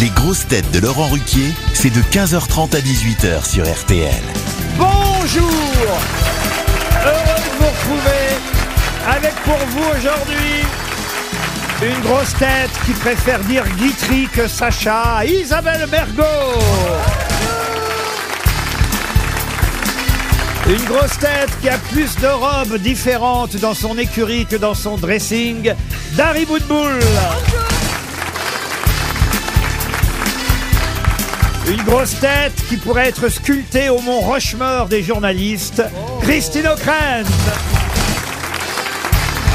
Les grosses têtes de Laurent Ruquier, c'est de 15h30 à 18h sur RTL. Bonjour Heureux de vous retrouver avec pour vous aujourd'hui une grosse tête qui préfère dire Guitry que Sacha, Isabelle Bergot Une grosse tête qui a plus de robes différentes dans son écurie que dans son dressing, Dari Boudboul Une grosse tête qui pourrait être sculptée au mont Rochemort des journalistes, Christine O'Krent.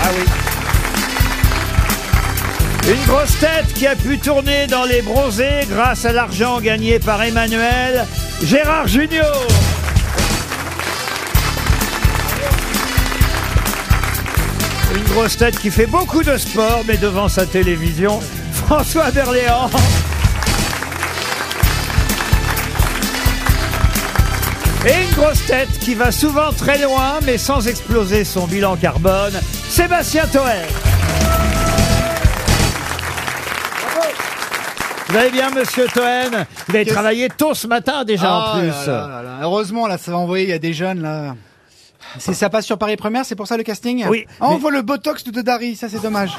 Ah oui. Une grosse tête qui a pu tourner dans les bronzés grâce à l'argent gagné par Emmanuel, Gérard Junior. Une grosse tête qui fait beaucoup de sport, mais devant sa télévision, François Berléand. Et une grosse tête qui va souvent très loin, mais sans exploser son bilan carbone, Sébastien Toer. Vous allez bien, monsieur Toen Vous avez travaillé tôt ce matin déjà Ah en là plus. là là là. Heureusement, là, ça va envoyer, il y a des jeunes, là. C'est, ça passe sur Paris Première, c'est pour ça le casting Oui, Ah, on mais- voit le Botox de Dari, ça c'est dommage.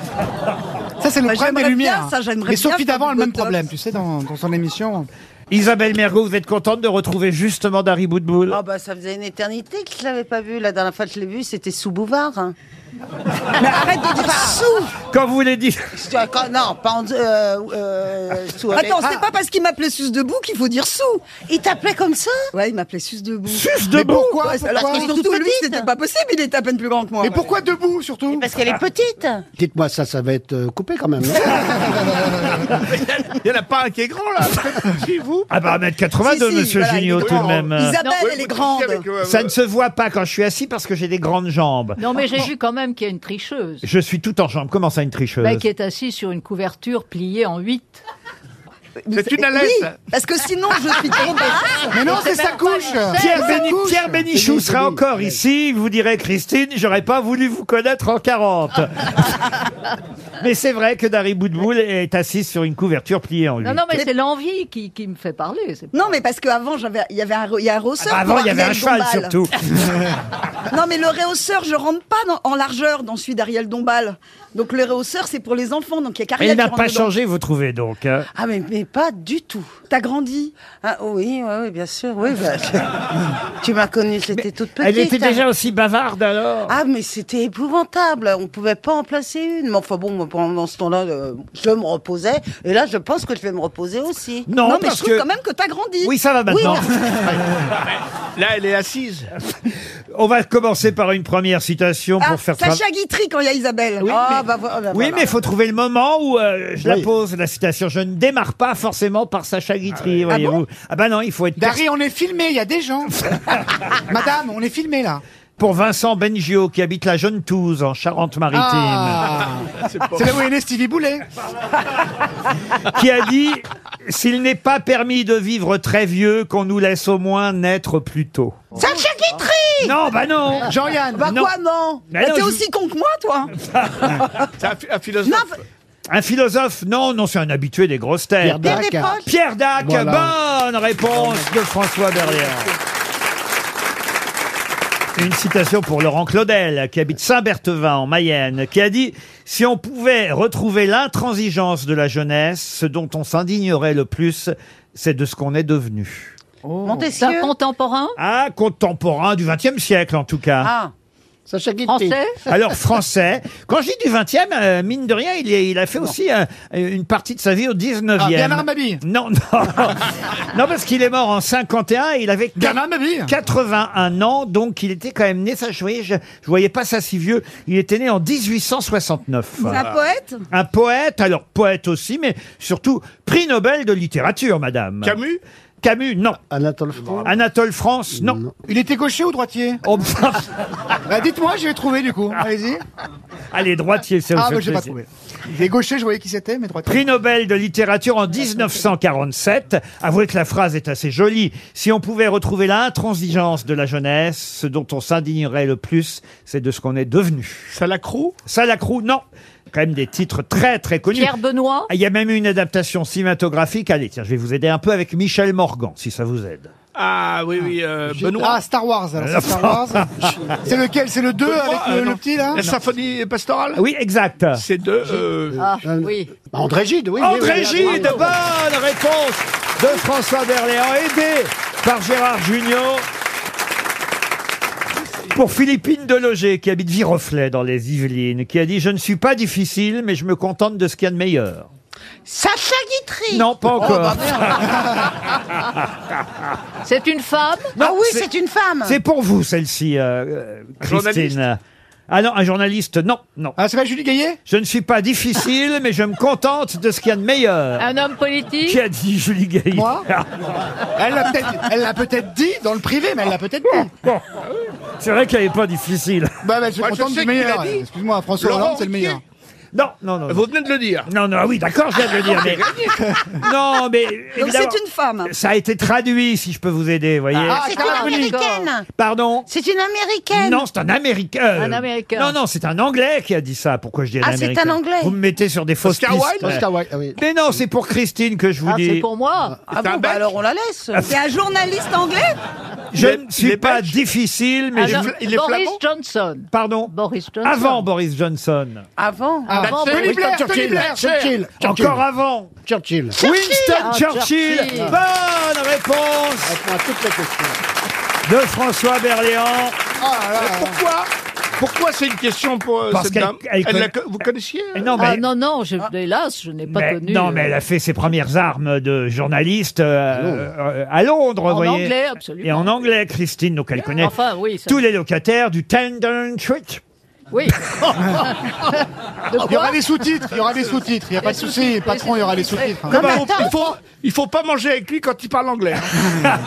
Ça c'est le Bah, problème des j'aimerais bien, lumières. ça, j'aimerais Mais bien Sophie faire d'avant a du le même Botox. problème, tu sais, dans, dans son émission. Isabelle Mergo, vous êtes contente de retrouver justement Dari Boudboul Ah bah ça faisait une éternité que je l'avais pas vu. La dernière fois que je l'ai vu, c'était sous Bouvard. hein. Mais arrête de dire sous. Ah. Quand vous voulez dire... Je dis, ah, quand- Non, pas en- euh, euh, sous. Attends, Ah, c'est pas parce qu'il m'appelait Sus debout qu'il faut dire sous. Il t'appelait comme ça Ouais, il m'appelait Sus debout. Sus Mais debout pourquoi, Ouais, pourquoi alors que Pourquoi surtout Toute lui, petite c'était pas possible, il était à peine plus grand que moi. Mais pourquoi debout surtout Parce qu'elle est petite. Dites-moi ça, ça va être euh, coupé quand même. non Il n'y en a pas un qui est grand là Chez vous Ah bah 1m82, Si, si, monsieur voilà, il Gignot, est tout de grand. même. euh, Isabelle, Ouais, elle vous est grande. discutez avec, euh, Ça ne se voit pas quand je suis assis parce que j'ai des grandes jambes. Non, mais j'ai vu quand même qu'il y a une tricheuse Je suis tout en jambes. Comment ça, une tricheuse bah, qui est assise sur une couverture pliée en huit. Mais C'est une oui, alerte. parce que sinon, je suis trop bête. Mais non, c'est sa couche Pierre, C'est sa Béni- couche. Pierre Bénichou Béni- sera Béni- encore Béni- ici. Il vous dirait, Christine, j'aurais pas voulu vous connaître en 40. mais c'est vrai que Dari Boudboul est assise sur une couverture pliée en huit. Non, non, mais c'est l'envie qui, qui me fait parler. c'est- Non, mais parce qu'avant, j'avais- il y avait un, re- il y a un rehausseur. Ah, Avant, pour il y avait un Ariel cheval Dombal. surtout. Non, mais le rehausseur, je rentre pas dans- en largeur dans celui d'Ariel Dombal. Donc le rehausseur, c'est pour les enfants, donc il y a Il Cariel n'a qui pas rentre dedans. changé, vous trouvez donc. hein Ah mais, mais pas du tout. T'as grandi. Ah oui, oui, oui, bien sûr, oui. bah, tu m'as connue, j'étais toute petite. Elle était hein. déjà aussi bavarde alors. Ah mais c'était épouvantable, on pouvait pas en placer une. Mais enfin bon, moi, pendant ce temps-là, euh, je me reposais et là je pense que je vais me reposer aussi. non, non, mais je parce trouve que. quand même que t'as grandi. Oui, ça va maintenant. Là, elle est assise. On va commencer par une première citation Ah, pour faire tra- Sacha Guitry quand il y a Isabelle. Ah, bah, voilà, Oui, voilà. mais il faut trouver le moment où euh, je la Oui. pose, la citation. Je ne démarre pas forcément par Sacha Guitry, voyez-vous. Ah, bah non, il faut être... Dari, on est filmé, il y a des gens. Madame, on est filmé là. Pour Vincent Bengio, qui habite la Jeune Touze, en Charente-Maritime, Ah. C'est là où est né Stevie Boulet. qui a dit « S'il n'est pas permis de vivre très vieux, qu'on nous laisse au moins naître plus tôt. Sacha Guitry » Non, bah non Jean-Yann. Bah Non. quoi, non Mais Bah, non, T'es je- aussi con que moi, toi C'est un, phi- un philosophe. Non, Un philosophe Non, non, c'est un habitué des grosses têtes. Pierre Dac. Pierre Dac, Voilà. bonne réponse de François Berlière. Une citation pour Laurent Claudel, qui habite Saint-Berthevin en Mayenne, qui a dit « Si on pouvait retrouver l'intransigeance de la jeunesse, ce dont on s'indignerait le plus, c'est de ce qu'on est devenu. C'est un Montesquieu. contemporain » Ah, contemporain du XXe siècle en tout cas. Ah, Sacha Guitry. français Alors français, quand je dis du 20e, euh, mine de rien, il, est- il a fait aussi euh, une partie de sa vie au 19e. Ah, Bernard Mabille. Non, non. non, parce qu'il est mort en 51 et il avait quatre- Bernard Mabille. 81 ans, donc il était quand même né, ça je voyais, je, je voyais pas ça si vieux, il était né en 1869. C'est un poète Un poète, alors poète aussi, mais surtout prix Nobel de littérature, madame. Camus Camus, non. Anatole France. Anatole France, non. Il était gaucher ou droitier Oh, pff, Bah, Dites-moi, je vais trouver du coup. Allez-y. allez, droitier, c'est Ah, vous bah, fait j'ai pas plaisir. trouvé. Les gauchers, je voyais qui c'était, mais droitier. Prix Nobel de littérature en 1947. Avouez que la phrase est assez jolie. Si on pouvait retrouver l'intransigeance de la jeunesse, ce dont on s'indignerait le plus, c'est de ce qu'on est devenu. Ça l'accroue Salacrou, non. quand même des titres très très connus. Pierre Benoît Ah, Il y a même eu une adaptation cinématographique. Allez, tiens, je vais vous aider un peu avec Michel Morgan, si ça vous aide. Ah oui, oui, euh, Benoît. Ah, Star Wars, alors, c'est Star Wars. C'est lequel C'est le 2 avec euh, le, le non. petit, là La symphonie pastorale Ah Oui, exact. C'est de... euh, Ah, oui. Bah, André Gide, oui. oui, André oui, Gide, oui. bonne réponse de François Berléand, aidé par Gérard Junior. Pour Philippine Deloger, qui habite Viroflay dans les Yvelines, qui a dit Je ne suis pas difficile, mais je me contente de ce qu'il y a de meilleur. Sacha Guitry Non, pas Oh, encore. bah, C'est une femme Ah oui, c'est- c'est une femme C'est pour vous, celle-ci, euh, euh, journaliste Christine. Ah non, un journaliste, non, non. Ah, c'est pas Julie Gaillet Je ne suis pas difficile, mais je me contente de ce qu'il y a de meilleur. Ah Un homme politique Qui a dit Julie Gaillet Ah. Moi Elle l'a peut-être, elle l'a peut-être dit dans le privé, mais elle l'a peut-être dit. C'est vrai qu'elle n'est pas difficile. Bah, bah, je suis Moi, je contente du sais qu'il meilleur. l'a dit. Excuse-moi, François Laurent Hollande, c'est le Ruquier. meilleur. Non, non, non. non. Vous venez de le dire. Non, non, ah oui, d'accord, je viens de le dire, mais... Non, mais Donc évidemment, c'est une femme. ça a été traduit, si je peux vous aider, vous voyez. Ah, C'est une Clara Bruni. américaine Pardon C'est une américaine Non, c'est un Américain. euh, Un Américain. Non, non, c'est un Anglais qui a dit ça. Pourquoi je dis un Ah, c'est un Américain Anglais. Vous me mettez sur des fausses Oscar pistes. Wilde Ouais. Oscar Wilde, ah oui. Mais non, c'est pour Christine que je vous Ah, dis. c'est pour moi Ah un bon, bah bec. alors on la laisse C'est un journaliste anglais Je Il est- ne il suis est pas belge. Ah, difficile, mais Un je... homme- il est Ah, Boris flamand Johnson. Pardon Boris Johnson. Ah, Avant Boris Johnson. Avant Avant Tony Boris- Blair, Tony Blair, Churchill. Churchill. Encore avant. Churchill. Winston Ah, Churchill. Churchill. Bonne réponse Réponds à toutes les questions. de François Berléand. Pourquoi Pourquoi c'est une question pour euh, Parce cette qu'elle- dame elle Elle la conna- co- Vous connaissiez euh, Et Non, mais... Ah non, non, je, hélas, je n'ai pas mais- connu. euh. non, mais elle a fait ses premières armes de journaliste euh, euh, à Londres, En vous voyez. anglais, absolument. Ah, Et en anglais, Christine, donc elle connaît Enfin, oui. ça- tous les locataires du Tandon Street. Oui. De Il y aura quoi des sous-titres, il y aura des sous-titres, il n'y a pas de souci, patron, il y aura des sous-titres. Non, mais il, faut, il faut pas manger avec lui quand il parle anglais. hein.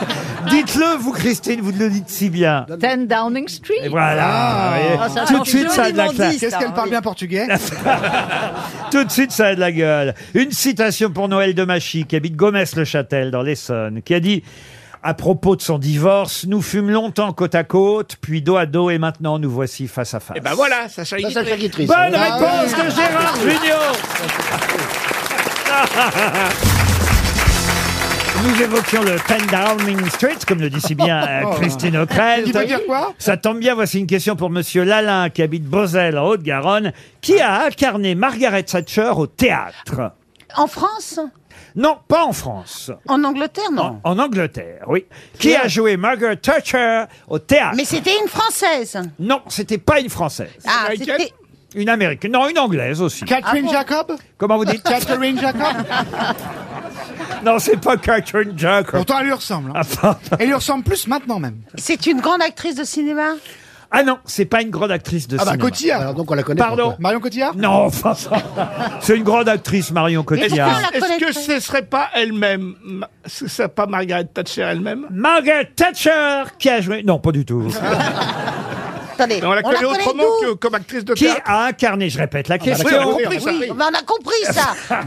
Dites-le, vous, Christine, vous le dites si Eh bien. 10 Downing Street Et voilà. vous voyez. Ah, ça tout de change suite, ça a de la joliment classe. dit. hein. Qu'est-ce qu'elle parle bien portugais Tout de suite, ça a de la gueule. Une citation pour Noël Demachy, qui habite Gomès-le-Châtel, dans l'Essonne, qui a dit à propos de son divorce, nous fûmes longtemps côte à côte, puis dos à dos, et maintenant nous voici face à face. Eh ben voilà, ça Ça, Guitry. Sacha Guitry. ça. Bonne Ah, réponse de Gérard Junior. Nous évoquions le 10 Downing Street, comme le dit si bien euh, Christine O'Krell. Qui veut dire quoi Ça tombe bien, voici une question pour Monsieur Lalin, qui habite Beauzel, en Haute-Garonne. Qui a incarné Margaret Thatcher au théâtre En France Non, pas en France. En Angleterre, En, non en Angleterre, oui. Qui a joué Margaret Thatcher au théâtre Mais c'était une Française Non, c'était pas une Française. Ah, américaine c'était... Ah Une Américaine. Non, une Anglaise aussi. Catherine Jacob Comment vous dites Catherine Jacob Non, c'est pas Catherine Jacob. Pourtant, elle lui ressemble. hein. Ah, pardon. Elle lui ressemble plus maintenant même. C'est une grande actrice de cinéma Ah non, c'est pas une grande actrice de Ah bah cinéma. Alors Cotillard donc on la connaît. Pardon. pourquoi Marion Cotillard Non, enfin, c'est une grande actrice, Marion pourquoi Cotillard. on la Est-ce que connaîtrait ce serait pas elle-même Ma- Ce serait pas Margaret Thatcher elle-même Margaret Thatcher qui a joué... Non, pas du tout. Ah, Attendez, Mais On la connaît autrement d'où que comme actrice de qui théâtre. a incarné, je répète Ah la bah, oui, question, on a compris. Oui, mais on a compris ça Euh,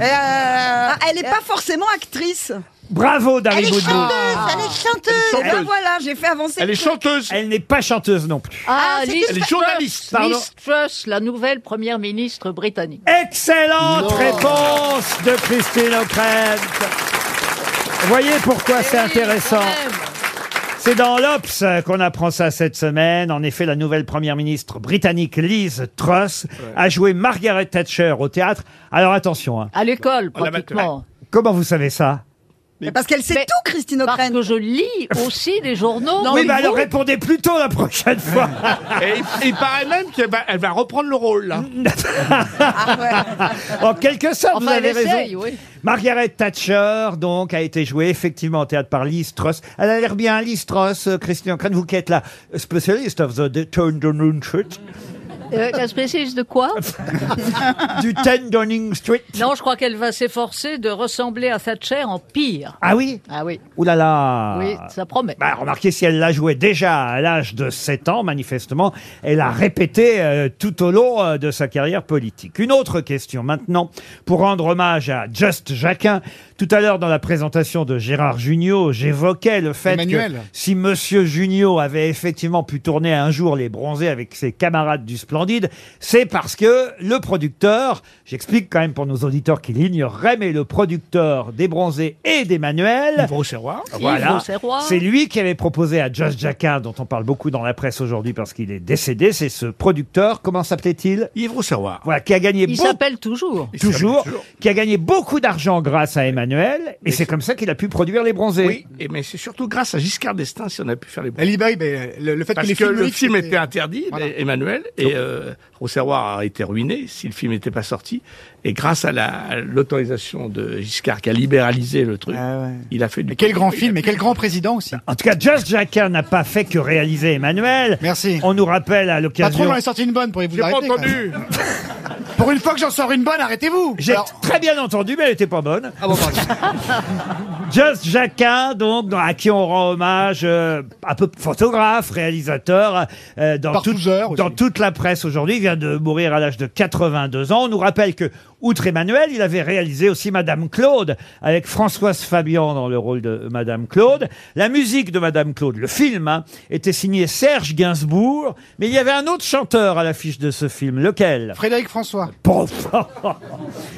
Ah, Elle n'est pas forcément actrice. bravo Dari Elle est Boudou. chanteuse, elle est chanteuse Eh ben Chanteuse. voilà, j'ai fait avancer. Elle le est truc. chanteuse. Elle n'est pas chanteuse non plus. Ah, Ah, c'est Liz Elle est Truss, journaliste. Pardon. Liz Truss, la nouvelle première ministre britannique. Excellente réponse de Christine O'Krent. Voyez pourquoi c'est Eh oui, intéressant. quand même. C'est dans l'Obs qu'on apprend ça cette semaine. En effet, la nouvelle première ministre britannique Liz Truss a joué Margaret Thatcher au théâtre. Alors attention, hein. À l'école, On l'a battu. pratiquement. comment vous savez ça Mais Parce qu'elle sait Mais- tout, Christine Parce O'Crane. que je lis aussi les journaux. Oui, mais bah alors vous- répondez plus tôt la prochaine fois. Et il paraît même qu'elle va, elle va reprendre le rôle, là. en quelque sorte, vous Enfin, elle avez essaye, raison. oui. Margaret Thatcher, donc, a été jouée effectivement au théâtre par Liz Truss. Elle a l'air bien, Liz Truss, euh, Christine O'Krent, vous qui êtes la spécialiste of the Ten Downing Street, Euh, la spécialiste de quoi du Ten Downing Street. Non, je crois qu'elle va s'efforcer de ressembler à Thatcher en pire. Ah oui Ah oui, Ouh là là oui, ça promet. Bah, remarquez, si elle l'a joué déjà à l'âge de 7 ans, manifestement, elle a répété euh, tout au long euh, de sa carrière politique. Une autre question maintenant, pour rendre hommage à Just Jacquin. Tout à l'heure, dans la présentation de Gérard Jugnot, j'évoquais le fait que Emmanuel. si Monsieur Jugnot avait effectivement pu tourner un jour les bronzés avec ses camarades du splendide, c'est parce que le producteur, j'explique quand même pour nos auditeurs qui l'ignoreraient, mais le producteur des bronzés et des manuels, voilà, Auxerrois. c'est lui qui avait proposé à Josh Jacquin, dont on parle beaucoup dans la presse aujourd'hui parce qu'il est décédé, c'est ce producteur, comment s'appelait-il Yves Rousseroir. Voilà, qui a gagné Il beaucoup s'appelle toujours. Il toujours, s'appelle toujours. qui a gagné beaucoup d'argent grâce à Emmanuel, et Mais c'est comme ça qu'il a pu produire les bronzés. Oui, et mais c'est surtout grâce à Giscard d'Estaing si on a pu faire les bons. Libaï, ben, le, le fait Parce que, les que films le X film étaient- était interdit, Voilà. mais Emmanuel, et euh, Rousserroir a été ruiné si le film n'était pas sorti. Et grâce à la- à l'autorisation de Giscard qui a libéralisé le truc, Ah ouais. il a fait du. Mais quel grand film et quel grand président aussi. En tout cas, Just Jacquin n'a pas fait que réaliser Emmanuel. Merci. On nous rappelle à Patron, l'occasion. j'en ai sorti une bonne, pourriez-vous J'ai pas arrêter quand même. entendu. Pour une fois que j'en sors une bonne, arrêtez-vous J'ai Alors- très bien entendu, mais elle était pas bonne. Ah bon, pardon. Just Jacquin, donc, dans- à qui on rend hommage, euh, un peu photographe, réalisateur, euh, dans, toute, Partouzeur aussi. dans toute la presse aujourd'hui. Il vient de mourir à l'âge de 82 ans. On nous rappelle que, outre Emmanuel, il avait réalisé aussi Madame Claude, avec Françoise Fabian dans le rôle de Madame Claude. La musique de Madame Claude, le film, hein, était signé Serge Gainsbourg, mais il y avait un autre chanteur à l'affiche de ce film. Lequel Frédéric François. Pouf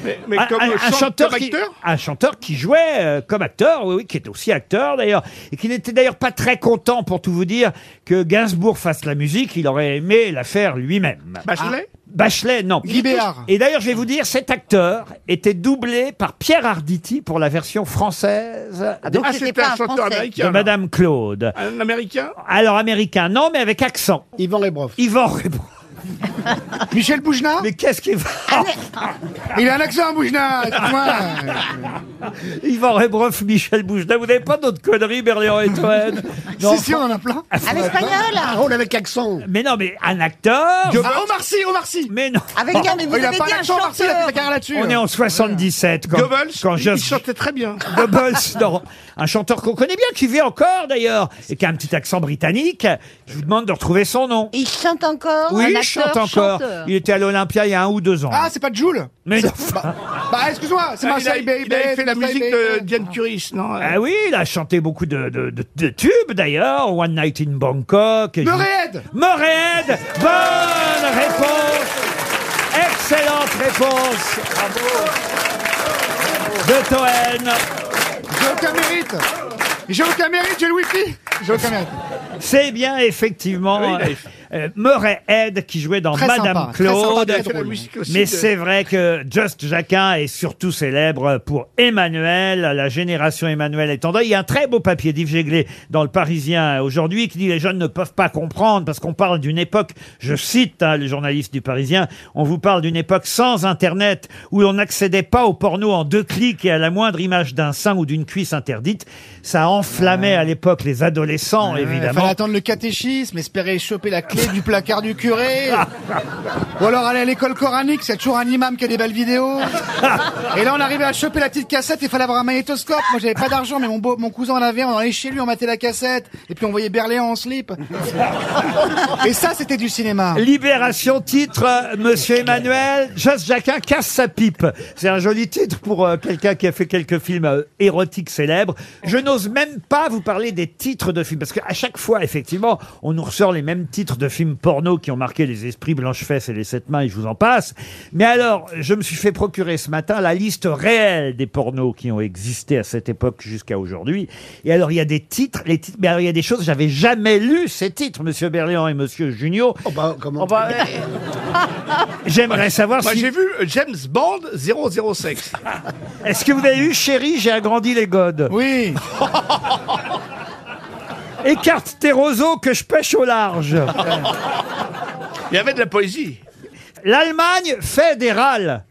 Mais, mais comme chante- comme qui, acteur un chanteur qui jouait euh, comme acteur, oui, oui, qui est aussi acteur d'ailleurs, et qui n'était d'ailleurs pas très content pour tout vous dire que Gainsbourg fasse la musique, il aurait aimé la faire lui-même. Bah, Ah, Bachelet Bachelet, non. Guy Béard. Et d'ailleurs, je vais vous dire, cet acteur était doublé par Pierre Arditi pour la version française donc Ah, c'était c'était pas un un chanteur Français. de américain. alors. Madame Claude. Un américain Alors américain, non, mais avec accent. Yvan Rebroff. Yvan répond. Michel Boujna Mais qu'est-ce qu'il va Il a un accent, Boujna Excuse-moi. Yvan Rebroff, Michel Boujna, vous n'avez pas d'autres conneries, Berléand et Toen Non, Si, Ah, si, on en a plein. À l'espagnol Un rôle avec accent. Mais non, mais un acteur. Ah, Omar Sy, Omar Sy Mais non. Avec Oh, un- Ah, mais vous Il a avez pas dit un l'accent, Omar Sy, il a fait sa chanteur. carrière là-dessus. On est en 77 quand, Goebbels quand je Il chantait très bien. Goebbels, non. un chanteur qu'on connaît bien, qui vit encore d'ailleurs, et qui a un petit accent britannique. Je vous demande de retrouver son nom. Il chante encore Oui, acteur, il chante encore. chanteur. Il était à l'Olympia il y a un ou deux ans. Ah, c'est pas Jules mais non. Bah, excuse-moi, c'est Ah, il, a, Marseille Baby. il avait fait la Marseille musique de Baby. Diane Curis, non euh, Ah oui, il a chanté beaucoup de, de- de- de tubes d'ailleurs. One Night in Bangkok. et je- Meuréhead Morehead, bonne réponse. Excellente réponse. De Toen. J'ai aucun mérite J'ai aucun mérite, j'ai le wifi J'ai aucun mérite. C'est bien effectivement Oui, il a euh, eu- euh, Murray Head qui jouait dans Très Madame sympa, très sympa, Claude. très Il a fait la musique aussi Mais de- c'est vrai que Just Jacquin est surtout célèbre pour Emmanuel, la génération Emmanuel étant deuil. Il y a un très beau papier d'Yves Jéglé dans Le Parisien aujourd'hui qui dit les jeunes ne peuvent pas comprendre parce qu'on parle d'une époque, je cite hein, le journaliste du Parisien, on vous parle d'une époque sans Internet où on n'accédait pas au porno en deux clics et à la moindre image d'un sein ou d'une cuisse interdite. Ça enflammait à l'époque les adolescents, Il fallait évidemment. attendre le catéchisme, espérer choper la clé du placard du curé. Ou alors aller à l'école coranique, c'est toujours un imam qui a des belles vidéos. Et là, on arrivait à choper la petite cassette, il fallait avoir un magnétoscope. Moi, j'avais pas d'argent, mais mon, beau, mon cousin en avait, on allait chez lui, on matait la cassette. Et puis, on voyait Berléand en slip. Et ça, c'était du cinéma. Libération titre, euh, Monsieur Emmanuel, Just Jacquin casse sa pipe. C'est un joli titre pour euh, quelqu'un qui a fait quelques films euh, érotiques célèbres. Je n'ose même pas vous parler des titres de films, parce qu'à chaque fois, effectivement, on nous ressort les mêmes titres de films porno qui ont marqué les esprits Blanche-Fesse et les Sept Mains, et je vous en passe. Mais alors, je me suis fait procurer ce matin la liste réelle des pornos qui ont existé à cette époque jusqu'à aujourd'hui. Et alors, il y a des titres, les titres, mais alors, il y a des choses, j'avais jamais lu ces titres, Monsieur Berléand et Monsieur Junio. comment Oh bah, eh. J'aimerais savoir Moi, si. j'ai vu euh, James Bond 006. Est-ce que vous avez eu, chérie, j'ai agrandi les godes Oui, Écarte tes roseaux que je pêche au large. Il y avait de la poésie. L'Allemagne fédérale.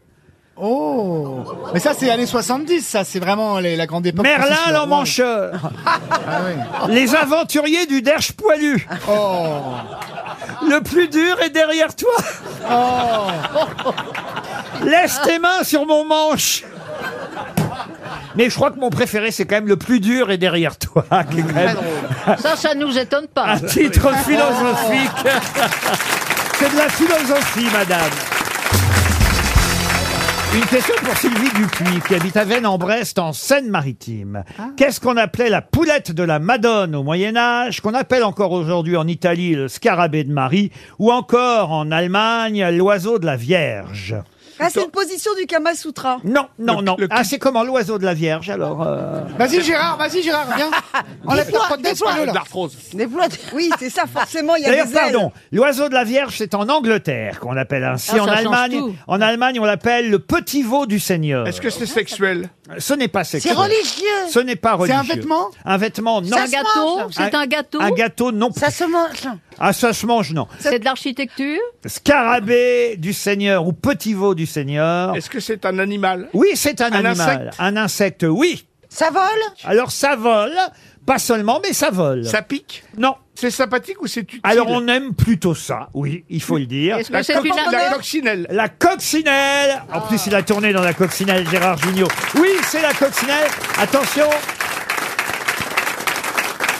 Oh Mais ça, c'est années 70, ça, c'est vraiment les- la grande époque. Francis Merlin Leroy. l'emmancheur. Les aventuriers du derche poilu. Le plus dur est derrière toi. Laisse tes mains sur mon manche. Mais je crois que mon préféré, c'est quand même le plus dur est derrière toi. qui est quand même- Ça, ça nous étonne pas. Un titre philosophique. C'est de la philosophie, madame. Une question pour Sylvie Dupuis, qui habite à Vennes-en-Bresse, en Seine-Maritime. Qu'est-ce qu'on appelait la poulette de la Madone au Moyen-Âge, qu'on appelle encore aujourd'hui en Italie le scarabée de Marie, ou encore en Allemagne l'oiseau de la Vierge Ah, c'est une position du Kama Sutra. Non, non, non. Ah, c'est comment l'oiseau de la Vierge, alors euh, Vas-y Gérard, vas-y Gérard, viens. Enlève ta Bah, prothèse, sois-le, là. L'arthrose. Des plots- Oui, c'est ça, forcément, il y a D'ailleurs, des ailes. pardon, l'oiseau de la Vierge, c'est en Angleterre qu'on l'appelle ainsi. Ah, en ça change Allemagne, tout. en Allemagne, on l'appelle le petit veau du Seigneur. Est-ce que c'est sexuel Ce n'est pas C'est sexuel. religieux. Ce n'est pas C'est religieux. un vêtement Un vêtement, non. C'est un gâteau C'est un gâteau Un gâteau, non. Ça se mange. Ah, ça se mange, non. C'est de l'architecture Scarabée du Seigneur ou petit veau du Seigneur. Est-ce que c'est un animal Oui, c'est un, Un animal. insecte Un insecte, oui. Ça vole Alors ça vole, pas seulement, mais ça vole. Ça pique Non. C'est sympathique ou c'est utile Alors on aime plutôt ça, oui, il faut le dire. Est-ce La, que c'est co- une la odeur coccinelle. La coccinelle En plus, il a tourné dans la coccinelle, Gérard Jugnot. Oui, c'est la coccinelle. Attention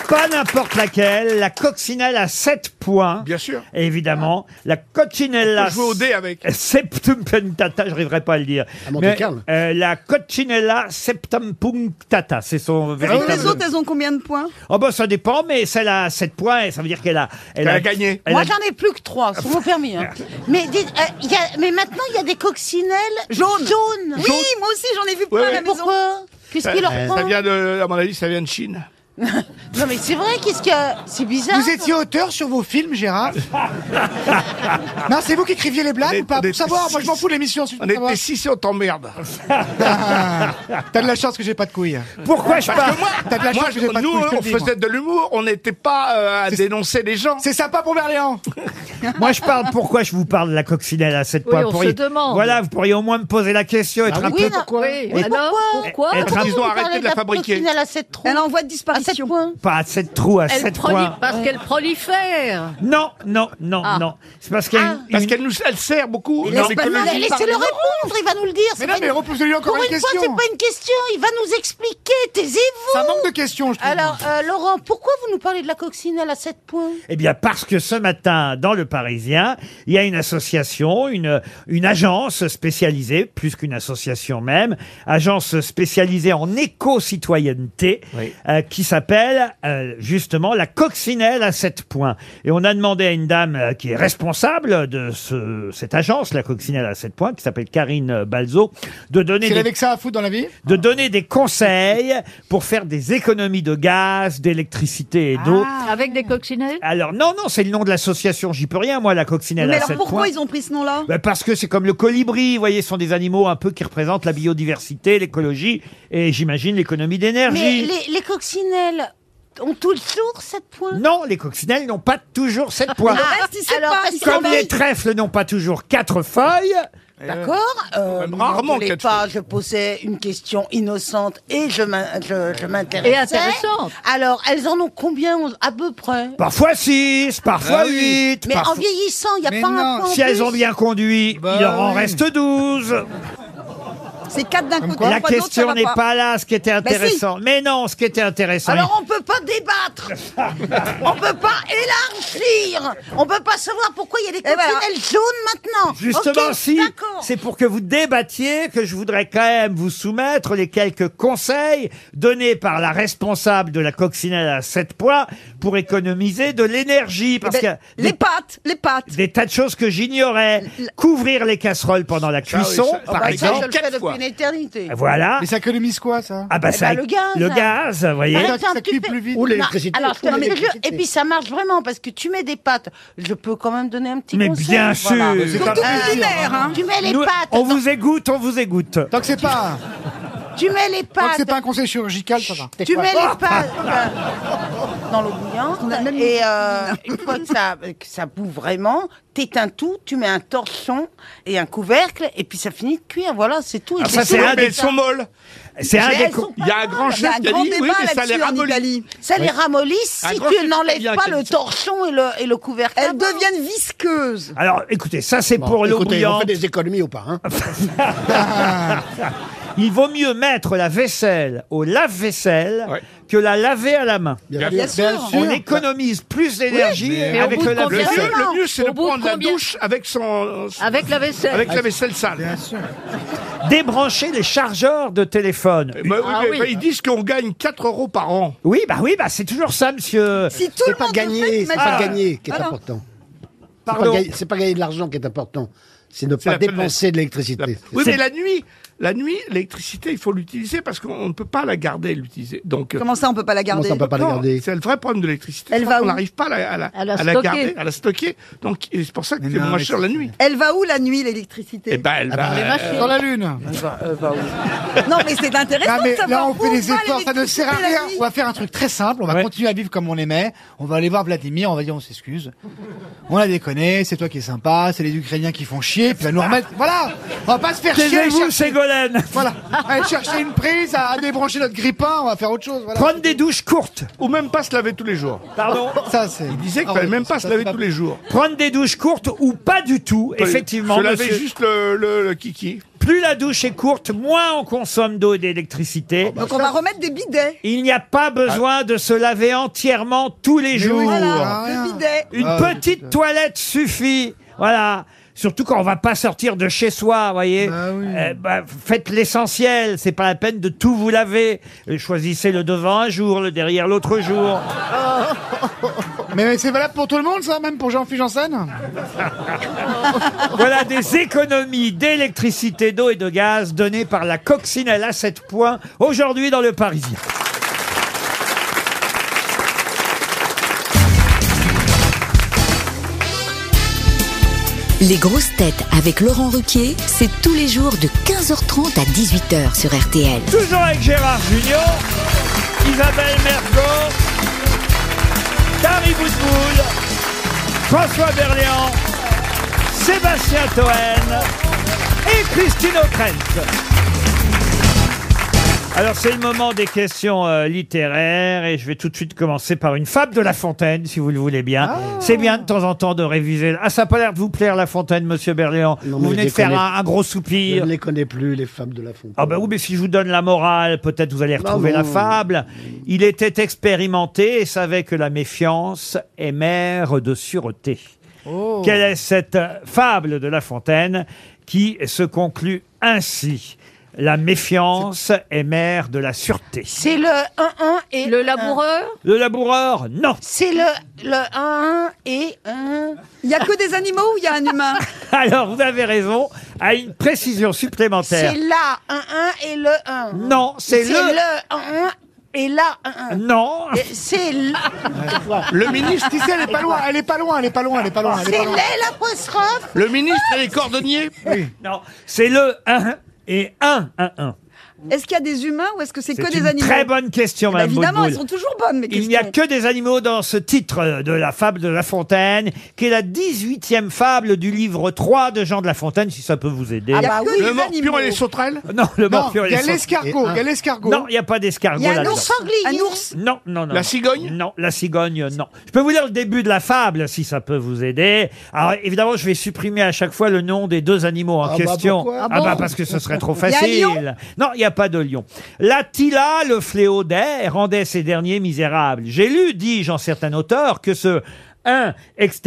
pas n'importe laquelle, la coccinelle à 7 points. Bien sûr. Évidemment, la On coccinella. peut jouer au dé avec. Septumpunctata, je n'arriverai pas à le dire. Mais, euh, la coccinella septumpunctata, c'est son Parce que véritable Ah les autres, elles ont combien de points Oh ben ça dépend, mais celle à 7 points, et ça veut dire qu'elle a, elle Elle a gagné. elle Moi, a- j'en ai plus que trois, sur mon permis. hein. mais, dites, euh, il y a- mais maintenant, il y a des coccinelles jaunes. Oui, moi aussi, j'en ai vu plein Ouais, à ouais. la maison. Pourquoi Qu'est-ce qu'il leur Ça prend vient de, à mon avis, ça vient de Chine. Non, mais c'est vrai, qu'est-ce que. C'est bizarre. Vous étiez auteur sur vos films, Gérard Non, c'est vous qui écriviez les blagues On est- ou pas on est- Pour savoir, moi je m'en fous de l'émission. si je veux On était savoir. Ah, si si on t'emmerde. T'as de la chance que j'ai pas de couilles. Pourquoi je parle T'as de la Moi, chance que j'ai pas de nous, couilles, je te on le dis, moi. faisait de l'humour, on n'était pas euh, à C'est- dénoncer les gens. C'est sympa pour Berléand. Moi, je parle. Pourquoi je vous parle de la coccinelle à cette Oui, points on pourriez- se demande. Voilà, vous pourriez au moins me poser la question, Ah être un Ah oui, peu. non. Pourquoi Et- Alors, pourquoi Et- et- Pourquoi Ils ont vous arrêté parlez de la fabriquer. coccinelle à 7 trous Elle est en voie de À 7 disparition. points. Pas à 7 trous, à Elle 7 proli- points. Parce qu'elle prolifère. Non, non, non, Ah. non. C'est parce qu'il y a une- Parce une- qu'elle nous, elle sert beaucoup. Mais dans laisse pas l'écologie. parler. Laissez-le répondre, il va nous le dire. c'est Mais non, pas mais une- repousse-lui encore Pour une une fois, c'est question. pas une question, il va nous expliquer, Ça taisez-vous manque de questions, je trouve. Alors, euh, Laurent, pourquoi vous nous parlez de la coccinelle à 7 points Eh bien, parce que ce matin, dans le Parisien, il y a une association, une, une agence spécialisée, plus qu'une association même, agence spécialisée en éco-citoyenneté, Oui. euh, qui s'appelle euh, justement la coccinelle à 7 points. Et on a demandé à une dame euh, qui est responsable de ce, cette agence, la coccinelle à 7 points, qui s'appelle Karine Balzo, de donner S'il des avait que ça à foutre dans la vie de donner des conseils pour faire des économies de gaz, d'électricité et d'eau. Ah. Avec des coccinelles Alors non, non, c'est le nom de l'association, j'y peux rien, moi, la coccinelle Mais à alors 7 pourquoi points. ils ont pris ce nom-là Ben, parce que c'est comme le colibri, vous voyez, ce sont des animaux un peu qui représentent la biodiversité, l'écologie et j'imagine l'économie Mais d'énergie. les, les coccinelles ont tout le jour 7 points Non, les coccinelles n'ont pas toujours 7 points. Le reste, ils savent alors, pas. Ils comme s'en les battent. trèfles n'ont pas toujours 4 feuilles. D'accord euh, même vous rarement m'engueulez quatre pas, je posais une question innocente et je m'in- je- je m'intéressais. Et intéressante. Alors, elles en ont combien on- à peu près Parfois 6, parfois Ah oui. 8. Mais en parfois... vieillissant, il n'y a Mais pas un non, point en Si elles plus. ont bien conduit, Bah il leur en oui. reste 12. C'est quatre d'un côté, trois La de l'autre, ça question va n'est pas là, ce qui était si. intéressant. Mais non, ce qui était intéressant. Alors on peut pas débattre. On peut pas élargir. On peut pas savoir pourquoi il y a des Eh ben, voilà. coccinelles jaunes maintenant. Justement, Ok, si, D'accord. c'est pour que vous débattiez que je voudrais quand même vous soumettre les quelques conseils donnés par la responsable de la coccinelle à 7 points pour économiser de l'énergie. Eh Parce Ben, que les pattes, les pattes. des tas de choses que j'ignorais. Couvrir les casseroles pendant la oui, cuisson, Ah ça- par ça, exemple. quatre fois. éternité. Voilà. Mais ça économise quoi, ça Ah bah ça, ben, le gaz. le gaz, vous voyez. Par Ça- exemple, ça tu cuit fais- plus vite. Non, l'électricité. alors, je te Ou mets- l'électricité. Et puis ça marche vraiment parce que tu mets des pâtes. Je peux quand même donner un petit Mais conseil. bien voilà. sûr. C'est un Surtout plaisir. l'hiver, hein. Tu mets les Nous, pâtes. on vous égoutte, on vous égoutte. Tant que c'est pas, Tu mets les tant que c'est pâtes. pas un conseil chirurgical, ça va. Tu mets Ah, les pâtes euh, dans l'eau bouillante et euh, une fois que ça, que ça boue vraiment, t'éteins tout, tu mets un torchon et un couvercle et puis ça finit de cuire. Voilà, c'est tout. Et ça, Oui, c'est un mais des- elles sont molles. C'est un Mais des elles co- sont Il y a un grand Il y a chef un qui a grand dit oui, débat mais ça les là-dessus en ramollit. Italie. Ça les ramollit Un si grand tu chef n'enlèves italien pas qui a le dit ça. torchon et le, et le couvercle. Elles deviennent visqueuses. Alors, écoutez, ça c'est pour l'eau Écoutez, on bouillante. fait des économies ou pas hein Il vaut mieux mettre la vaisselle au lave-vaisselle Ouais. que la laver à la main. Bien sûr. On économise plus d'énergie Mais avec au bout le de Le combien lave-vaisselle. mieux, le mieux, Au c'est de bout de prendre la combien douche avec son, Ah, Avec la vaisselle avec la vaisselle sale. débrancher les chargeurs de téléphone. Bah oui, mais- mais ils disent qu'on gagne 4 euros par an. Oui, bah oui, bah c'est toujours ça, monsieur. Si tout C'est le pas monde le fait, gagner, c'est maintenant- pas gagner qui est Voilà. important. C'est pas Pardon. gagner- C'est pas gagner de l'argent qui est important. C'est ne la pas fenêtre. dépenser de l'électricité. Oui, C'est- mais la nuit, la nuit, l'électricité, il faut l'utiliser parce qu'on ne peut pas la garder, l'utiliser. Donc, euh, Comment ça, on peut pas la Comment garder ça, on peut pas la non, garder C'est le vrai problème de l'électricité. Elle c'est va qu'on où n'arrive pas à la, à la- À la à la stocker. garder, à la stocker. Donc, et c'est pour ça que Mais c'est non, moins mais cher la nuit. Elle va où la nuit, Eh l'électricité ben, elle va, euh, Ah, Dans la lune. Non, mais c'est intéressant Ah, de mais savoir là, on où fait des va efforts, ça ne l'électricité sert à la rien. nuit. On va faire un truc très simple, on va Ouais. continuer à vivre comme on aimait. On va aller voir Vladimir, on va dire on s'excuse. On a déconné, c'est toi qui es sympa, c'est les Ukrainiens qui font chier, puis à nous remettre. Voilà On va pas se faire chier. à Taisez-vous, chercher- Ségolène. Voilà, aller chercher une prise, à à débrancher notre grippin, on va faire autre chose. Voilà. Prendre des douches courtes. ou même pas se laver tous les jours. Oh, Pardon Ça, c'est. Il disait qu'il fallait même pas se laver tous les jours. Prendre des douches courtes ou pas du tout, effectivement. Se laver monsieur. juste le, le- le kiki. Plus la douche est courte, moins on consomme d'eau et d'électricité. Donc on va remettre des bidets. Il n'y a pas besoin de se laver entièrement tous les jours. Voilà, rien. des bidets. Une Ah, petite toilette suffit. Voilà. Surtout quand on va pas sortir de chez soi, voyez. Euh, bah, faites l'essentiel. C'est pas la peine de tout vous laver. Euh, Choisissez le devant un jour, le derrière l'autre jour. Ah. Mais, mais c'est valable pour tout le monde, ça, même pour Jean-Philippe Janssen Voilà des économies d'électricité, d'eau et de gaz données par la coccinelle à 7 points aujourd'hui dans le Parisien. Les grosses têtes avec Laurent Ruquier, c'est tous les jours de 15h30 à 18h sur RTL. Toujours avec Gérard Junior, Isabelle Mergot, Dari Boutboul, François Berléand, Sébastien Toen et Christine O'Krent. Alors c'est le moment des questions euh, littéraires et je vais tout de suite commencer par une fable de La Fontaine, si vous le voulez bien. Ah. C'est bien de temps en temps de réviser. Ah ça a pas l'air de vous plaire La Fontaine, Monsieur Berléand. Non, mais Vous je venez de les faire connais. un, un gros Je soupir. ne les connais plus, les femmes de la fontaine. Ah ben oui, mais si je vous donne la morale, peut-être vous allez retrouver bon. la fable. Il était expérimenté et savait que la méfiance est mère de sûreté. Oh. Oh. Quelle est cette fable de La Fontaine qui se conclut ainsi La méfiance est mère de la sûreté. C'est le 1-1 et Le laboureur. laboureur Le laboureur, non. C'est le, le 1-1 et 1. Il y a que des animaux ou il y a un humain Alors vous avez raison, à une précision supplémentaire. C'est la 1-1 et le 1. Non, c'est C'est le... le 1-1 et la 1-1. Non, Et C'est le- Le ministre, Si, si, elle est pas loin, elle est pas loin, elle est pas loin, elle est pas loin. Elle est c'est pas loin. l'apostrophe. le ministre et les cordonniers. non, c'est le 1 et 1, 1, 1. Est-ce qu'il y a des humains ou est-ce que c'est que C'est des une animaux très bonne question, Bah, Madame Évidemment, Boutboul. elles sont toujours bonnes, mes Il n'y a questions. que des animaux dans ce titre de la fable de La Fontaine, qui est la 18e fable du livre 3 de Jean de La Fontaine, si ça peut vous Il aider. y a Ah bah que Le des animaux. morpion et les sauterelles. Non, le Non, morpion et il y a les sauterelles. l'escargot, Et un. il y a l'escargot. Non, il n'y a pas d'escargot Il y a un là-dedans. ours, un ours. Non, non, non. La non. cigogne Non, la cigogne, non. Je peux vous lire le début de la fable, si ça peut vous aider. Alors, évidemment, je vais supprimer à chaque fois le nom des deux animaux en Ah bah, question. pourquoi ah Ah bon bah, parce que ce serait trop a un facile. lion Non, il n'y a pas de lion. L'Attila, le fléau d'air, rendait ces derniers misérables. J'ai lu, dis-je en certain auteur, que ce un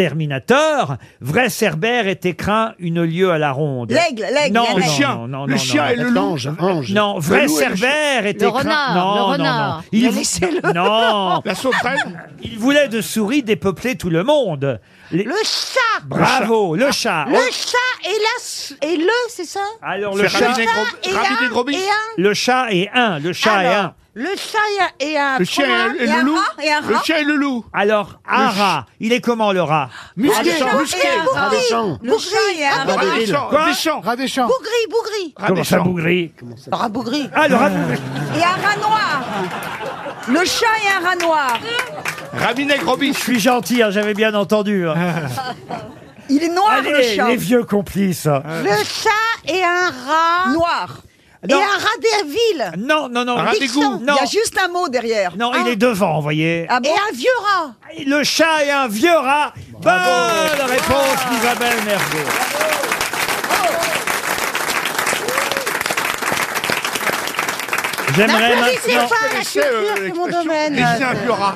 exterminateur, vrai Cerbère était craint une lieue à la ronde. L'aigle, l'aigle, Non, il y a non, Le l'aigle. chien. non, non, le non, chien non. et le loup. Ange, ange. Non, vrai loup et le Cerbère était Le craint- renard, Non, le non, renard. non. Il... Laissez-le. Non. La sauterelle. Il voulait de souris dépeuplé tout le monde. Les- Le chat. Bravo, le chat. Le chat et la s- et le, c'est ça Ah, oh. Alors C'est le chat, Rabid et Gro- et Rabid un, et Grobis. et un. le chat est un, le chat est Alors, un. le chat et un- et un. Le chien et, fromage. le- et Et le un loup. rat, et un Le rat. chien et le loup. Alors un rat, il est comment le rat Musqué. Ah, Radéchamp, Musqué. Ah, rat des champs. Le chat et un rat. Radéchamp, Quoi Radéchamp, Rat des champs. Bougri, bougri. Comment ça Radéchamp. bougrit Ah, bougri. Ah le rat bougrit. Et un rat noir. Le chat et un rat noir. Rabid et Grobis. Je suis gentil, hein, j'avais bien entendu. hein. Il est Ah. noir, le Allez, chat. les vieux complices. Le chat et un rat. Noir. Et un Non. rat des villes. Non, non, non. Un rat d'égout. Non, Il y a juste un mot derrière. non, il est devant, vous voyez. Ah Et bon un vieux rat. Le chat est un vieux rat. Bonne réponse d'Isabelle Mergo. J'aimerais N'applaudissez maintenant. pas, la connaissez, euh, culture, c'est mon l'expression domaine. Dessiner un vieux rat.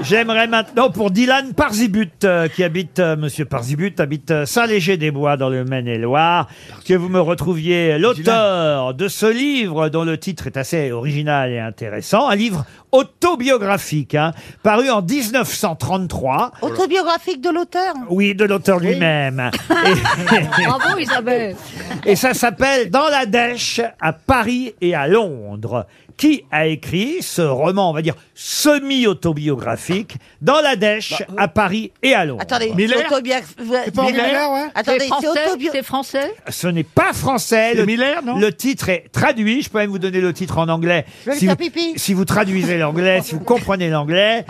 J'aimerais maintenant pour Dylan Parzibut, euh, qui habite, euh, monsieur Parzibut, habite euh, Saint-Léger-des-Bois dans le Maine-et-Loire, que vous me retrouviez l'auteur de ce livre dont le titre est assez original et intéressant, un livre autobiographique, hein, paru en 1933. Autobiographique de l'auteur Oui, de l'auteur lui-même. Bravo Ah Isabelle. Et ça s'appelle Dans la dèche à Paris et à Londres. Qui a écrit ce roman, on va dire, semi-autobiographique, Dans la dèche à Paris et à Londres Bah, euh. Attendez, Miller autobiographique. pas Miller, ouais Attendez, C'est c'est français, autobio- c'est français Ce n'est pas français. C'est Miller, non le titre est traduit. Je peux même vous donner le titre en anglais. Je vais Si faire vous, pipi. si vous traduisez l'anglais, si vous comprenez l'anglais.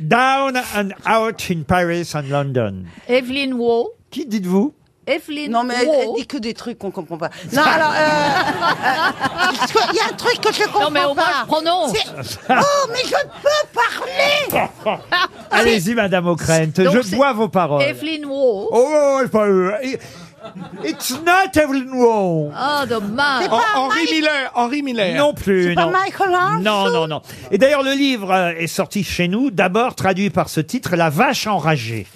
Down and out in Paris and London. Evelyn Waugh. Qui dites-vous Evelyn Non, mais elle, elle Waugh. dit que des trucs qu'on comprend pas. Non, alors, euh, euh, il y a un truc que je comprends mais au moins, pas. je prononce. C'est- Oh, mais je peux parler Allez-y, Madame O'Krent. Donc Je c'est- bois vos paroles. Ah, Evelyn Waugh. Oh, it's pas eux. It's not Evelyn Waugh. Ah, dommage. Hen- Henri Miller, Henri Miller. Non plus. Pas non. Michael Hart Non, non, non. Et d'ailleurs, le livre euh, est sorti chez nous, d'abord traduit par ce titre, La vache enragée.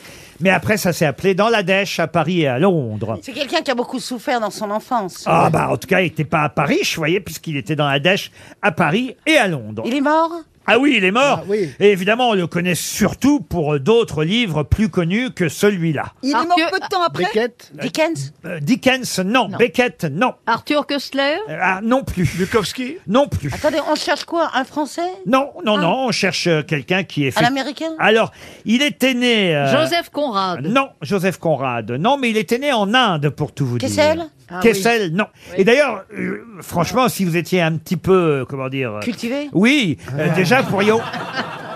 Mais après, ça s'est appelé Dans la dèche à Paris et à Londres. C'est quelqu'un qui a beaucoup souffert dans son enfance. Ah bah en tout cas, il n'était pas à Paris, je voyais, puisqu'il était dans la dèche à Paris et à Londres. Il est mort Ah oui, il est mort. Ah oui. Et évidemment, on le connaît surtout pour euh, d'autres livres plus connus que celui-là. Il est Alors mort que- peu de temps après. Beckett Dickens Euh, Dickens, non. Beckett, non. Arthur Kessler. Euh, ah, non plus. Bukowski Non plus. Attendez, on cherche quoi Un français Non, non, non, on cherche euh, quelqu'un qui est... Un américain Alors, il était né... euh, Joseph Conrad. Non, Joseph Conrad. Non, mais il était né en Inde, pour tout vous Kessel dire. Kessel, non. Et d'ailleurs, euh, franchement, si vous étiez un petit peu, euh, comment dire... euh, Cultivé Oui, euh, déjà, vous pourriez au,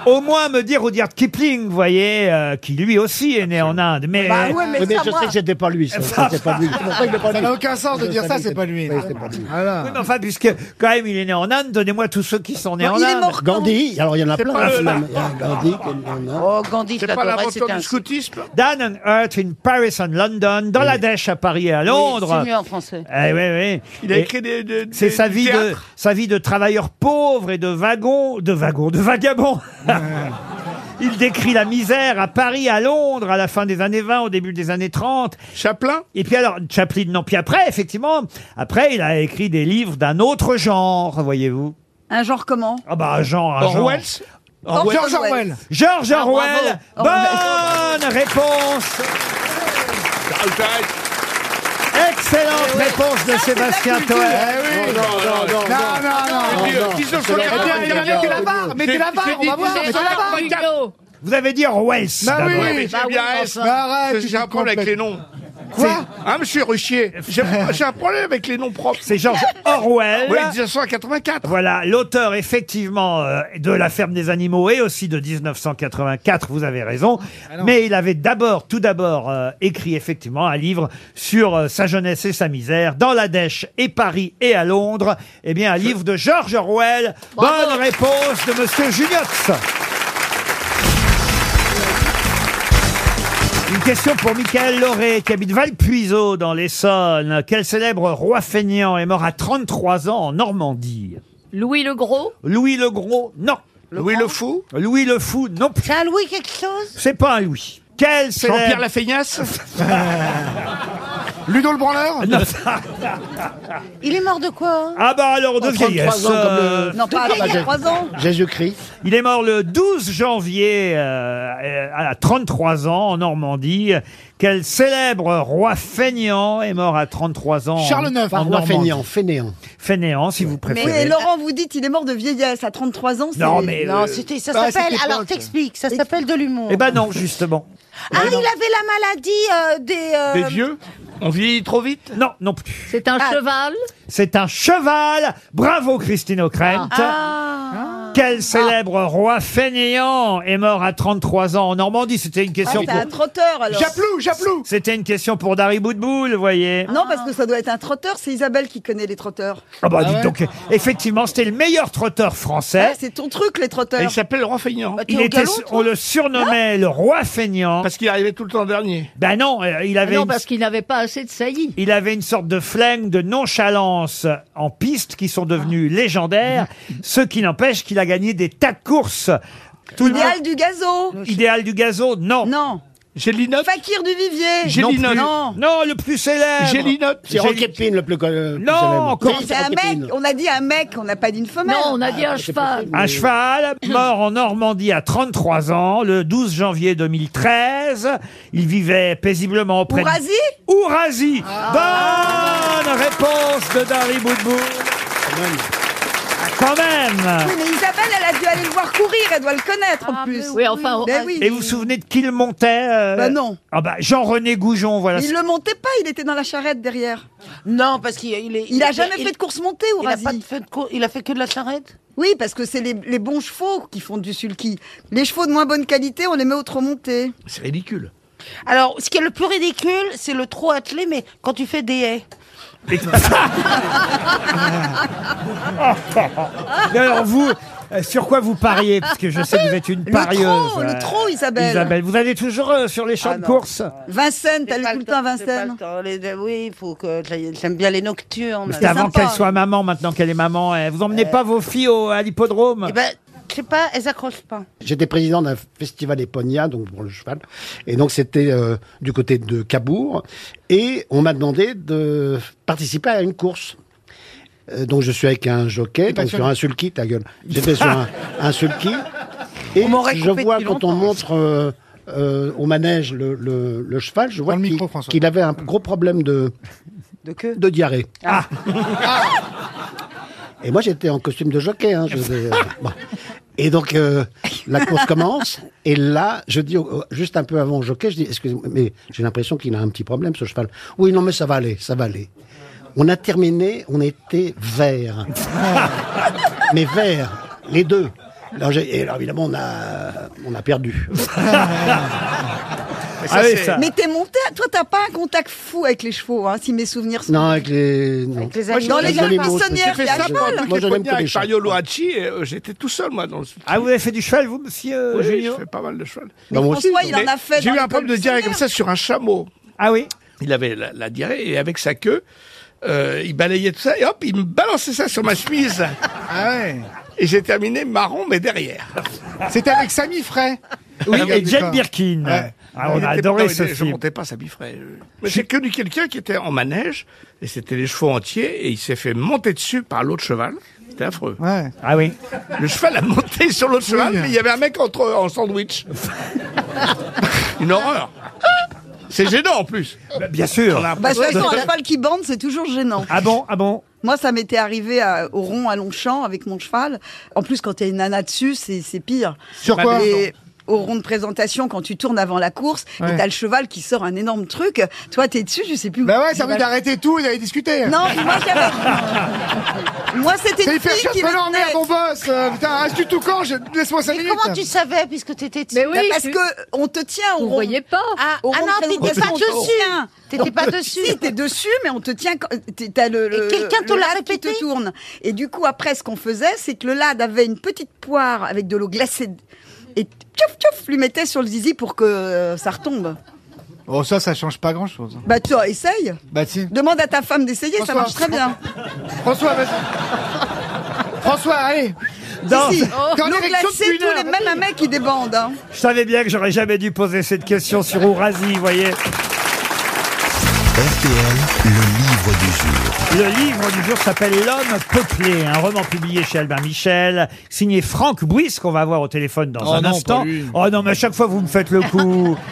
au moins me dire Rudyard Kipling, vous voyez, euh, qui lui aussi est né en Inde. Mais Bah ouais, mais, Oui, mais ça, je moi- sais que c'était pas lui, ça. ça, c'est pas lui. C'est pour ça que je l'ai pas Ça lu. n'a aucun sens de Je dire ça, savais c'est que pas lui. Oui, c'est pas lui. Voilà. Oui, mais enfin, puisque quand même, il est né en Inde, donnez-moi tous ceux qui sont nés en il est Inde. mort quand Gandhi, alors il y en a plein. pas hein, le- finalement. Il y a Gandhi, il y en a. Oh, Gandhi, je C'est pas l'adorais, l'inventeur c'était un... du scoutisme Dan and Earth in Paris and London, dans la Dèche à Paris et à Londres. C'est mieux en français. Eh oui, oui. Il a Et écrit des. des- C'est des- sa du vie de théâtre. sa vie de travailleur pauvre et de wagon, de wagon, de vagabond. Il décrit la misère à Paris, à Londres, à la fin des années 20, au début des années 30. Chaplin Et puis alors, Chaplin, non. Puis après, effectivement, après, il a écrit des livres d'un autre genre, voyez-vous. Un genre comment Ah bah, un genre, un genre. Orwell Orwell. George Orwell. Ah, George Orwell. bravo. Bonne réponse. Ah, Excellente Eh réponse de Sébastien Toer. Eh Non, non, non. Eh bien, il y en a qui la barre. Mettez la barre, on va voir. Mettez la barre. Hugo. Vous avez dit Orwell. Bah oui, d'abord. oui. Bah oui, mais Mais enfin. arrête. tu J'ai un te problème avec les complètes. noms. Quoi Ah, monsieur Ruchier, j'ai j'ai un problème avec les noms propres. C'est George Orwell. Oui, 1984. Voilà, l'auteur effectivement euh, de La ferme des animaux et aussi de 1984, vous avez raison. mais il avait d'abord, tout d'abord, euh, écrit effectivement un livre sur euh, sa jeunesse et sa misère dans la Dèche et Paris et à Londres. Eh bien, un livre de George Orwell. Bravo. Bonne réponse de Monsieur Juniots. Une question pour Michael Lauré, qui habite Valpuiseau dans l'Essonne. Quel célèbre roi feignant est mort à 33 ans en Normandie Louis le Gros. Louis le Gros, non. Louis le Fou Louis le Fou, non. C'est un Louis quelque chose C'est pas un Louis. Quel Jean-Pierre célèbre... Lafeignasse Ludo le branleur Non, ça- Il est mort de quoi hein Ah bah alors de 33 vieillesse. Oh, ans comme euh, le- Non, pas Ah, bah, à j'ai- 3 ans. Jésus-Christ. Il est mort le 12 janvier euh, à 33 ans en Normandie. Quel célèbre roi feignant est mort à 33 ans en- Charles IX, en roi Roi Normandie. fainéant, fainéant. Fainéant, si vous Mais préférez. Laurent, vous dites, il est mort de vieillesse à 33 ans. c'est- Non, mais- Non, euh, c'était, ça bah, s'appelle, c'était alors époque. t'expliques, ça s'appelle de l'humour. Eh ben non, justement. ah, il avait la maladie euh, des... euh, Ah. Des vieux On vieillit trop vite Non, non plus. C'est un cheval. C'est un cheval. Bravo, Christine O'Krent. Ah. Quel célèbre roi fainéant est mort à 33 ans en Normandie C'était une Ah, question c'est pour... un trotteur alors. Japlou, Japlou C'était une question pour Dari Boudboul, vous voyez. Non, parce que ça doit être un trotteur. C'est Isabelle qui connaît les trotteurs. Ah bah, Ah dites ouais. donc, effectivement, c'était le meilleur trotteur français. Ah, c'est ton truc, les Et trotteurs. il s'appelle Roi Feignant. bah, t'es Il au était, galop, on toi le surnommait le roi feignant. Parce qu'il arrivait tout le temps dernier. Ben non, euh, il Ah avait, Non, une, parce qu'il n'avait pas assez de saillie. il avait une sorte de flingue, de nonchalance en piste qui sont devenues légendaires. Ce qui n'empêche qu'il a gagné des tas de courses. Tout le Idéal monde- du gazo. Idéal du gazo, non. Non. Gélinotte Fakir du vivier. Gélinotte. Non. Non, le plus célèbre. Gélinotte, C'est Rock Epstein, le plus connu. Non, encore. C'est un mec. On a dit un mec. On n'a pas dit une femelle. Non, on a dit un cheval. Un cheval, mort en Normandie à 33 ans, le 12 janvier 2013. Il vivait paisiblement auprès de- Ourasi Ourasi Ah. Bah Bonne réponse de Dari Boudbou Quand même Oui, mais Isabelle, elle a dû aller le voir courir. Elle doit le connaître en plus. oui, enfin, Ben on- oui. Et vous vous souvenez de qui le montait euh, Bah non. Ah bah, Jean-René Goujon, voilà. Il le montait pas, il était dans la charrette derrière. Non, parce qu'il il est- Il a était- jamais il- fait de course montée, Il a Ourasi. pas de fait de cour- Il a fait que de la charrette. Oui, parce que c'est les, les bons chevaux qui font du sulky. Les chevaux de moins bonne qualité, on les met au trop monté. C'est ridicule. Alors, ce qui est le plus ridicule, c'est le trot attelé, mais quand tu fais des haies. Ah Mais Alors vous, euh, sur quoi vous pariez Parce que je sais que vous êtes une Le parieuse. trot, le euh, trot, Isabelle. Isabelle, vous allez toujours euh, sur les champs Ah de non. course Vincennes, J'ai t'as pas tout le le temps temps, j'ai pas Vincennes. le temps. Les- Oui, il faut que j'aille- j'aime bien les nocturnes. C'était avant sympa. qu'elle soit maman, maintenant qu'elle est maman. eh. Vous emmenez pas vos filles au, à l'hippodrome Eh ben, je sais pas, elles accrochent pas. J'étais président d'un festival Eponia, donc pour le cheval. Et donc, c'était euh, du côté de Cabourg. Et on m'a demandé de participer à une course. Euh, donc, je suis avec un jockey, donc sur un sulky, ta gueule. J'étais sur un, un sulky. Et On m'aurait je coupé vois depuis quand on longtemps. montre euh, euh, au manège le, le- le cheval, je vois Dans le qu'il- micro, François. qu'il avait un gros problème de, De queue Ah. de diarrhée. Ah. Et moi, j'étais en costume de jockey. hein, je vais- bon. Et donc, euh, la course commence. Et là, je dis, au- au- juste un peu avant au jockey, je dis, excusez-moi, mais j'ai l'impression qu'il a un petit problème, ce cheval. Oui, non, mais ça va aller, ça va aller. On a terminé, on était vert. mais vert, les deux. Alors, j'ai- et alors, évidemment, on a, on a perdu. Ah oui, ça. Mais t'es monté, à- toi t'as pas un contact fou avec les chevaux, hein, si mes souvenirs sont. Non, avec les... non. Avec les Moi, je- Dans les avec les animaux, buissonnières, je- il y a je- un cheval. Moi, je n'aime que les avec chats. Mario Loachi, et, euh, j'étais tout seul, moi, dans le sulky. Ah, vous avez fait du cheval, vous, monsieur Oui, je Junio fais pas mal de cheval. Bah, moi aussi, François, il en Mais a fait. dans J'ai eu un l'école problème de diarrhée comme primaire. ça sur un chameau. Ah oui Il avait la, la diarrhée et avec sa queue, euh, il balayait tout ça et hop, il me balançait ça sur ma chemise. Ah ouais. Et j'ai terminé marron, mais derrière. C'était avec Samy Fray. Oui, Ah, et Jane d'accord. Birkin. Ouais. Ah, on Il a était- adoré non, ce il- Je film. montais pas, ça biffrait. Mais j'ai connu quelqu'un qui était en manège et c'était les chevaux entiers et il s'est fait monter dessus par l'autre cheval. C'était affreux. Ouais. Ah oui. Le cheval a monté sur l'autre cheval, mais il y avait un mec entre, en sandwich. Une horreur. C'est gênant en plus. Bien sûr. On a Bah, de toute façon, un l'impression- cheval qui bande, c'est toujours gênant. Ah bon, ah bon. Moi, ça m'était arrivé à- au rond à Longchamp avec mon cheval. En plus, quand t'as une nana dessus, c'est c'est pire. Sur quoi Et au rond de présentation, quand tu tournes avant la course, Ouais. et t'as le cheval qui sort un énorme truc, toi t'es dessus, je sais plus. où- Bah ouais, ça veut d'arrêter tout et d'aller discuter. Non, mais moi j'avais- moi c'était C'est une hyper fille chiant, qui mais non, me tenait. merde, mon boss. euh, putain, reste tout quand je... Laisse-moi 5 Mais minutes. comment tu savais, puisque t'étais dessus Mais oui, Bah, parce tu- que on te tient au vous rond. voyez pas. Ah, Au ah rond de non, t'étais pas présentation, on te dessus. tient. T'étais pas dessus. Si, t'es dessus, mais on te tient. quand- t'es- T'as le. le- Et quelqu'un le te l'a lad qui répété te tourne. Et du coup, après, ce qu'on faisait, c'est que le lad avait une petite poire avec de l'eau glacée. Et tchouf tchouf, lui mettait sur le zizi pour que euh, ça retombe. Oh, ça, ça change pas grand-chose. Bah, toi, essaye. Bah si. Demande à ta femme d'essayer, ça Bonsoir. marche très bien. François, vas-y. François, allez. Non, Si, si. T'es en L'eau érection glacée, depuis tous une les heure, mêmes un mec qui débande. hein. je savais bien que j'aurais jamais dû poser cette question sur Ourasi, vous voyez. RTL, le livre du jour. Le livre du jour s'appelle L'homme peuplé, un roman publié chez Albin Michel, signé Franck Bouis, qu'on va avoir au téléphone dans Oh un non, pas instant. lui. Oh non, mais à chaque fois, vous me faites le coup.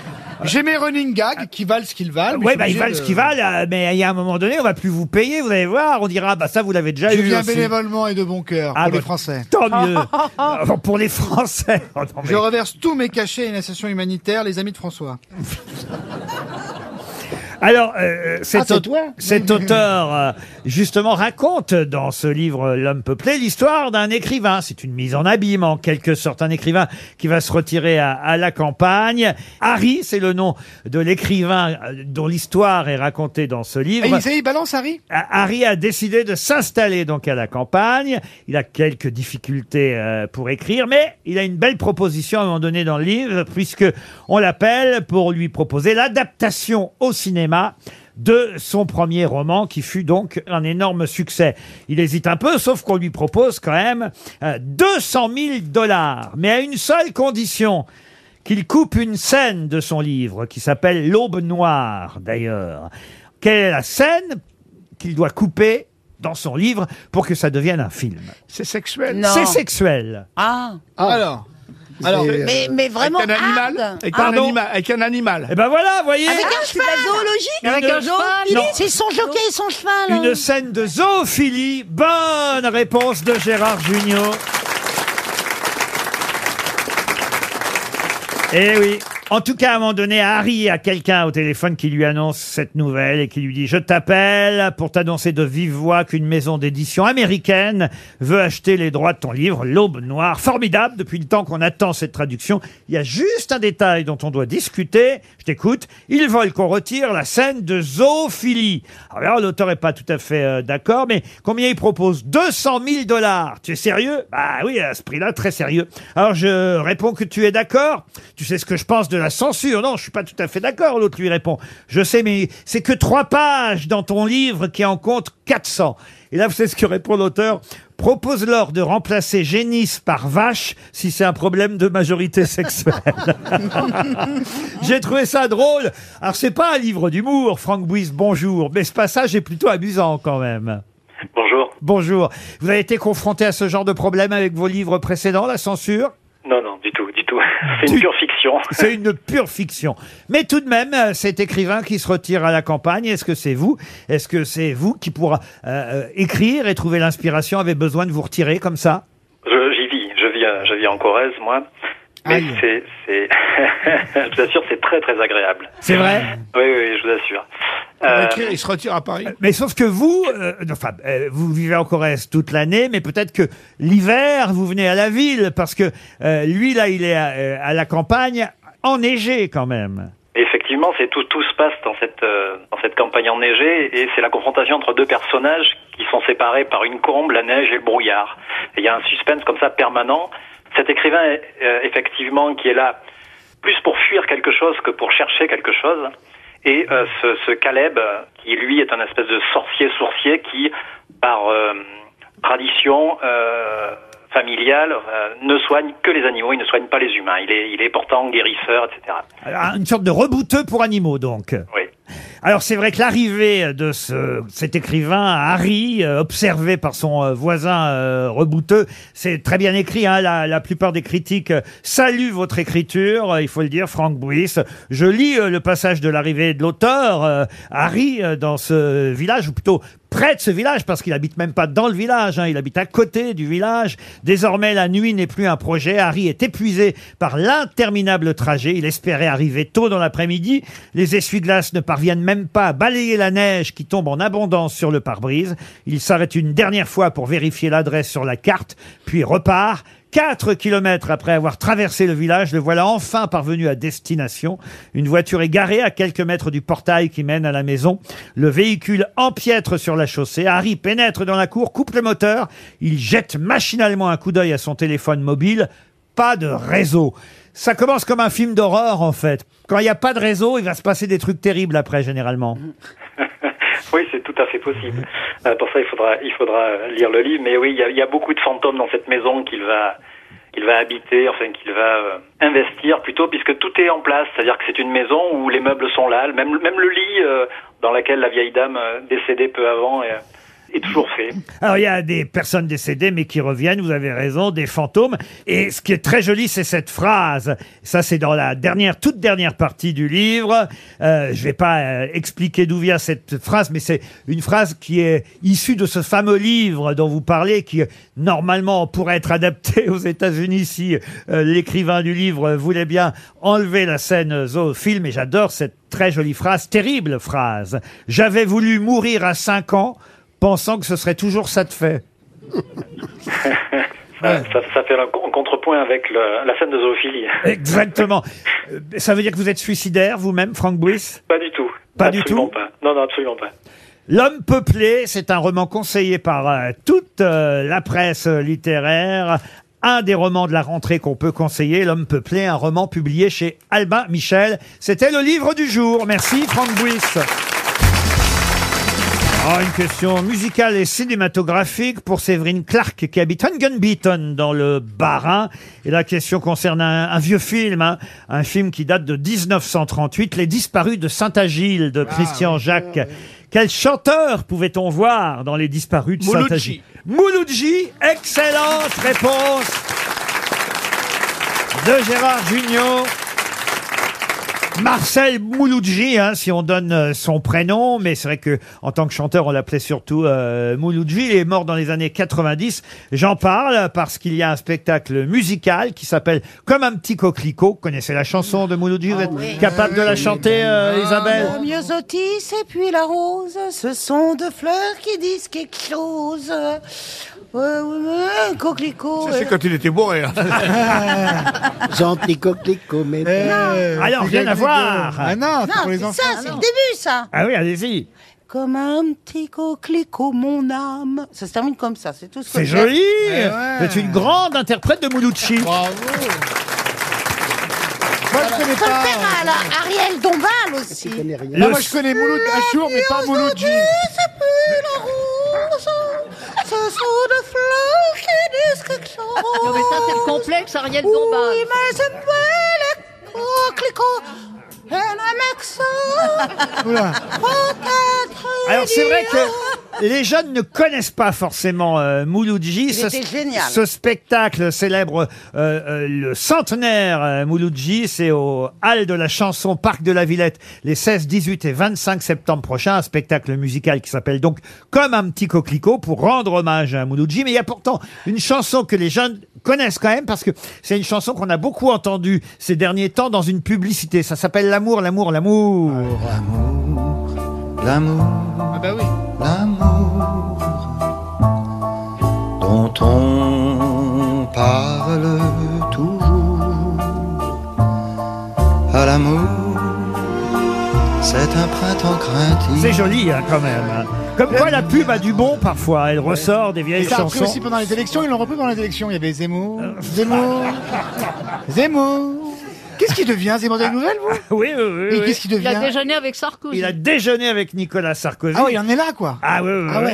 J'ai mes running gags qui valent ce qu'ils valent. Ah, mais Oui, je suis bah, ils obligé valent de- ce qu'ils valent, euh, mais il y a un moment donné, on va plus vous payer, vous allez voir, on dira, bah ça, vous l'avez déjà Je eu. viens aussi. bénévolement et de bon cœur Ah, pour les bah, Français. Tant mieux. Enfin, pour les Français. Oh, non, mais- Je reverse tous mes cachets à une association humanitaire, les amis de François. Alors, euh, cet, Ah, c'est au- toi cet auteur, euh, justement, raconte dans ce livre euh, L'homme peuplé l'histoire d'un écrivain. C'est une mise en abîme, en quelque sorte. Un écrivain qui va se retirer à, à la campagne. Harry, c'est le nom de l'écrivain euh, dont l'histoire est racontée dans ce livre. Et il, il balance, Harry Ah, Harry a décidé de s'installer donc à la campagne. Il a quelques difficultés euh, pour écrire, mais il a une belle proposition à un moment donné dans le livre, puisque on l'appelle pour lui proposer l'adaptation au cinéma de son premier roman, qui fut donc un énorme succès. Il hésite un peu, sauf qu'on lui propose quand même euh, 200 000 dollars, mais à une seule condition qu'il coupe une scène de son livre, qui s'appelle L'Aube Noire, d'ailleurs. Quelle est la scène qu'il doit couper dans son livre pour que ça devienne un film C'est sexuel. C'est sexuel. Ah. Alors Alors, mais, mais vraiment Avec un animal hard. Ah, Avec Hard. un animal. Avec un animal. Et ben voilà, vous voyez Avec un cheval Avec un cheval Il est- Non. C'est son jockey et son cheval hein. Une scène de zoophilie. Bonne réponse de Gérard Junior. Eh oui. En tout cas, à un moment donné, Harry a quelqu'un au téléphone qui lui annonce cette nouvelle et qui lui dit Je t'appelle pour t'annoncer de vive voix qu'une maison d'édition américaine veut acheter les droits de ton livre, L'Aube Noire. Formidable, depuis le temps qu'on attend cette traduction. Il y a juste un détail dont on doit discuter. Je t'écoute. Ils veulent qu'on retire la scène de zoophilie. Alors là, l'auteur n'est pas tout à fait euh, d'accord, mais combien il propose 200 000 dollars. Tu es sérieux Bah oui, à ce prix-là, très sérieux. Alors je réponds que tu es d'accord. Tu sais ce que je pense de la censure. Non, je suis pas tout à fait d'accord. L'autre lui répond. Je sais, mais c'est que trois pages dans ton livre qui en compte 400. Et là, vous savez ce que répond l'auteur Propose-leur de remplacer génisse par vache si c'est un problème de majorité sexuelle. J'ai trouvé ça drôle. Alors, c'est pas un livre d'humour, Franck Bouise, bonjour. Mais ce passage est plutôt amusant quand même. Bonjour. Bonjour. Vous avez été confronté à ce genre de problème avec vos livres précédents, la censure Non, non, du tout, du tout. C'est une pure fiction. C'est une pure fiction. Mais tout de même, euh, cet écrivain qui se retire à la campagne, est-ce que c'est vous Est-ce que c'est vous qui pourra euh, euh, écrire et trouver l'inspiration Avez besoin de vous retirer comme ça Je- J'y vis, je vis, euh, je vis en Corrèze, moi. Mais c'est, c'est, je vous assure, c'est très, très agréable. C'est vrai Oui, oui, oui, je vous assure. Euh, Il se retire à Paris. Mais sauf que vous, euh, enfin, euh, vous vivez en Corrèze toute l'année, mais peut-être que l'hiver, vous venez à la ville, parce que euh, lui, là, il est à, euh, à la campagne, enneigé quand même. Effectivement, c'est tout, tout se passe dans cette, euh, dans cette campagne enneigée et c'est la confrontation entre deux personnages qui sont séparés par une combe, la neige et le brouillard. Et il y a un suspense comme ça permanent. Cet écrivain, est, euh, effectivement, qui est là plus pour fuir quelque chose que pour chercher quelque chose. Et euh, ce, ce Caleb, euh, qui lui est un espèce de sorcier sourcier qui, par euh, tradition euh, familiale, euh, ne soigne que les animaux, il ne soigne pas les humains. Il est, il est pourtant guérisseur, etc. Alors, Ah, une sorte de rebouteux pour animaux, donc. Oui. Alors c'est vrai que l'arrivée de ce, cet écrivain, Harry, euh, observé par son euh, voisin euh, rebouteux, c'est très bien écrit. hein. la, la plupart des critiques euh, saluent votre écriture, euh, il faut le dire, Franck Bruis. Je lis euh, le passage de l'arrivée de l'auteur, euh, Harry, euh, dans ce village, ou plutôt près de ce village, parce qu'il habite même pas dans le village, hein, il habite à côté du village. Désormais, la nuit n'est plus un projet. Harry est épuisé par l'interminable trajet. Il espérait arriver tôt dans l'après-midi. Les essuie-glaces ne parviennent même pas à balayer la neige qui tombe en abondance sur le pare-brise. Il s'arrête une dernière fois pour vérifier l'adresse sur la carte, puis repart. 4 kilomètres après avoir traversé le village, le voilà enfin parvenu à destination. Une voiture est garée à quelques mètres du portail qui mène à la maison. Le véhicule empiètre sur la chaussée. Harry pénètre dans la cour, coupe le moteur. Il jette machinalement un coup d'œil à son téléphone mobile. Pas de réseau. Ça commence comme un film d'horreur, en fait. Quand il n'y a pas de réseau, il va se passer des trucs terribles après, généralement. Oui, c'est tout à fait possible. Euh, pour ça, il faudra, il faudra euh, lire le livre. Mais oui, il y a, il y a beaucoup de fantômes dans cette maison qu'il va, qu'il va habiter, enfin qu'il va euh, investir plutôt, puisque tout est en place. C'est-à-dire que c'est une maison où les meubles sont là, même, même le lit euh, dans lequel la vieille dame euh, décédée peu avant est, est toujours fait. Alors, il y a des personnes décédées, mais qui reviennent, vous avez raison, des fantômes. Et ce qui est très joli, c'est cette phrase. Ça, c'est dans la dernière, toute dernière partie du livre. Euh, je vais pas euh, expliquer d'où vient cette phrase, mais c'est une phrase qui est issue de ce fameux livre dont vous parlez, qui, euh, normalement, pourrait être adapté aux États-Unis si euh, l'écrivain du livre voulait bien enlever la scène zoophile. Mais j'adore cette très jolie phrase, terrible phrase. J'avais voulu mourir à 5 ans pensant que ce serait toujours ça de fait. Ça, ça, ça fait un con- contrepoint avec le- la scène de zoophilie. Exactement. Euh, Ça veut dire que vous êtes suicidaire vous-même, Franck Bouis Pas du tout. Pas du absolument tout. Pas. Non, non, absolument pas. L'homme peuplé, c'est un roman conseillé par euh, toute euh, la presse littéraire. Un des romans de la rentrée qu'on peut conseiller, L'homme peuplé, un roman publié chez Albin Michel. C'était le livre du jour. Merci Franck Bouis. Ah, une question musicale et cinématographique pour Séverine Clark qui habite Hungenbeaton dans le Bas-Rhin. Et la question concerne un, un vieux film, hein, un film qui date de 1938, Les Disparus de Saint-Agile de Christian Jacques. Quel chanteur pouvait-on voir dans Les Disparus de Mouloudji. Saint-Agile Mouloudji, excellente réponse de Gérard Junior. Marcel Mouloudji, hein, si on donne euh, son prénom, mais c'est vrai que en tant que chanteur, on l'appelait surtout euh, Mouloudji. Il est mort dans les années 90. J'en parle parce qu'il y a un spectacle musical qui s'appelle Comme un petit coquelicot. Vous connaissez la chanson de Mouloudji Vous êtes capable de la chanter, euh, Ah, Isabelle Le mieux otis et puis la rose, ce sont deux fleurs qui disent quelque chose. Euh, euh, euh, coquelicot. C'est quand il était bourré. hein. Gentil coquelicot, mais... Eh. Alors, rien à voir. Ah hein, non, Non, c'est ça, c'est le début, ça. Ah oui, allez-y. Comme un petit coquelicot, mon âme. Ça se termine comme ça, c'est tout ce que C'est j'ai. joli C'est une grande interprète de Mouloudji. Moi, je connais Faut le pas. faire à la Ariel Dombal aussi. Euh, Ah, moi, je connais Mouloud Achour, mais pas Mouloudji. C'est plus la rose, ce sont de fleurs qui disent quelque chose. Ah, Non, mais ça, c'est le complexe Ariel Dombal. Oui, mais c'est belle coquelicot. Et un accent. Oula. Peut-être. Alors c'est vrai que les jeunes ne connaissent pas forcément euh, Mouloudji. Il était génial. ce spectacle célèbre euh, euh, le centenaire euh, Mouloudji. C'est au Hall de la Chanson, Parc de la Villette, les 16, 18 et 25 septembre prochains. Un spectacle musical qui s'appelle donc Comme un petit coquelicot pour rendre hommage à Mouloudji. Mais il y a pourtant une chanson que les jeunes connaissent quand même parce que c'est une chanson qu'on a beaucoup entendue ces derniers temps dans une publicité. Ça s'appelle L'amour, l'amour, l'amour. L'amour, Ah bah oui. l'amour dont on parle toujours. À l'amour, c'est un printemps craintif. C'est joli hein, quand même. hein. Comme quoi la pub a du bon parfois, elle ressort des Et vieilles ça a repris chansons. Euh. aussi pendant les élections, ils l'ont repris pendant les élections. Il y avait Zemmour, Zemmour, Zemmour. Qu'est-ce qui devient Zemmour Vous avez des nouvelles, vous Ah. Oui, oui, oui. Et oui. qu'est-ce qui Il a devient déjeuné avec Sarkozy. Il a déjeuné avec Nicolas Sarkozy. Ah oui, il en est là, quoi. Ah oui, oui, Ah oui.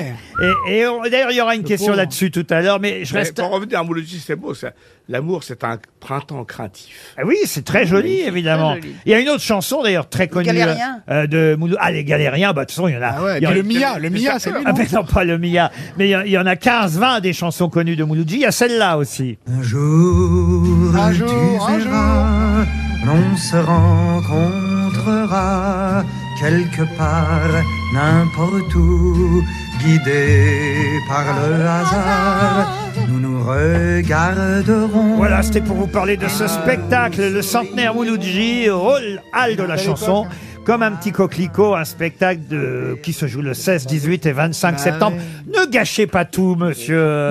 Et, et on- d'ailleurs, il y aura une question pauvre. là-dessus tout à l'heure, mais je Mais reste. Pour revenir à Mouloudji, c'est beau. ça. L'amour, c'est un printemps craintif. Ah oui, c'est très joli, évidemment. très joli. Il y a une autre chanson, d'ailleurs, très connue. Galériens. euh, de Moulou. Ah, les galériens, bah, de toute façon, il y en a. Ah ouais, il y en a- puis le Mia, le Mia, c'est lui, Ah, non mais non, pas le Mia. Mais il y en- il y en a 15, 20 des chansons connues de Mouloudji. Il y a celle-là aussi. Un jour, Un jour, tu un verras, l'on se rencontrera quelque part, n'importe où, guidés par le hasard, Ah. nous nous regarderons. Voilà, c'était pour vous parler de ce spectacle, le centenaire Mouloudji, au hall, hall de la chanson. Comme un petit coquelicot, un spectacle de, qui se joue le 16, 18 et 25 septembre. Ne gâchez pas tout, monsieur.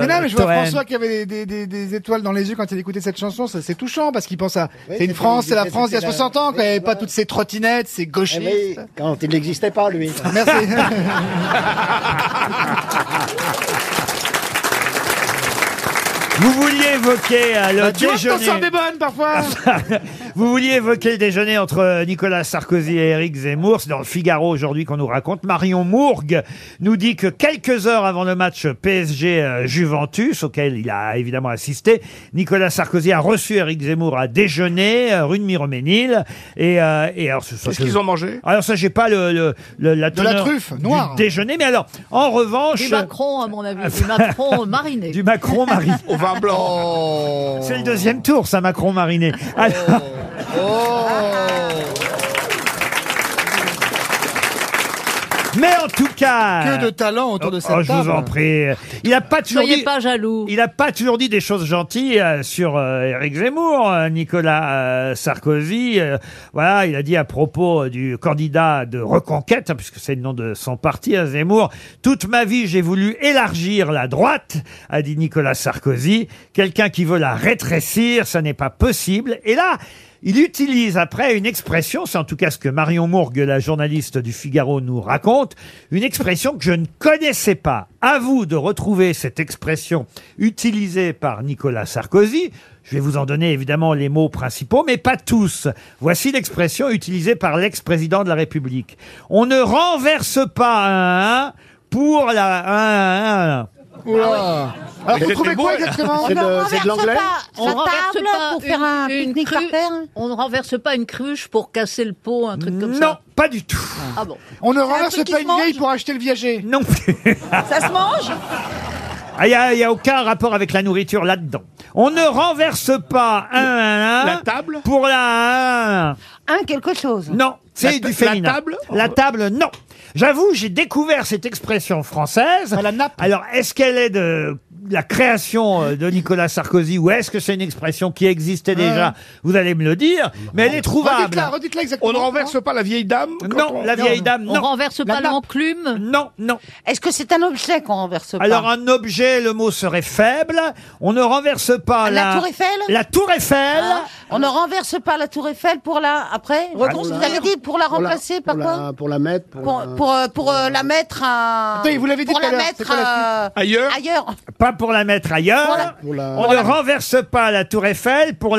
Bah Mais non, mais je vois Toen. François qui avait des, des- des- des étoiles dans les yeux quand il écoutait cette chanson. ça, C'est touchant parce qu'il pense à. c'est une c'était- France, c'est la c'était France il y a la- 60 ans, quand il n'y avait pas toutes ces trottinettes, ces Eh oui, gauchistes. quand il n'existait pas, lui. Merci. Vous vouliez évoquer euh, le Bah, tu vois, je t'en sors déjeuner. des bonnes parfois. Vous vouliez évoquer le déjeuner entre Nicolas Sarkozy et Éric Zemmour. C'est dans le Figaro aujourd'hui qu'on nous raconte. Marion Mourgue nous dit que quelques heures avant le match PSG-Juventus, euh, auquel il a évidemment assisté, Nicolas Sarkozy a reçu Éric Zemmour à déjeuner, euh, rue de Miroménil. Et, euh, et alors, ce soit Qu'est-ce qu'ils ont mangé Alors ça, j'ai pas le, le- le- la De la teneur truffe du noire. déjeuner, mais alors, en revanche, Du Macron, à mon avis. Du Macron mariné. du Macron mariné. Au vin blanc. Oh. C'est le deuxième tour, ça, Macron mariné. Alors- Mais en tout cas. Que de talent autour de cette Oh, je vous table. en prie. Il n'a pas toujours Soyez dit. pas jaloux. Il n'a pas toujours dit des choses gentilles euh, sur euh, Éric Zemmour, euh, Nicolas euh, Sarkozy. euh, voilà, il a dit à propos euh, du candidat de Reconquête, hein, puisque c'est le nom de son parti, hein, Zemmour. Toute ma vie, j'ai voulu élargir la droite, a dit Nicolas Sarkozy. Quelqu'un qui veut la rétrécir, ça n'est pas possible. Et là. Il utilise après une expression, c'est en tout cas ce que Marion Mourgue, la journaliste du Figaro, nous raconte, une expression que je ne connaissais pas. À vous de retrouver cette expression utilisée par Nicolas Sarkozy. Je vais vous en donner évidemment les mots principaux, mais pas tous. Voici l'expression utilisée par l'ex-président de la République. On ne renverse pas un, un pour la. ah, ah, ah. Bah Oula. Alors, vous trouvez hein. quoi exactement On renverse pas pour faire un pique-nique par terre On ne renverse pas une cruche pour casser le pot, un truc comme ça Non, pas du tout. Ah bon On ne C'est un renverse truc qui pas se une mange vieille pour acheter le viager. Non. Ça se mange Il n'y a, Ah, y a aucun rapport avec la nourriture là-dedans. On ne renverse pas un, un, un La table pour la un, quelque chose. Non, c'est La ta- du féminin. la table La table, non. J'avoue, j'ai découvert cette expression française. Ah, La nappe. Alors, est-ce qu'elle est de la création euh, de Nicolas Sarkozy ou est-ce que c'est une expression qui existait déjà Vous allez me le dire, mais elle est trouvable. Redites-la, redites-la exactement. On ne renverse pas la vieille dame Non, la vieille dame, non. La nappe. l'enclume Non, non. Est-ce que c'est un objet qu'on renverse pas Alors un objet, le mot serait faible. On ne renverse pas Ah, La la tour Eiffel La tour Eiffel. Hein On ne renverse pas la tour Eiffel pour la... Ah, Après Vous avez dit pour la remplacer par pour la- quoi Pour la mettre. Pour, pour, la- pour, euh, pour, euh, la mettre à... Attends, il vous l'avait dit Pour tout à la l'heure, c'est mettre quoi la euh, suite Ailleurs Ailleurs. Pas pour la mettre ailleurs. Pour la- On pour ne la- renverse pas la tour Eiffel pour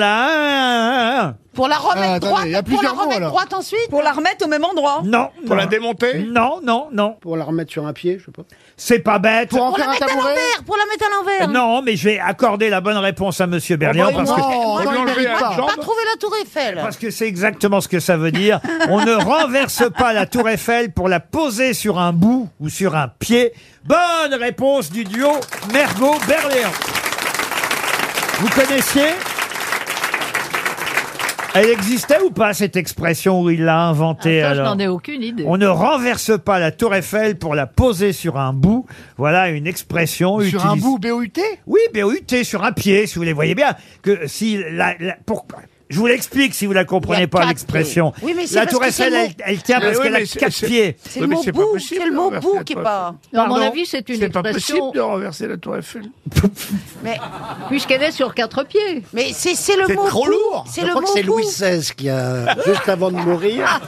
la. Pour la remettre droite. pour la remettre alors. droite ensuite. Pour la remettre au même endroit Non. non. démonter Non, non, non. Pour la remettre sur un pied, je sais pas. C'est pas bête. Pour la mettre à l'envers. Pour la mettre à l'envers. Non, mais je vais accorder la bonne réponse à Monsieur Berlian bah, parce non, que. on va lui enlever Moi, la je peux jambe. pas trouver la tour Eiffel. Parce que c'est exactement ce que ça veut dire. On ne renverse pas la tour Eiffel pour la poser sur un bout ou sur un pied. Bonne réponse du duo Mergot-Berléand. Vous connaissiez Elle existait ou pas cette expression où il l'a inventée Ah, Ça, je alors n'en ai aucune idée. on ne renverse pas la tour Eiffel pour la poser sur un bout. Voilà une expression Sur un utilisée- bout BOUT oui, BOUT sur un pied, si vous les voyez bien. Que si la, la- pour- je vous l'explique si vous la Il y comprenez a pas quatre l'expression. pieds. Oui, mais c'est la parce tour que c'est Eiffel, le elle, mot- elle tient Mais parce oui, qu'elle mais a c'est- quatre c'est- pieds. C'est Oui, le mais mot c'est pas bout. possible C'est le de mot renverser bout la qui est tour pas. À mon Pardon avis, c'est une C'est pas expression. possible de renverser la tour Eiffel. Mais, Puisqu'elle est sur quatre pieds. mais c'est c'est le C'est mot. trop bout. lourd. C'est Je le crois mot. que c'est bout. Louis XVI qui a, juste avant de mourir.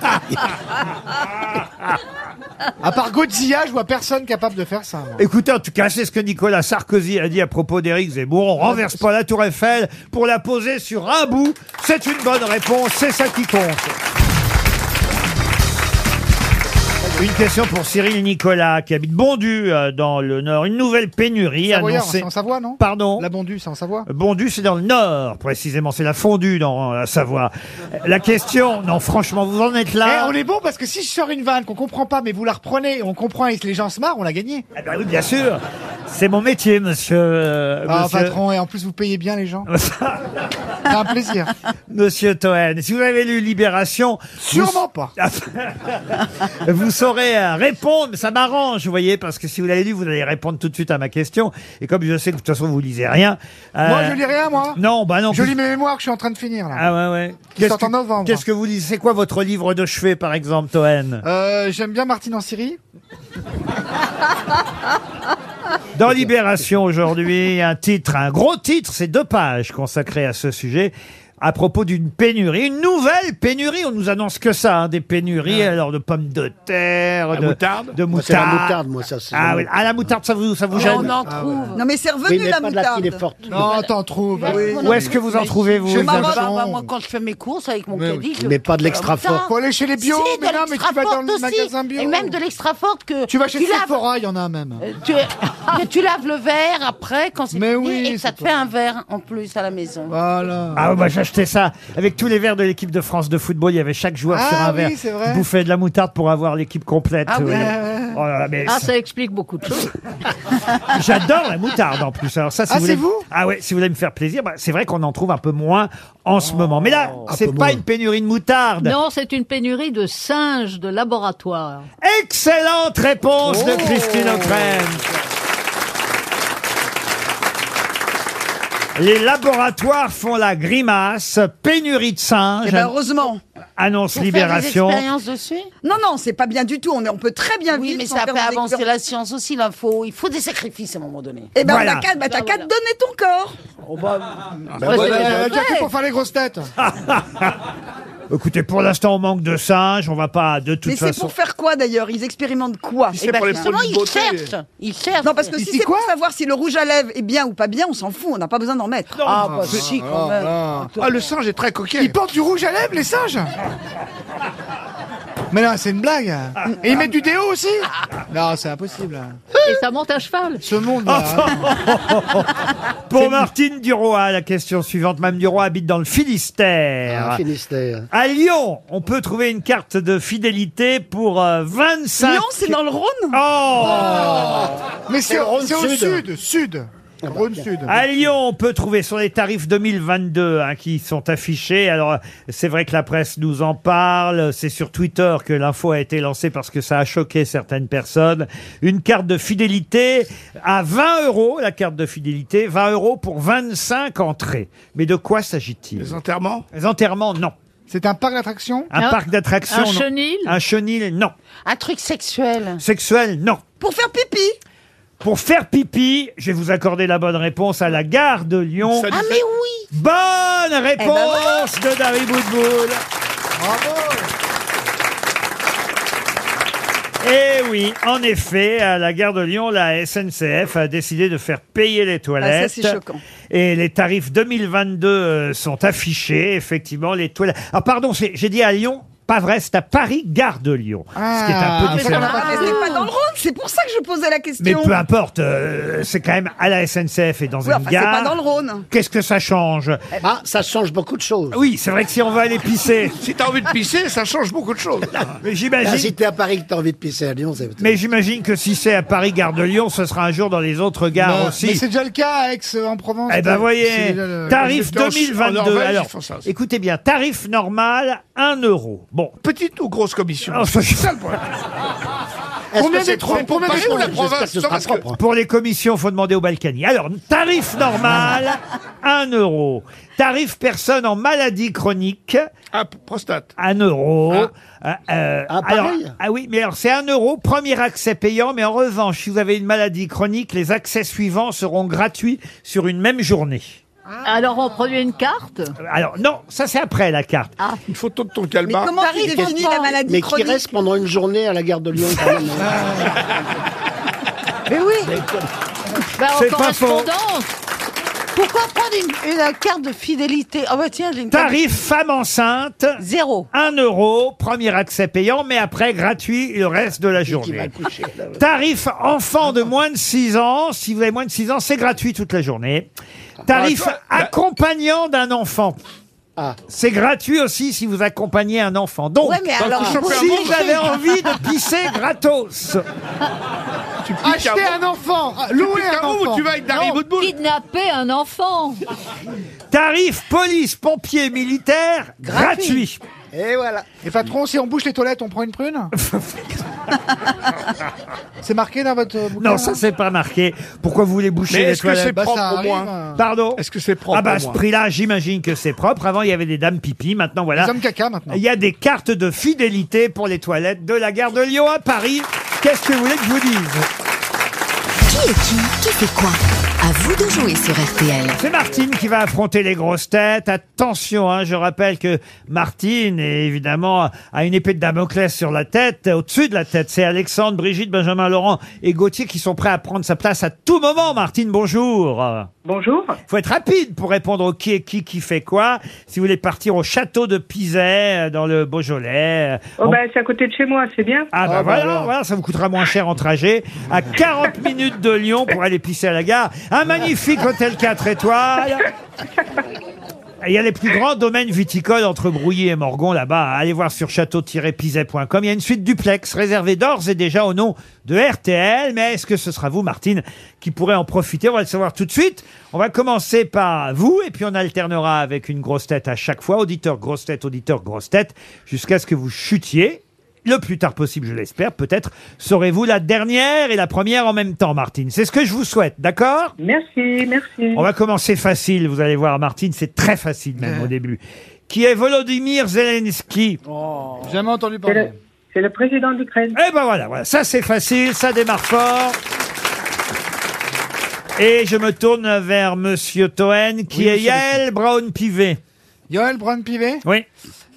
À part Godzilla, je vois personne capable de faire ça. moi. Écoutez, en tout cas, c'est ce que Nicolas Sarkozy a dit à propos d'Éric Zemmour. On renverse pas la tour Eiffel pour la poser sur un bout. C'est une bonne réponse, c'est ça qui compte. Une question pour Cyril Nicolas, qui habite Bondu, euh, dans le Nord. Une nouvelle pénurie Savoyard, annoncée... c'est en Savoie, non Pardon La Bondu, c'est en Savoie. Bondu, c'est dans le nord, précisément. C'est la fondue dans euh, la Savoie. La question, non, franchement, vous en êtes Eh, là. on est bon parce que si je sors une vanne qu'on comprend pas, mais vous la reprenez, et on comprend et que les gens se marrent, on l'a gagné. Ah bah oui, bien sûr. C'est mon métier, monsieur. euh, Ah, monsieur- patron, et en plus vous payez bien les gens. C'est un plaisir. Monsieur Toen, si vous avez lu Libération, Sûrement pas. vous saurez euh, répondre. Mais Ça m'arrange, vous voyez, parce que si vous l'avez lu, vous allez répondre tout de suite à ma question. Et comme je sais que de toute façon vous lisez rien, euh, Moi, je lis rien, moi. Non, bah non. Je lis mes mémoires que je suis en train de finir, là. Ah ouais, ouais. Qui sortent en novembre. Qu'est-ce que vous lisez C'est quoi votre livre de chevet, par exemple, Toen Euh, J'aime bien Martine en Syrie. Dans Libération aujourd'hui, un titre, un gros titre, c'est deux pages consacrées à ce sujet. À propos d'une pénurie, une nouvelle pénurie, on nous annonce que ça, hein, des pénuries, alors de pommes de terre, Ah. La de moutarde de Moi, c'est la moutarde. moutarde, moi, ça. c'est- Ah oui, ah, la moutarde, ça vous, ça vous Ah, gêne Ah On en trouve. Non, mais c'est Oui, revenu mais la pas de la moutarde. fille est forte. Non, t'en trouves. Où est-ce que vous en trouvez vous Chez les ma hommes maman. Bah, bah, Non. moi, quand je fais mes courses avec mon Mais caddie, je Mais pas de l'extra Putain, fort. Faut aller chez les bio, si, mais de non, mais tu vas dans le l'extra-forte aussi. magasin bio. Et même de l'extra forte que Tu vas chez laves- Sephora, il y en a un Ah, même. euh, tu, que tu laves le verre après quand c'est Mais fini oui, et que ça te c'est fait un verre en plus à la maison. Voilà. Ah bah j'achetais ça avec tous les verres de l'équipe de France de football, il y avait chaque joueur Ah sur un oui, verre. c'est vrai. Je bouffais de la moutarde pour avoir l'équipe complète. Ah oui. euh, oh là là, mais Ah, ça- ça explique beaucoup de choses. J'adore la moutarde en plus. Alors ça, si Ah, vous c'est voulez- vous Ah ouais, si vous voulez me faire plaisir, bah, c'est vrai qu'on en trouve un peu moins en Oh. ce moment. Mais là, c'est pas une pénurie de moutarde. Non, c'est une pénurie de singes de laboratoire. Excellente réponse de Oh. Christine O'Krem. Les laboratoires font la grimace. Pénurie de singes. Eh ben, heureusement. annonce Pour Libération. Faire des expériences dessus. Non, non, c'est pas bien du tout. On, est- on peut très bien Oui, vivre. mais sans ça faire fait des avancer expériences. la science aussi. Il faut, il faut des sacrifices à un moment donné. Eh ben, Voilà. t'as qu'à bah, t'as qu'à te donner ton corps. Bah, Ouais, voilà, euh, je- tu as fait pour faire les grosses têtes. Ah, Écoutez, pour l'instant, on manque de singes. On va pas de toute Mais c'est façon. pour faire quoi d'ailleurs Ils expérimentent quoi C'est pour les Justement, produits ils beauté. cherchent. Ils cherchent. Non, parce que Il si dit c'est quoi pour savoir si le rouge à lèvres est bien ou pas bien, on s'en fout. On n'a pas besoin d'en mettre. Ah, bah si, quand même. ah. Ah, le singe est très coquet. Ils portent du rouge à lèvres, les singes Mais non, c'est une blague. Et ils mettent du déo aussi Non, c'est impossible. Et ça monte à cheval. Ce monde. Ah, Pour Martine Duroy, la question suivante. Mme Duroy habite dans le Finistère. Ah, Finistère. À Lyon, on peut trouver une carte de fidélité pour euh, 25... Lyon, c'est dans le Rhône Oh, Ah. Mais c'est C'est au Rhône c'est au Sud. sud, sud. Ah bah. Rhône Sud. À Lyon, on peut trouver sur les tarifs 2022 hein, qui sont affichés. Alors, c'est vrai que la presse nous en parle. C'est sur Twitter que l'info a été lancée parce que ça a choqué certaines personnes. Une carte de fidélité à 20 euros, la carte de fidélité, 20 euros pour 25 entrées. Mais de quoi s'agit-il Les enterrements Les enterrements, non. C'est un parc d'attractions Un, parc d'attractions. non. Un chenil, non. Un truc sexuel. Sexuel, non. Pour faire pipi. Pour faire pipi, je vais vous accorder la bonne réponse à la gare de Lyon. Ah mais oui Bonne Eh ben voilà. réponse de Dari Boudboul. Eh oui, en effet, à la gare de Lyon, la SNCF a décidé de faire payer les toilettes. Ah, ça, c'est choquant. Et les tarifs 2022 euh, sont affichés, effectivement, les toilettes. Ah pardon, c'est- j'ai dit à Lyon, pas vrai, c'est à Paris, gare de Lyon. Ah. ce qui est un peu Mais différent. ça, mais c'est pas Ah. dans le Rhône, c'est pour ça que je posais la question. Mais peu importe, euh, c'est quand même à la SNCF et dans Oui, une enfin, c'est gare. pas dans le Rhône. Qu'est-ce que ça Euh, change Ah, ça change beaucoup de choses. Oui, c'est vrai que si on va aller pisser. Si t'as envie de pisser, ça change beaucoup de choses. Mais j'imagine- Ah, si t'es à Paris que t'as envie de pisser à Lyon, c'est. Mais j'imagine que si c'est à Paris, gare de Lyon, ce sera un jour dans les autres gares Non, aussi. Mais c'est déjà le cas à Aix euh, en Provence. Eh ben C'est voyez, déjà le- tarif J'étais en- en 2022. Norvège, Alors, ils font ça aussi. écoutez bien, tarif normal 1 euro. Bon, petite ou grosse commission C'est ça le problème. Est-ce Combien que c'est des trois- propre combien des Paris ou trois- la J'espère province que ce Non, sera parce que- propre. Pour les commissions, faut demander au Balkany. Alors, tarif normal 1 euro. Tarif personne en maladie chronique. Ah, prostate. 1 euro. Euh, euh, Ah, alors, pareil. ah oui, mais alors c'est 1 euro, premier accès payant, mais en revanche, si vous avez une maladie chronique, les accès suivants seront gratuits sur une même journée. Euh, Alors on produit une carte. Alors non, ça c'est après la carte. Une photo de ton calma. Mais comment tu définis la maladie Mais qui chronique reste pendant une journée à la gare de Lyon quand même. hein. Mais oui Bah, en C'est pas faux. correspondance. Pourquoi prendre une, une carte de fidélité Ah bah tiens, j'ai une carte de- Tarif femme enceinte. Zéro. 1 euro, premier accès payant, mais après gratuit le reste de la journée. Tarif enfant de moins de 6 ans. Si vous avez moins de 6 ans, c'est gratuit toute la journée. Tarif Ah, toi, bah- accompagnant d'un enfant. Ah. C'est gratuit aussi si vous accompagnez un enfant. Donc, Ouais, mais alors, si vous vous avez envie de pisser gratos. Tu piques Acheter un enfant, ah, louer un enfant. tu vas avec Dari Non, Boudboul Kidnapper un enfant. Tarif police, pompier, militaire, gratuit. Et voilà. Et patron, si on bouche les toilettes, on prend une prune C'est marqué dans votre bouquin Non, ça c'est pas marqué. Pourquoi vous voulez boucher Mais les est-ce que c'est toilettes Bah, ça propre au arrive, hein. moins euh. Pardon Est-ce que c'est propre Ah bah à au ce moins prix-là, j'imagine que c'est propre. Avant, il y avait des dames pipi. Maintenant, voilà. Les hommes caca maintenant. Il y a des cartes de fidélité pour les toilettes de la gare de Lyon à Paris. Qu'est-ce que vous voulez que je vous dise Qui est qui Qui fait quoi À vous de jouer sur RTL. C'est Martine qui va affronter les grosses têtes. Attention, hein, je rappelle que Martine, est évidemment, a une épée de Damoclès sur la tête, au-dessus de la tête. C'est Alexandre, Brigitte, Benjamin Laurent et Gauthier qui sont prêts à prendre sa place à tout moment. Martine, bonjour. Bonjour. faut être rapide pour répondre au qui est qui qui fait quoi. Si vous voulez partir au château de Pizet euh, dans le Beaujolais, euh, Oh, on- bah, c'est à côté de chez moi, c'est bien. ah bah voilà, voilà, ça vous coûtera moins cher en trajet. À 40 minutes de Lyon pour aller pisser à la gare. Un magnifique hôtel 4 étoiles. Il y a les plus grands domaines viticoles entre Brouilly et Morgon là-bas. Allez voir sur château-pizet.com. Il y a une suite duplex réservée d'ores et déjà au nom de RTL. Mais est-ce que ce sera vous, Martine, qui pourrez en profiter On va le savoir tout de suite. On va commencer par vous et puis on alternera avec une grosse tête à chaque fois. Auditeur, grosse tête, auditeur, grosse tête. Jusqu'à ce que vous chutiez. Le plus tard possible, je l'espère. Peut-être serez-vous la dernière et la première en même temps, Martine. C'est ce que je vous souhaite, d'accord Merci, merci. on va commencer facile, vous allez voir, Martine, c'est très facile même au début. Qui est Volodymyr Zelensky Jamais entendu C'est parler. le, c'est le président d'Ukraine. Eh ben voilà, voilà, ça c'est facile, ça démarre fort. Et je me tourne vers Monsieur Toen, qui Oui, est monsieur Yael Brown-Pivet. Yoel Brown Pivet, Oui.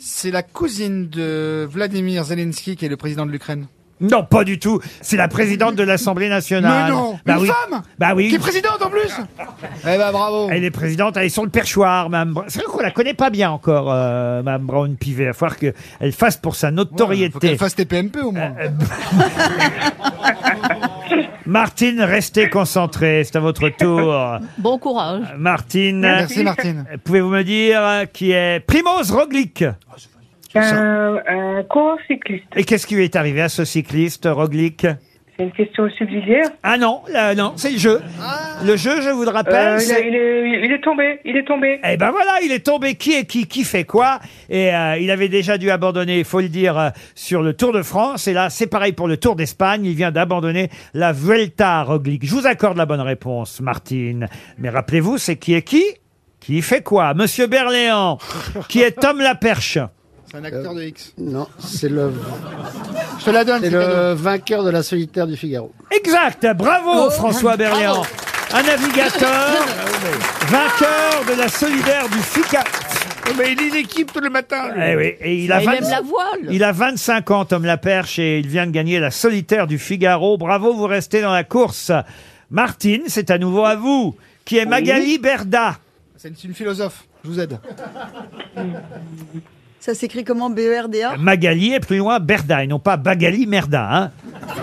c'est la cousine de Vladimir Zelensky qui est le président de l'Ukraine. Non, pas du tout. C'est la présidente de l'Assemblée nationale. Mais non, Bah une oui. femme Bah oui. Qui est présidente en plus Eh ben bravo. Elle est présidente, elle est sur le perchoir, Mme Brown. C'est vrai qu'on la connaît pas bien encore, euh, Mme Brown Pivet. Il va falloir qu'elle fasse pour sa notoriété. qu'elle fasse TPMP au moins. Euh, Martine, restez concentrée, c'est à votre tour. Bon courage. Martine. Merci, Martine. Pouvez-vous me dire euh, qui est Primoz Roglic Un, un Euh, coureur cycliste. Et qu'est-ce qui lui est arrivé à ce cycliste Roglic C'est une question subsidiaire. Ah non, là, non, c'est le jeu. Le jeu, je vous le rappelle. Euh, il, a- c'est- il est, il est tombé, il est tombé. Eh ben voilà, il est tombé qui est qui, qui fait quoi. Et euh, il avait déjà dû abandonner, il faut le dire, euh, sur le Tour de France. Et là, c'est pareil pour le Tour d'Espagne. Il vient d'abandonner la Vuelta à Roglic. Je vous accorde la bonne réponse, Martine. Mais rappelez-vous, c'est qui est qui Qui fait quoi Monsieur Berléand, qui est Tom Laperche. C'est un acteur de X. Euh, Non, c'est le. Je te la donne, C'est c'est le cadeau. vainqueur de la solitaire du Figaro. Exact, bravo François Berléand. Un navigateur, vainqueur de la solidaire du FICA. Mais il est l'équipe tout le matin. lui. Eh oui, et il a Il 20 aime la voile. Il a 25 ans, Tom Laperche, et il vient de gagner la solitaire du Figaro. Bravo, vous restez dans la course. Martine, c'est à nouveau à vous, qui est Magali Berda. C'est une- c'est une philosophe. Je vous aide. Ça s'écrit comment E BERDA Magali est plus loin Berda, et non pas Bagali Merda. hein.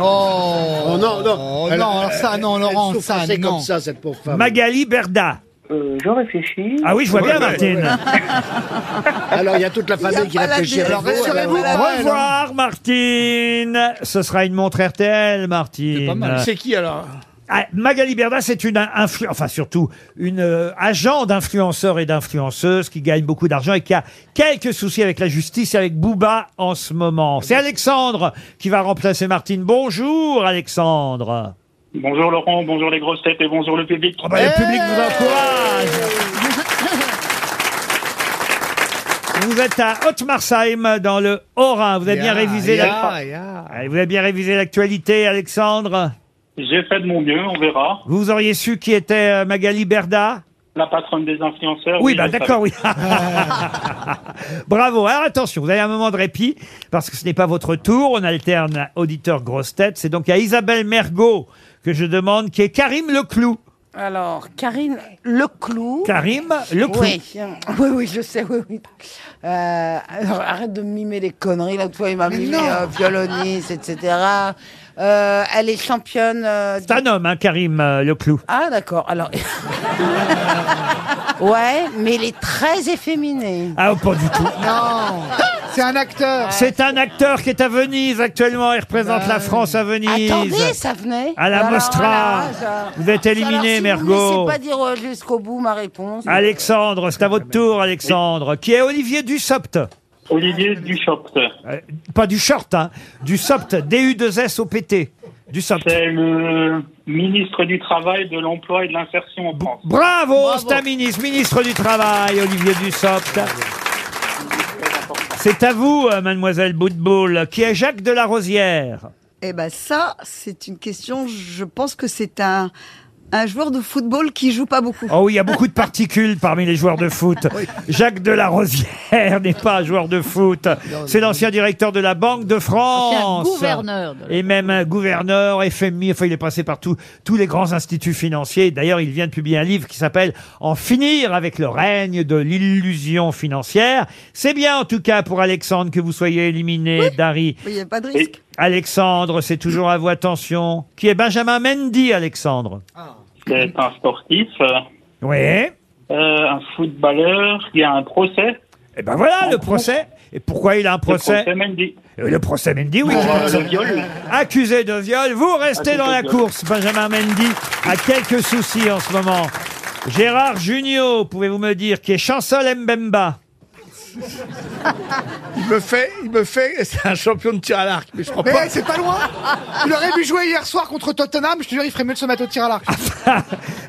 Oh, Oh non, non. Oh, Elle- non, alors ça, non, elle Laurent, souffre ça, assez non. comme ça, cette pauvre femme. Magali Berda. Euh, je réfléchis. Ah oui, je vois bien Martine. Alors, il y a toute la famille qui réfléchit. avec vous, Au revoir, Martine. Ce sera une montre RTL, Martine. Pas mal. C'est qui alors Ah, Magali Berda, c'est une influ- enfin surtout une euh, agent d'influenceurs et d'influenceuses qui gagne beaucoup d'argent et qui a quelques soucis avec la justice et avec Booba en ce moment. C'est Alexandre qui va remplacer Martine. Bonjour Alexandre. Bonjour Laurent, bonjour les grosses têtes et bonjour le public. Ah bah, Le public vous encourage. Vous êtes à Haute-Marsheim dans le Haut-Rhin. Vous avez bien révisé la- Ah, Vous avez bien révisé l'actualité, Alexandre. J'ai fait de mon mieux, on verra. Vous auriez su qui était euh, Magali Berda La patronne des influenceurs. Oui, je bah le d'accord, savais. oui. Bravo. Alors attention, vous avez un moment de répit parce que ce n'est pas votre tour. On alterne auditeur grosse tête. C'est donc à Isabelle Mergot que je demande qui est Karim Leclou. Alors, Karine Leclou. Karim Leclou. Oui, oui, oui, je sais, oui, oui. Euh, alors, arrête de me mimer les conneries, là, toi, il m'a mimé non. euh, violoniste, etc. Euh, elle est championne... euh, C'est un homme, hein, Karim euh, Leclou. Ah, d'accord, alors... ouais, mais elle est très efféminée. Ah, pas du tout. Non C'est un acteur. C'est un acteur qui est à Venise actuellement. Il représente la France à Venise. Attendez, ça venait. À la Alors, Mostra. voilà, je- Vous êtes éliminé, Alors, si vous Mergo. me laissez pas dire euh, jusqu'au bout ma réponse. Alexandre, c'est à votre tour, Alexandre. Qui est Olivier Dussopt Euh, Olivier Dussopt. pas du short, hein. Dussopt, D-U-2-S-O-P-T. Dussopt. C'est le ministre du Travail, de l'Emploi et de l'Insertion en France. Bravo, c'est un ministre, ministre du Travail, Olivier Dussopt. C'est à vous, euh, mademoiselle Boutboul, qui est Jacques Delarosière. Eh ben ça, c'est une question, je pense que c'est un, un joueur de football qui joue pas beaucoup. Oh oui, il y a beaucoup de particules parmi les joueurs de foot. Jacques Delarosière n'est pas un joueur de foot. C'est l'ancien directeur de la Banque de France. Ancien gouverneur de la- Et même un gouverneur, FMI. Enfin, il est passé par tout- tous les grands instituts financiers. D'ailleurs, il vient de publier un livre qui s'appelle En finir avec le règne de l'illusion financière. C'est bien, en tout cas, pour Alexandre, que vous soyez éliminé, Dari. Il n'y a pas de risque. Alexandre, c'est toujours à vous, attention. Qui est Benjamin Mendy, Alexandre C'est un sportif, euh, Oui. euh, un footballeur, il y a un procès. Et ben voilà le procès. Et pourquoi il a un procès Le procès Mendy. Euh, Le procès Mendy, oui. Pour, euh, le viol. Accusé de viol. Vous restez Accusé dans de la viol. course. Benjamin Mendy a quelques soucis en ce moment. Gérard Junio, pouvez-vous me dire qui est Chancel Mbemba Il me fait, il me fait, c'est un champion de tir à l'arc, mais je crois Oh, Mais pas. Eh, c'est pas loin Il aurait pu jouer hier soir contre Tottenham, je te jure, il ferait mieux de se mettre au tir à l'arc.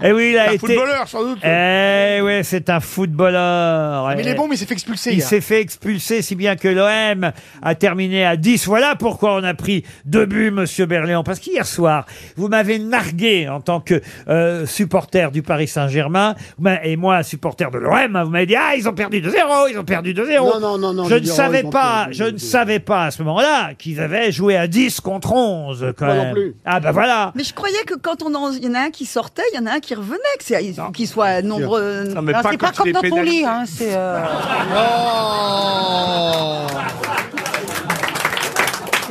Eh oui, il a Un été. footballeur, sans doute. Eh oui, c'est un footballeur. Mais il Eh. est bon, mais il s'est fait expulser. Il hein. hier. s'est fait expulser, si bien que l'OM a terminé à 10. Voilà pourquoi on a pris deux buts, monsieur Berléand. Parce qu'hier soir, vous m'avez nargué en tant que euh, supporter du Paris hein, Saint-Germain. Vous m'a- Et moi, supporter de l'OM, vous m'avez dit, ah, ils ont perdu 2-0, ils ont perdu 2-0. Non, non, non, non, je je ne dis, oh, savais ils ont pas, je ne savais pas à ce moment-là qu'ils avaient joué à 10 contre 11 quand Moi non même. plus. Ah bah voilà. Mais je croyais que quand on en- il y en a un qui sortait, il y en a un qui revenait, que c'est- il faut qu'ils soient nombreux. Non, mais Non, pas c'est quand pas tu comme les dans ton pénalises. lit, hein, c'est. Oh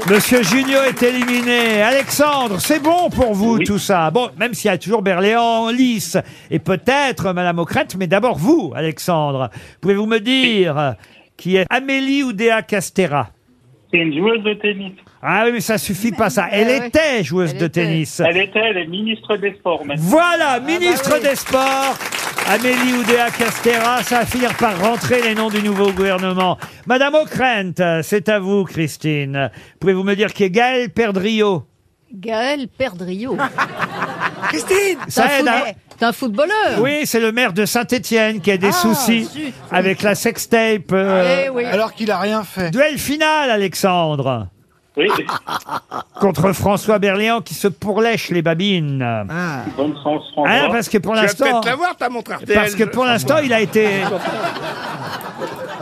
Monsieur Junio est éliminé. Alexandre, c'est bon pour vous tout ça. Bon, même s'il y a toujours Berléand en lice et peut-être Madame Ocrette, mais d'abord vous, Alexandre. Pouvez-vous me dire euh, qui est Amélie Oudéa Castera C'est une joueuse de tennis. Ah oui, mais ça suffit pas ça. Elle était joueuse de tennis. Elle était, elle est ministre des Sports maintenant. Ah Voilà, ministre bah des Sports. Amélie Oudéa Castera, ça va finir par rentrer les noms du nouveau gouvernement. Madame Ockrent, c'est à vous, Christine. Pouvez-vous me dire qui est Gaël Perdriau Gaël Perdriau. Christine Ça T'es un aide, foot- hein T'es un footballeur Oui, c'est le maire de Saint-Étienne qui a des Euh. Ah, soucis zut. avec la sextape. euh, Eh oui. Alors qu'il a rien fait. Duel final, Alexandre. Oui. Contre François Berléand qui se pourlèche les babines. Bonne chance, François. Ah, parce que pour Tu vas l'instant- peut-être l'avoir, ta montre RTL. Parce que pour l'instant, il a été.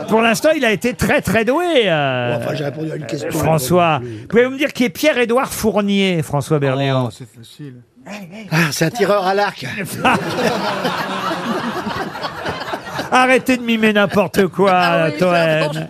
Pour l'instant, il a été très très doué. euh, Bon, enfin, j'ai répondu à une question. François. Pouvez-vous me dire qui est Pierre-Édouard Fournier, François Berléand Facile. Ah, c'est un tireur à l'arc. Arrêtez de mimer n'importe quoi, Euh, Toen.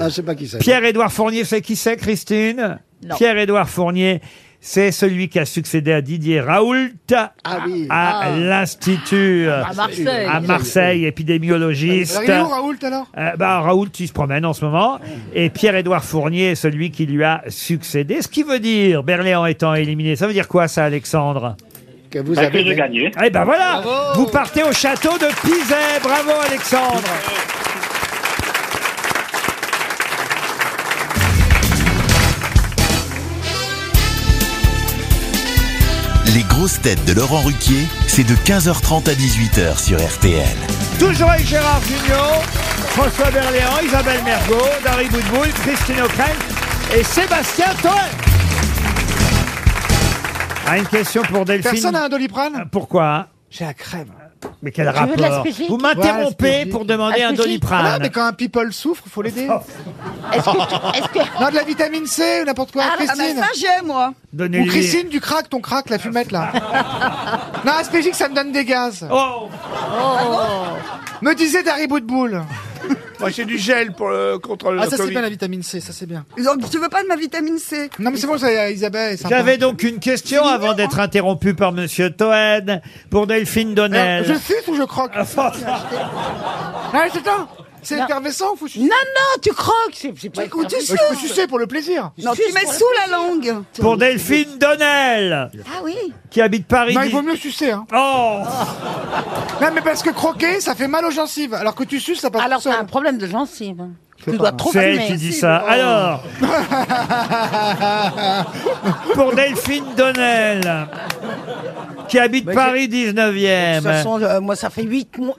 Ah, je sais pas qui c'est. Pierre-Édouard Fournier, c'est qui c'est, Christine Non. Pierre-Édouard Fournier, c'est celui qui a succédé à Didier Raoult à Ah. l'Institut euh, À Marseille. à Marseille, épidémiologiste. Alors, il est où, Raoult, alors Euh, bah, Raoult, il se promène en ce moment. Et Pierre-Édouard Fournier est celui qui lui a succédé. Ce qui veut dire, Berléand étant éliminé, ça veut dire quoi ça, Alexandre Que vous Bah, que avez j'ai gagné. gagné. Eh ben voilà Bravo. Vous partez au château de Pizet. Bravo, Alexandre Les grosses têtes de Laurent Ruquier, c'est de 15h30 à 18h sur RTL. Toujours avec Gérard Junior, François Berléand, Isabelle Mergot, Dari Boudboul, Christine O'Krent et Sébastien Toen. Ah, une question pour Delphine. Personne n'a un doliprane Pourquoi hein J'ai la crème. Mais quel Tu veux de rapport l'aspégique Vous m'interrompez Voilà, l'aspégique. pour demander un Aspégique. doliprane. Oh. Ah, mais quand un people souffre, faut l'aider. Est-ce que tu- est-ce Non, de la vitamine C ou n'importe quoi, Ah, Christine. ah, bah, ça, j'ai, moi. Ou Donnez-lui- Christine, du crack, ton crack, la fumette, là. non, aspégique, ça me donne des gaz. Oh Me disait Dari Boudboul. Moi, j'ai du gel pour le, contre le Ah, ça, c'est Oh, Covid. bien la vitamine C, ça, c'est bien. Donc, tu veux pas de ma vitamine C Non, mais c'est bon, ça, Isabelle. c'est sympa. J'avais donc une question avant d'être interrompu par Monsieur Toen pour Delphine Donnel. Alors, Euh, je suce ou je croque Ah, c'est ça C'est Non. effervescent ou faut sucer Non, non, tu croques. C'est c'est pas. Ou tu effervescent. suces Je peux sucer pour le plaisir. Non, tu mets sous la langue. Pour Delphine Donnel, Ah oui. qui habite Paris. Non, il vaut mieux sucer. Hein. Oh Non, mais parce que croquer, ça fait mal aux gencives. Alors que tu suces, ça passe Alors, tout seul. t'as un problème de gencive. Tu pas dois mal. trop C'est elle fumer. qui dit Oh. ça. Alors, pour Delphine Donnel, qui habite Bah, Paris De 19e. toute façon, euh, moi, ça fait 8, mois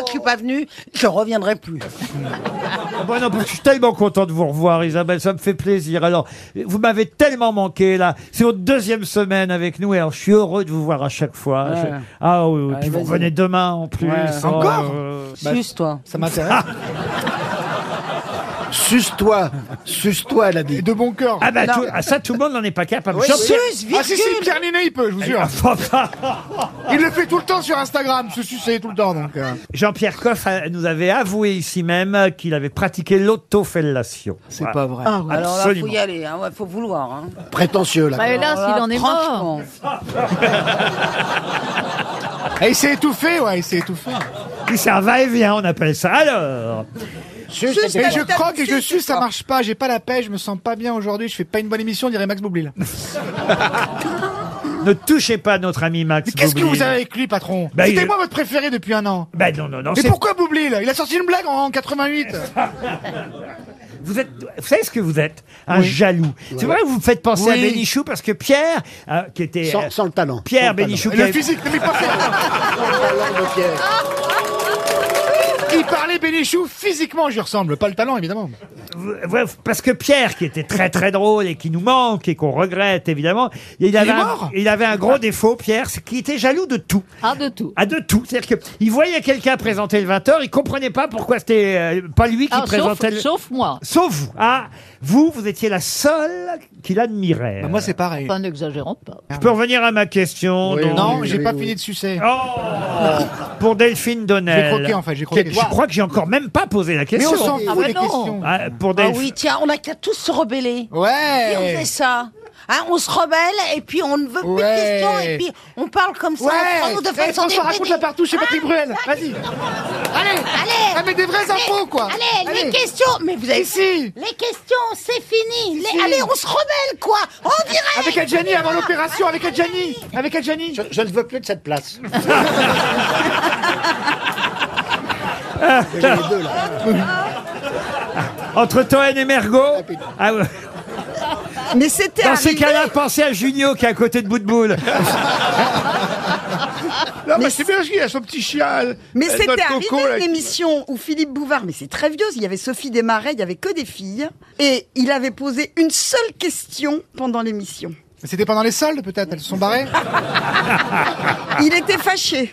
que je suis pas venu. Je reviendrai plus. Ah bon, non, parce que je suis tellement content de vous revoir, Isabelle. Ça me fait plaisir. Alors, vous m'avez tellement manqué, là. C'est votre deuxième semaine avec nous. Et alors, je suis heureux de vous voir à chaque fois. Ouais. Je- Ah oui, oui. Ouais, puis vous vas-y. revenez demain, en plus. Ouais. Oh, Encore euh, bah, Juste toi. Ça m'intéresse. Suce-toi. Suce-toi, elle a dit. Et de bon cœur. Ah, bah, Non. tout- ah, ça, tout le monde n'en est pas capable. Oui, oui. Jean-Pierre- Ah si, si, Pierre Ninet, il peut, je vous jure. Il le fait tout le temps sur Instagram, se sucer tout le temps, donc. euh. Jean-Pierre Coff a- nous avait avoué ici même euh, qu'il avait pratiqué l'autofellation. C'est pas vrai. Ah Alors là, faut Absolument. y aller. Hein. Ouais, faut vouloir. Hein. Prétentieux, là. Bah, hélas, Alors là, il en est mort. Et Ah, il s'est étouffé, ouais, il s'est étouffé. Oui, C'est un va-et-vient, on appelle ça. Alors, Suce- Mais je croque et je suce, ça marche pas, j'ai pas la paix, je me sens pas bien aujourd'hui, je fais pas une bonne émission, dirait Max Boublil. ne touchez pas notre ami Max. Qu'est-ce que Boublil. vous avez avec lui, patron Bah, il- C'était moi votre préféré depuis un an. Bah, non, non, non. Mais c'est- pourquoi Boublil Il a sorti une blague en 88 Vous êtes, vous savez ce que vous êtes Un jaloux. C'est vrai que vous me faites penser à Oui. Bénichou parce que Pierre, euh, qui était euh, Sans, sans le talent. Pierre Sans le Bénichou, talent. Et qui Le avait- physique, mais pas Oh, Il parlait Bénichou physiquement, je lui ressemble. Pas le talent, évidemment. vous- vous- parce que Pierre, qui était très très drôle et qui nous manque et qu'on regrette évidemment, il avait, est un, mort il avait un gros défaut, Pierre, c'est qu'il était jaloux de tout. Ah, de tout. À de tout. C'est-à-dire qu'il voyait quelqu'un présenter le 20h, il comprenait pas pourquoi c'était euh, pas lui qui Ah, sauf- présentait le... sauf moi. Sauf vous. Ah, vous, vous étiez la seule qu'il admirait. moi, c'est pareil. Enfin, n'exagérons pas. Je peux revenir à ma question. donc non, j'ai pas fini de sucer. Ah. Pour Delphine Donnel. J'ai croqué, en fait, j'ai croqué. Qui- Je crois que j'ai encore même pas posé la Mais question. on s'en fout Ah, bah des non. questions. Ah, pour Ah Delphine. oui, tiens, on a qu'à tous se rebeller. Ouais. Et on fait ça. Hein, on se rebelle et puis on ne veut plus de Ouais. questions et puis on parle comme ça. Ouais. on prend de Eh, façon François, raconte la partout chez Patrick Bruel. Vas-y. Allez, allez. avec des vraies infos, quoi. ah, Allez, les Allez. questions. Mais vous avez Ici. Les questions, c'est fini. Les- Ici. Allez, on se rebelle, quoi. En direct. Avec Adjani avant l'opération, avec Adjani Avec Adjani je, ne veux plus de cette place. Ah, Ah. Entre Toen et Mergo. Ah, ouais. Mais c'était Dans ces arrivé. cas-là, pensez à Junio qui est à côté de Boutboul. Ah, Non, mais, c'est bien parce qu'il a son petit chien. euh, Mais euh, c'était notre arrivé coco, là, une qui- émission où Philippe Bouvard, mais c'est très vieux, il y avait Sophie Desmarais, il y avait que des filles, et il avait posé une seule question pendant l'émission. C'était pendant les soldes, peut-être Elles se sont barrées Il était fâché.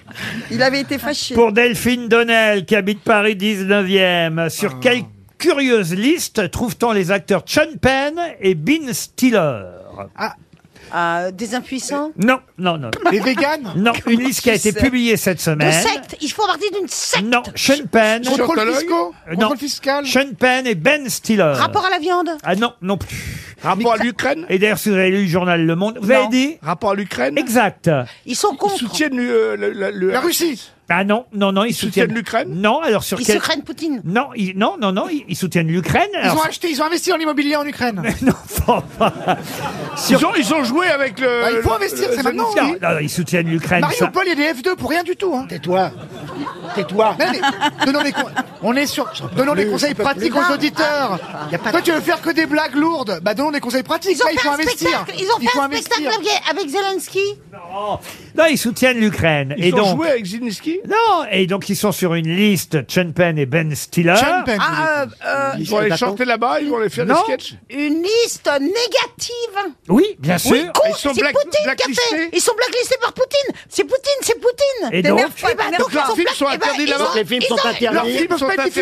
Il avait été fâché. Pour Delphine Donnel, qui habite Paris 19e, sur Ah. quelle curieuse liste trouve-t-on les acteurs Sean Penn et Bean Stiller Ah, des impuissants. Non, non, non. Les véganes Non, une liste qui a tu été sais publiée cette De semaine. secte. Il faut partie d'une secte. Euh, Non, Sean Penn. Contrôle fiscaux Euh, non. Sean Penn et Ben Stiller. Rapport à la viande. Ah non, non plus. Rapport à l'Ukraine Et d'ailleurs, si vous avez lu le journal Le Monde, vous avez dit Rapport à l'Ukraine Exact. Ils sont Ils soutiennent euh, le- le- le- La Russie Ah non, non, non, ils, soutiennent, soutiennent l'Ukraine Non, alors sur Ils quel... se craignent Poutine. Non, ils- non, non, non, ils, ils soutiennent l'Ukraine. Ils alors- ont acheté, ils ont investi en immobilier en Ukraine. Ils, ont, ils ont joué avec le. Bah, il faut le- investir, le c'est maintenant, Zelensky. oui. Non, non, ils soutiennent l'Ukraine. ça- Mariupol, il y a des F2 pour rien du tout. Hein. Tais-toi. Tais-toi. Non, mais donnons des con- On est sur. Donnons des plus, conseils j'en peux pratiques plus. Ah, aux auditeurs. Y a pas de- Toi, tu veux faire que des blagues lourdes. Bah, donnons des conseils pratiques. Ils ont Là, il fait faut un investir. spectacle. Ils ont Il fait faut un investir. spectacle avec- avec Zelensky. Non, ils soutiennent l'Ukraine. Ils et ont donc... joué avec Zelensky Non, et donc ils sont sur une liste, Chen Penn et Ben Stiller. Sean Penn, Ah, euh, euh, Ils vont aller chanter là-bas, ils vont aller faire des Non. sketchs. Une liste négative. Oui, bien sûr. Oui, con, Ils sont c'est black- Poutine qui a fait. blacklistés. Ils sont blacklistés par Poutine. C'est Poutine, c'est Poutine. Et donc Eh ben, donc, ils leurs films black- sont eh ben, interdits ils là-bas. ont- Les films ils sont ont- interdits. Leurs films sont interdits.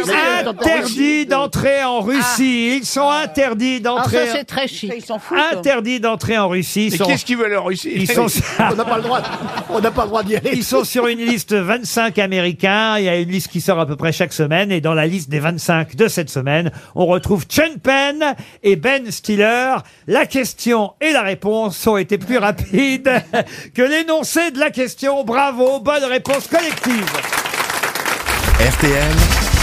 Interdits d'entrer Ah. en Russie. Ils sont interdits Ah, d'entrer. ça, c'est très chic. Ils s'en foutent. Interdits d'entrer en Russie. Ils Mais sont- qu'est-ce qu'ils veulent en Russie Ils sont- On n'a pas le droit. On n'a pas le droit d'y aller. Ils sont sur une liste de 25 américains. Il y a une liste qui sort à peu près chaque semaine. Et dans la liste des 25 de cette semaine, on retrouve Chen Penn et Ben Stiller. La question et la réponse ont été plus rapides que l'énoncé de la question. Bravo, bonne réponse collective. RTL,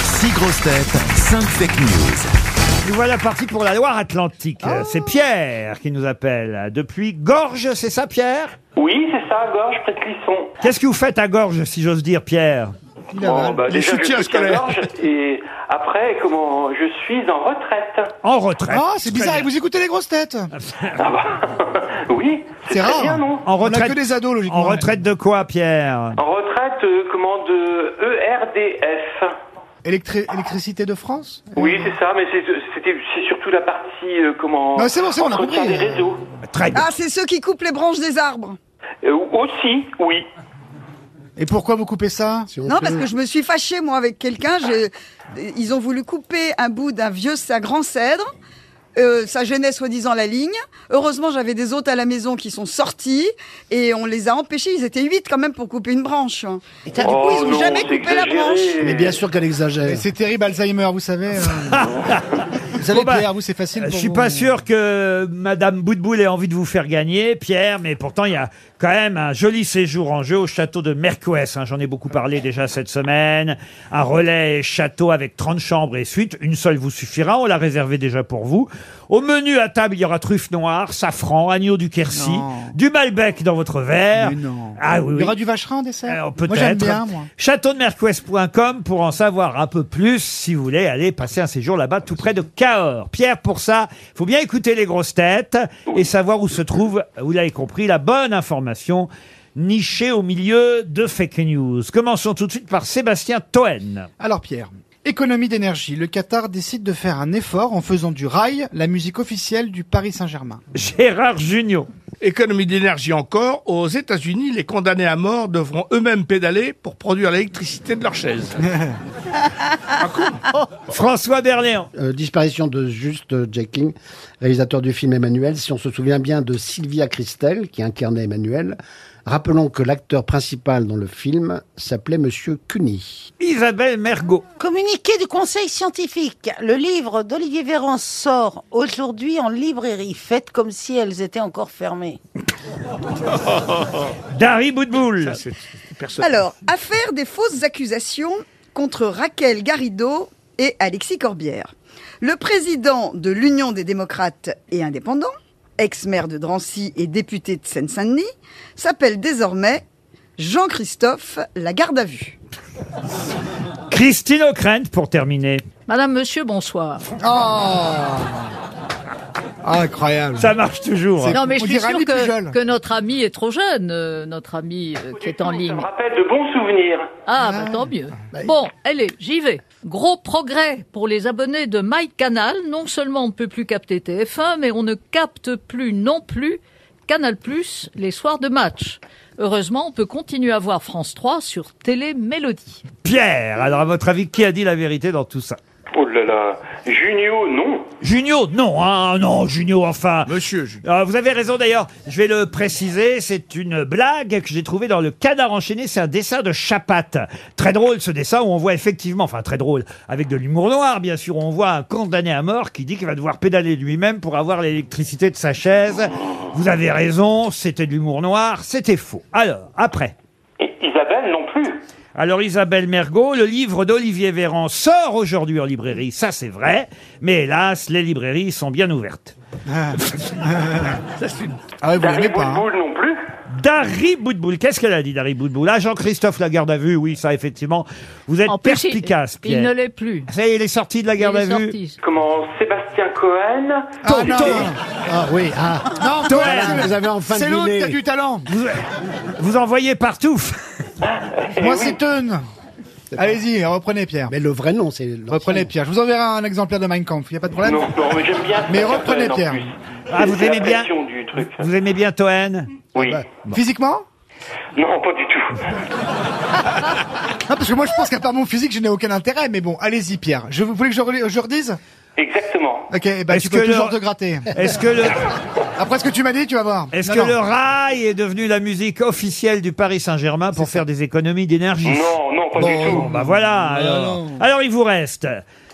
6 grosses têtes, 5 fake news. Nous voilà partis pour la Loire-Atlantique. Ah. C'est Pierre qui nous appelle depuis Gorge, c'est ça Pierre Oui, c'est ça, gorge, près de Clisson. Qu'est-ce que vous faites à Gorge, si j'ose dire, Pierre Bon, bah, Les déjà, je soutiens suis à scolaires. gorge et après, comment je suis en retraite. En retraite. Ah, c'est bizarre. Et vous écoutez les grosses têtes Ah. Oui, C'est très rare. bien, non En On a retraite. que des ados, logiquement. En retraite de quoi, Pierre En retraite, euh, comment de E ERDF. Électri- Électricité de France Oui, c'est ça, mais c'est c'était- c'est surtout la partie euh, comment Non, c'est bon, c'est bon, on a entretien compris. des réseaux. Très bien. Ah, c'est ceux qui coupent les branches des arbres. Euh, aussi, oui. Et pourquoi vous coupez ça Non, parce que je me suis fâchée, moi, avec quelqu'un. j'ai- Ils ont voulu couper un bout d'un vieux sa grand cèdre. Euh, ça gênait soi-disant la ligne. Heureusement, j'avais des hôtes à la maison qui sont sortis et on les a empêchés. Ils étaient huit quand même pour couper une branche. Et du coup, Oh ils n'ont non, jamais c'est coupé la exagéré. branche. Mais bien sûr qu'elle Mais exagère. C'est terrible, Alzheimer, vous savez. euh. vous savez, Bon, bah, Pierre, vous, c'est facile. Je pour suis vous. pas sûr que Madame Boutboul ait envie de vous faire gagner, Pierre, mais pourtant il y a quand même un joli séjour en jeu au château de Mercoès. hein. J'en ai beaucoup parlé déjà cette semaine. Un relais château avec 30 chambres et suite. Une seule vous suffira, on l'a réservé déjà pour vous. Au menu à table, il y aura truffe noire, safran, agneau du Quercy, du Malbec dans votre verre. Mais non. Ah oui, Il y oui. Euh, aura du vacherin en dessert Alors, Moi, j'aime peut-être. bien, moi. Châteaudemerquest.com pour en savoir un peu plus si vous voulez aller passer un séjour là-bas tout près de Cahors. Pierre, pour ça, faut bien écouter les grosses têtes et savoir où se trouve, vous l'avez compris, la bonne information nichée au milieu de fake news. Commençons tout de suite par Sébastien Toen. Alors, Pierre, Économie d'énergie. Le Qatar décide de faire un effort en faisant du rail la musique officielle du Paris Saint-Germain. Gérard Junior. Économie d'énergie encore. Aux États-Unis, les condamnés à mort devront eux-mêmes pédaler pour produire l'électricité de leur chaise. Ah, François Berléand. Euh, disparition de Juste Jacking, réalisateur du film Emmanuel. Si on se souvient bien de Sylvia Christel, qui incarnait Emmanuel, rappelons que l'acteur principal dans le film s'appelait Monsieur Cuny. Isabelle Mergot. Communiqué du Conseil scientifique. Le livre d'Olivier Véran sort aujourd'hui en librairie. Faites comme si elles étaient encore fermées. Dari Boudboul. Alors, affaire des fausses accusations contre Raquel Garrido et Alexis Corbière. Le président de l'Union des démocrates et indépendants, ex-maire de Drancy et député de Seine-Saint-Denis, s'appelle désormais Jean-Christophe Lagarde à vue. Christine O'Krent pour terminer. Madame, monsieur, bonsoir. incroyable. Ça marche toujours. hein. Non, mais je On suis dirait sûre Annie que, Pujol. que notre ami est trop jeune, euh, notre ami euh, qui est en ligne. Rappelle de bons souvenirs. Ah, bah, tant mieux. Bon, allez, j'y vais. Gros progrès pour les abonnés de MyCanal. Non seulement on ne peut plus capter TF1, mais on ne capte plus non plus Canal Plus les soirs de match. Heureusement, on peut continuer à voir France 3 sur Télé Mélodie. Pierre, alors à votre avis, qui a dit la vérité dans tout ça Oh là là. Junio, non. Junio, non, hein, non, Junio, enfin. Monsieur vous avez raison d'ailleurs, je vais le préciser, c'est une blague que j'ai trouvée dans le Canard Enchaîné, c'est un dessin de Chapat. Très drôle ce dessin où on voit effectivement, enfin très drôle, avec de l'humour noir bien sûr, on voit un condamné à mort qui dit qu'il va devoir pédaler lui-même pour avoir l'électricité de sa chaise. Vous avez raison, c'était de l'humour noir, c'était faux. Alors, après. Et Isabelle, non plus. Alors Isabelle Mergot, le livre d'Olivier Véran sort aujourd'hui en librairie, ça c'est vrai, mais hélas, les librairies sont bien ouvertes. Ah ouais, vous Dari l'aimez pas. hein. Boudboul, non plus. Dari Boudboul, qu'est-ce qu'elle a dit Dari Boudboul Ah, Jean-Christophe Lagarde à vue, oui, ça effectivement, vous êtes En plus, il- perspicace, il, Pierre. ne l'est plus. Ça y est, il est sorti de la garde Il à vue. est sorti. Comment Sébastien Cohen. Ah, non. Ah oui, ah. Non, Toen. voilà, Vous avez enfin C'est l'autre qui a deviné. du talent. Vous, vous en voyez partout. Moi, c'est Teun. Allez-y, reprenez Pierre. Mais le vrai nom, c'est. l'ancien. Reprenez Pierre. Je vous enverrai un exemplaire de Mein Kampf. Il n'y a pas de problème Non, non, mais j'aime bien. Mais Sébastien reprenez, Cohen, en Pierre. plus. Ah, vous C'est aimez la bien pression du truc. Vous aimez bien Toen Oui. Ah bah, Physiquement Non, pas du tout. Non, Ah, parce que moi, je pense qu'à part mon physique, je n'ai aucun intérêt. Mais bon, allez-y, Pierre. Je vous voulez que je, relis- je redise Exactement. Ok, eh ben, Est-ce tu peux que toujours le- te gratter. Est-ce que le, Après ce que tu m'as dit, tu vas voir. est-ce Non, que non. le rail est devenu la musique officielle du Paris Saint-Germain pour faire des économies d'énergie Non, non, pas du tout. Bon, bah voilà. Alors, alors il vous reste.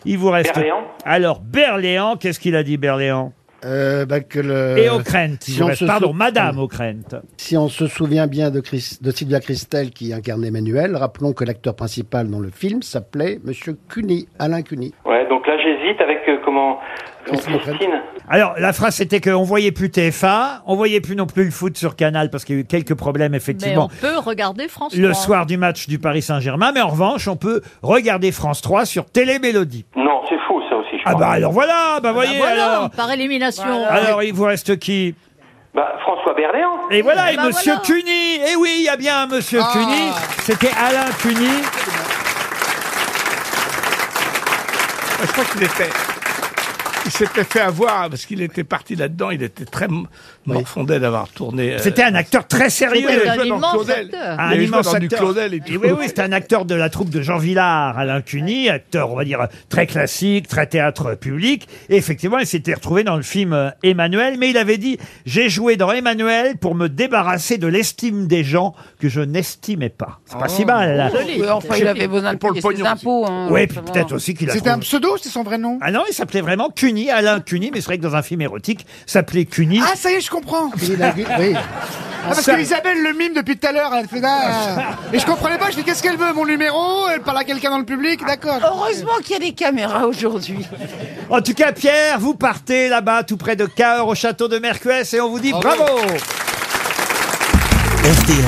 Il vous reste. Berléand Alors, Berléand, qu'est-ce qu'il a dit, Berléand Euh, bah, que le... Et Ockrent. il si vous on reste. se sou- Pardon, Madame Ockrent. Si on se souvient bien de, Chris- de Sylvia Christel qui incarnait Emmanuel, rappelons que l'acteur principal dans le film s'appelait Monsieur Cuny, Alain Cuny. Ouais, donc là j'hésite avec euh, comment Christine. Christine. Alors, la phrase, c'était qu'on voyait plus TF1, on voyait plus non plus le foot sur Canal, parce qu'il y a eu quelques problèmes, Mais effectivement. on peut regarder France 3. Le soir du match du Paris Saint-Germain, mais en revanche, on peut regarder France 3 sur Télémélodie. Non, c'est faux ça aussi. Je Ah crois. bah alors voilà, bah Ah, voyez voilà, alors. par élimination. Alors il vous reste qui Bah, François Berléand. Et voilà, Ah et bah Monsieur voilà. Ah. Cuny. Et oui, il y a bien un Monsieur Cuny. C'était Alain Cuny. Je crois qu'il était. Il s'était fait avoir parce qu'il était parti là-dedans. Il était très m- morfondé d'avoir tourné. euh, C'était un acteur très il sérieux. avait un joué dans immense Claudel. acteur. Il Ah, avait joué dans du Claudel et tout. Et Eh oui, oui, c'est un acteur de la troupe de Jean Villard, Alain Cuny, acteur, on va dire, très classique, très théâtre public. Et effectivement, il s'était retrouvé dans le film euh, Emmanuel, mais il avait dit « J'ai joué dans Emmanuel pour me débarrasser de l'estime des gens que je n'estimais pas. » C'est pas si Oh. mal. Ouais, enfin, il avait besoin de Pour le payer pognon ses aussi. impôts. hein, Oui, puis faut peut-être savoir. aussi qu'il a C'était un trouvé... pseudo, c'est son vrai nom Ah non, il s'appelait vraiment Cuny, Alain Cuny, mais c'est vrai que dans un film érotique, s'appelait Cuny. Ah, ça y est, je comprends. Cuny, la- oui. Ah, parce ça- que Isabelle le mime depuis tout à l'heure. Elle fait ah. Et je comprenais pas. Je dis qu'est-ce qu'elle veut Mon numéro Elle parle à quelqu'un dans le public D'accord. Heureusement qu'il y a des caméras aujourd'hui. En tout cas, Pierre, vous partez là-bas, tout près de Cahors, au château de Mercues, et on vous dit bravo RTL,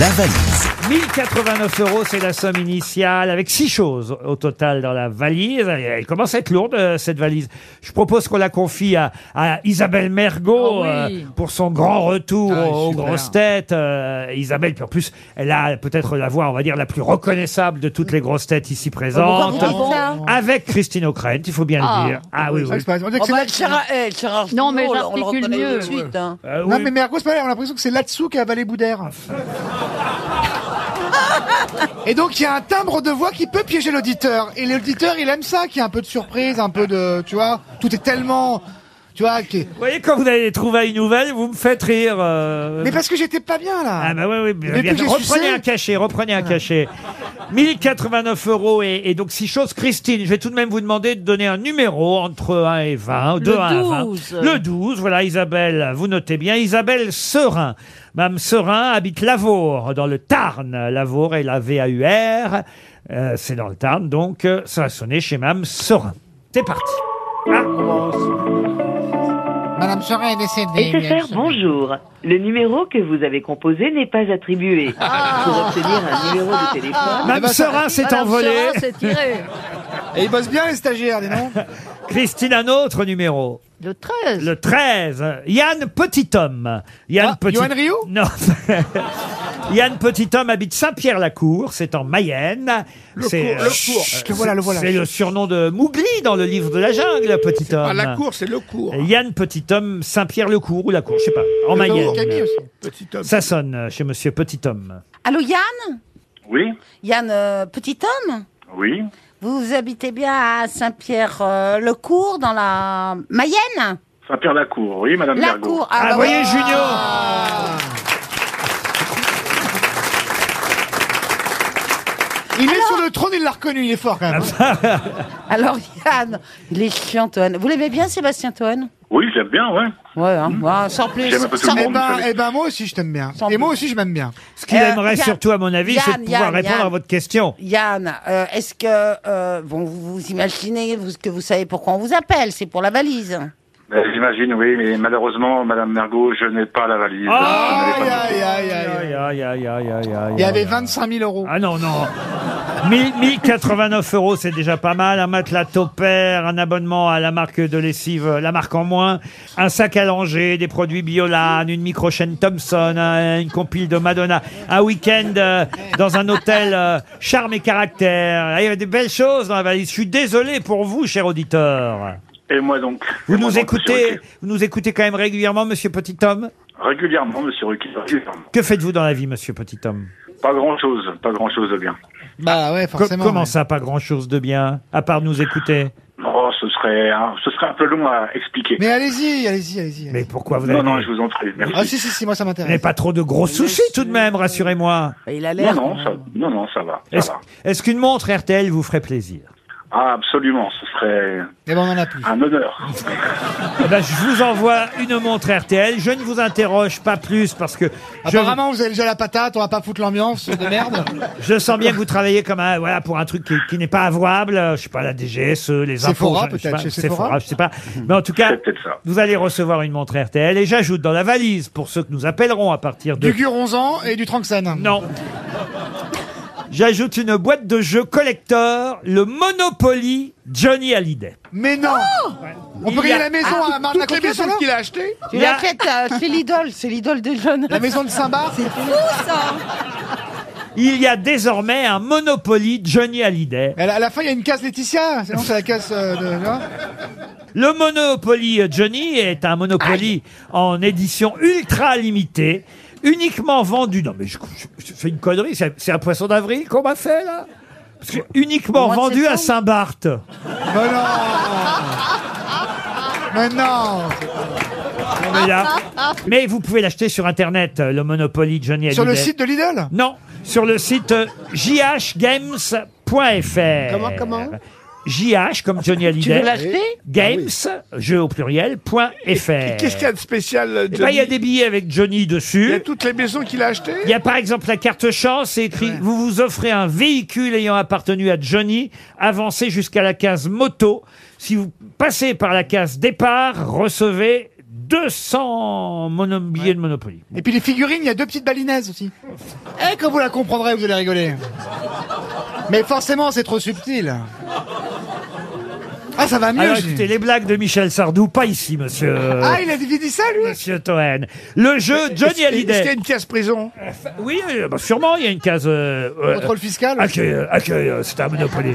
la valise. 1089 euros, c'est la somme initiale, avec six choses au total dans la valise. Elle commence à être lourde, euh, cette valise. Je propose qu'on la confie à, à Isabelle Mergot euh, Ah oui. pour son grand retour Ah, aux super. grosses têtes. Euh, Isabelle, puis en plus, elle a peut-être la voix, on va dire, la plus reconnaissable de toutes les grosses têtes ici Pourquoi présentes. vous dites ça avec Christine O'Krent, il faut bien Ah. le dire. Ah oui, oui. Oh, bah, Gérard- eh, Gérard Non, mais Arsenault, on le j'articule reconnaît mieux. tout de suite, hein. Euh, Non, oui. mais Mergo, c'est pas vrai, on a l'impression que c'est là-dessous qu'a avalé Boudère. Et donc, il y a un timbre de voix qui peut piéger l'auditeur. Et l'auditeur, il aime ça, qu'il y a un peu de surprise, un peu de. Tu vois, tout est tellement. Tu vois, qui- Vous voyez, quand vous allez trouver une nouvelle, vous me faites rire. euh. Mais parce que j'étais pas bien, là. Ah bah oui, oui. Depuis regarde, que j'ai reprenez sucé. Ah. un cachet, reprenez un cachet. 1089 euros et, et donc six choses. Christine, je vais tout de même vous demander de donner un numéro entre 1 et 20. Le de 1 à 20. 12. Le 12, voilà Isabelle, vous notez bien. Isabelle Serin. Mme Serin habite Lavaur, dans le Tarn. Lavaur et la V-A-U-R. Euh, C'est dans le Tarn, donc euh, ça va sonner chez Mme Serin. C'est parti. Madame Serin est décédée. SFR, bonjour. Le numéro que vous avez composé n'est pas attribué. Ah. Pour obtenir un numéro de téléphone... bah, Madame Serin s'est envolée. Et il bosse bien, les stagiaires, dis donc. Christine, un autre numéro. Le 13. Le 13. Yann Petithomme. Yann Petit... Yoann Ah, Rioux Non. Yann Petithomme habite Saint-Pierre-la-Cour, c'est en Mayenne. Le C'est cours, le cours. Chut, Le voilà, le voilà. C'est le surnom de Mougli dans le livre de la jungle, Petithomme. Ah, Pas la cour, c'est le cours. Yann Petithomme, Saint-Pierre-le-Cour ou la Cour, je sais pas, en Le Mayenne. cours. Camille aussi. Petit homme. Ça sonne euh, chez Monsieur Petithomme. Allô, Yann Oui, Yann, euh, petit homme oui. Vous habitez bien à Saint-Pierre-le-Cours, dans la Mayenne Saint-Pierre-la-Cour, oui, Madame La Bergot. Cour, ah Ah, bah voyez, oui. Junior Il est sur le trône, il l'a reconnu, il est fort quand même. Alors, Yann, il est chiant, Toine. Vous l'aimez bien, Sébastien Toine Oui, j'aime bien, ouais. Ouais, hein, bah, sans plus. Hmm. J'aime un peu tout sans- le Eh monde. vous ben, savez. eh ben, moi aussi, je t'aime bien. Et moi aussi, je m'aime bien. Ce qu'il aimerait surtout, à mon avis, c'est de Euh, Yann, pouvoir Yann, répondre Yann. à votre question. Yann, euh, est-ce que euh, bon, vous, vous imaginez vous- que vous savez pourquoi on vous appelle C'est pour la valise. Euh, J'imagine, oui, mais malheureusement, Madame Mergot, je n'ai pas la valise. Oh Je n'ai pas- Aïe, aïe, aïe. Aïe, aïe, aïe, aïe, aïe, aïe, Il y avait aïe. 25 000 euros. Ah non, non. 1000 1089 euros, c'est déjà pas mal. Un matelas Topair, un abonnement à la marque de lessive, euh, la marque en moins, un sac à langer, des produits Biolan, une micro-chaîne Thompson, un- une compile de Madonna, un week-end euh, dans un hôtel euh, charme et caractère. Ah, Il y avait des belles choses dans la valise. Je suis désolé pour vous, cher auditeur. Et moi donc Vous Et moi nous donc, monsieur écoutez, Ruquier. vous nous écoutez quand même régulièrement, monsieur Petit Homme. Régulièrement, Monsieur Ruquier, régulièrement. Que faites-vous dans la vie, monsieur Petit Homme Pas grand-chose, pas grand-chose de bien. Bah ouais, forcément. comment ça, pas grand-chose de bien, à part nous écouter Oh, ce serait, un, ce serait un peu long à expliquer. Mais allez-y, allez-y, allez-y. Mais pourquoi vous Non, avez... non, je vous en prie, merci. Ah si, si, si, moi ça Vous n'avez m'intéresse. pas trop de gros soucis tout de même, rassurez-moi. Il a non, non, ça, non, non, ça va, ça Est-ce va. est-ce qu'une montre RTL vous ferait plaisir Ah, absolument, ce serait Eh ben, un honneur. Eh ben, Je vous envoie une montre RTL. Je ne vous interroge pas plus parce que je, Apparemment, vous avez déjà la patate, on va pas foutre l'ambiance de merde. je sens bien que vous travaillez comme un, voilà, pour un truc qui, qui n'est pas avouable. Euh, Je sais pas, la DGSE, euh, les impôts. Sephora, je- je sais peut-être, pas, chez Sephora, Sephora je sais pas. Mais en tout cas, vous allez recevoir une montre RTL et j'ajoute dans la valise, pour ceux que nous appellerons à partir de... Du Guronzan et du Tranxène. Non. J'ajoute une boîte de jeux collector, le Monopoly Johnny Hallyday. Mais non On Oh Il peut y payer a- la maison Ah, à toutes Marc les Laclé, maisons alors qu'il a achetées Tu l'as faite, euh, c'est l'idole, c'est l'idole des jeunes. La maison de Saint-Bar C'est fou ça Il y a désormais un Monopoly Johnny Hallyday. À la- à la fin, il y a une case Laetitia, sinon c'est la case euh, de... tu vois Le Monopoly euh, Johnny est un Monopoly en édition ultra limitée, uniquement vendu. Non, mais je, je- je fais une connerie, c'est c'est un poisson d'avril qu'on m'a fait là Parce que uniquement Au mois de vendu septembre à Saint-Barth. Mais non Mais non On est là. Mais vous pouvez l'acheter sur internet, euh, le Monopoly Johnny Hallyday. Sur le site de Lidl Non, sur le site euh, jhgames.fr. Comment, comment Eh, JH comme Johnny Hallyday. veux l'acheter Ah Games, jeu au pluriel, point fr. Qu'est-ce qu'il y a de spécial euh, Eh ben, Johnny il y a des billets avec Johnny dessus. Il y a toutes les maisons qu'il a achetées Il y a par exemple la carte chance, c'est écrit Vous vous offrez un véhicule ayant appartenu à Johnny, avancez jusqu'à la case moto. Si vous passez par la case départ, recevez 200 mono- billets de Monopoly. Et puis les figurines, il y a deux petites balinaises aussi. Eh, quand vous la comprendrez, vous allez rigoler. Mais forcément, c'est trop subtil. Ah, ça va mieux. Alors, j'ai- écoutez, les blagues de Michel Sardou, pas ici, monsieur. Ah, il a dit ça, lui Monsieur Toen. Le jeu Euh, Johnny Hallyday. Est-ce qu'il y a une pièce prison Oui, euh, bah, sûrement, il y a une case. euh, euh, Contrôle fiscal Accueil, euh, accueil, euh, c'est un Monopoly.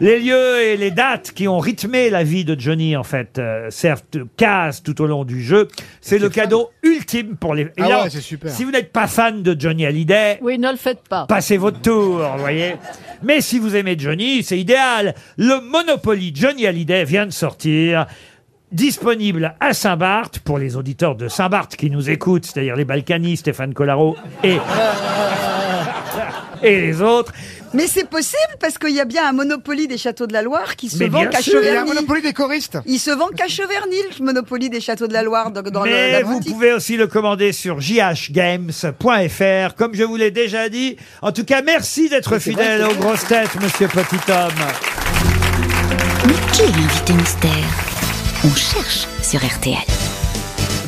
Les lieux et les dates qui ont rythmé la vie de Johnny, en fait, euh, servent de case tout au long du jeu. C'est le cadeau ultime pour les. Et Ah ouais, c'est super. Si vous n'êtes pas fan de Johnny Hallyday, Oui, ne le faites pas. passez votre tour, vous voyez. Mais si vous aimez Johnny, c'est idéal. Le Monopoly Johnny Hallyday vient de sortir. Disponible à Saint-Barth pour les auditeurs de Saint-Barth qui nous écoutent, c'est-à-dire les Balkany, Stéphane Collaro et, et les autres. Mais c'est possible parce qu'il y a bien un Monopoly des châteaux de la Loire qui se Mais vend bien qu'à sûr. Il y a un Cheverny. Monopoly des choristes. Il se vend qu'à Cheverny, le Monopoly des châteaux de la Loire dans, dans le- Mais la vous boutique. pouvez aussi le commander sur jhgames.fr, comme je vous l'ai déjà dit. En tout cas, merci d'être fidèle aux grosses têtes, monsieur Petit Homme. Mais qui est l'invité mystère On cherche sur RTL.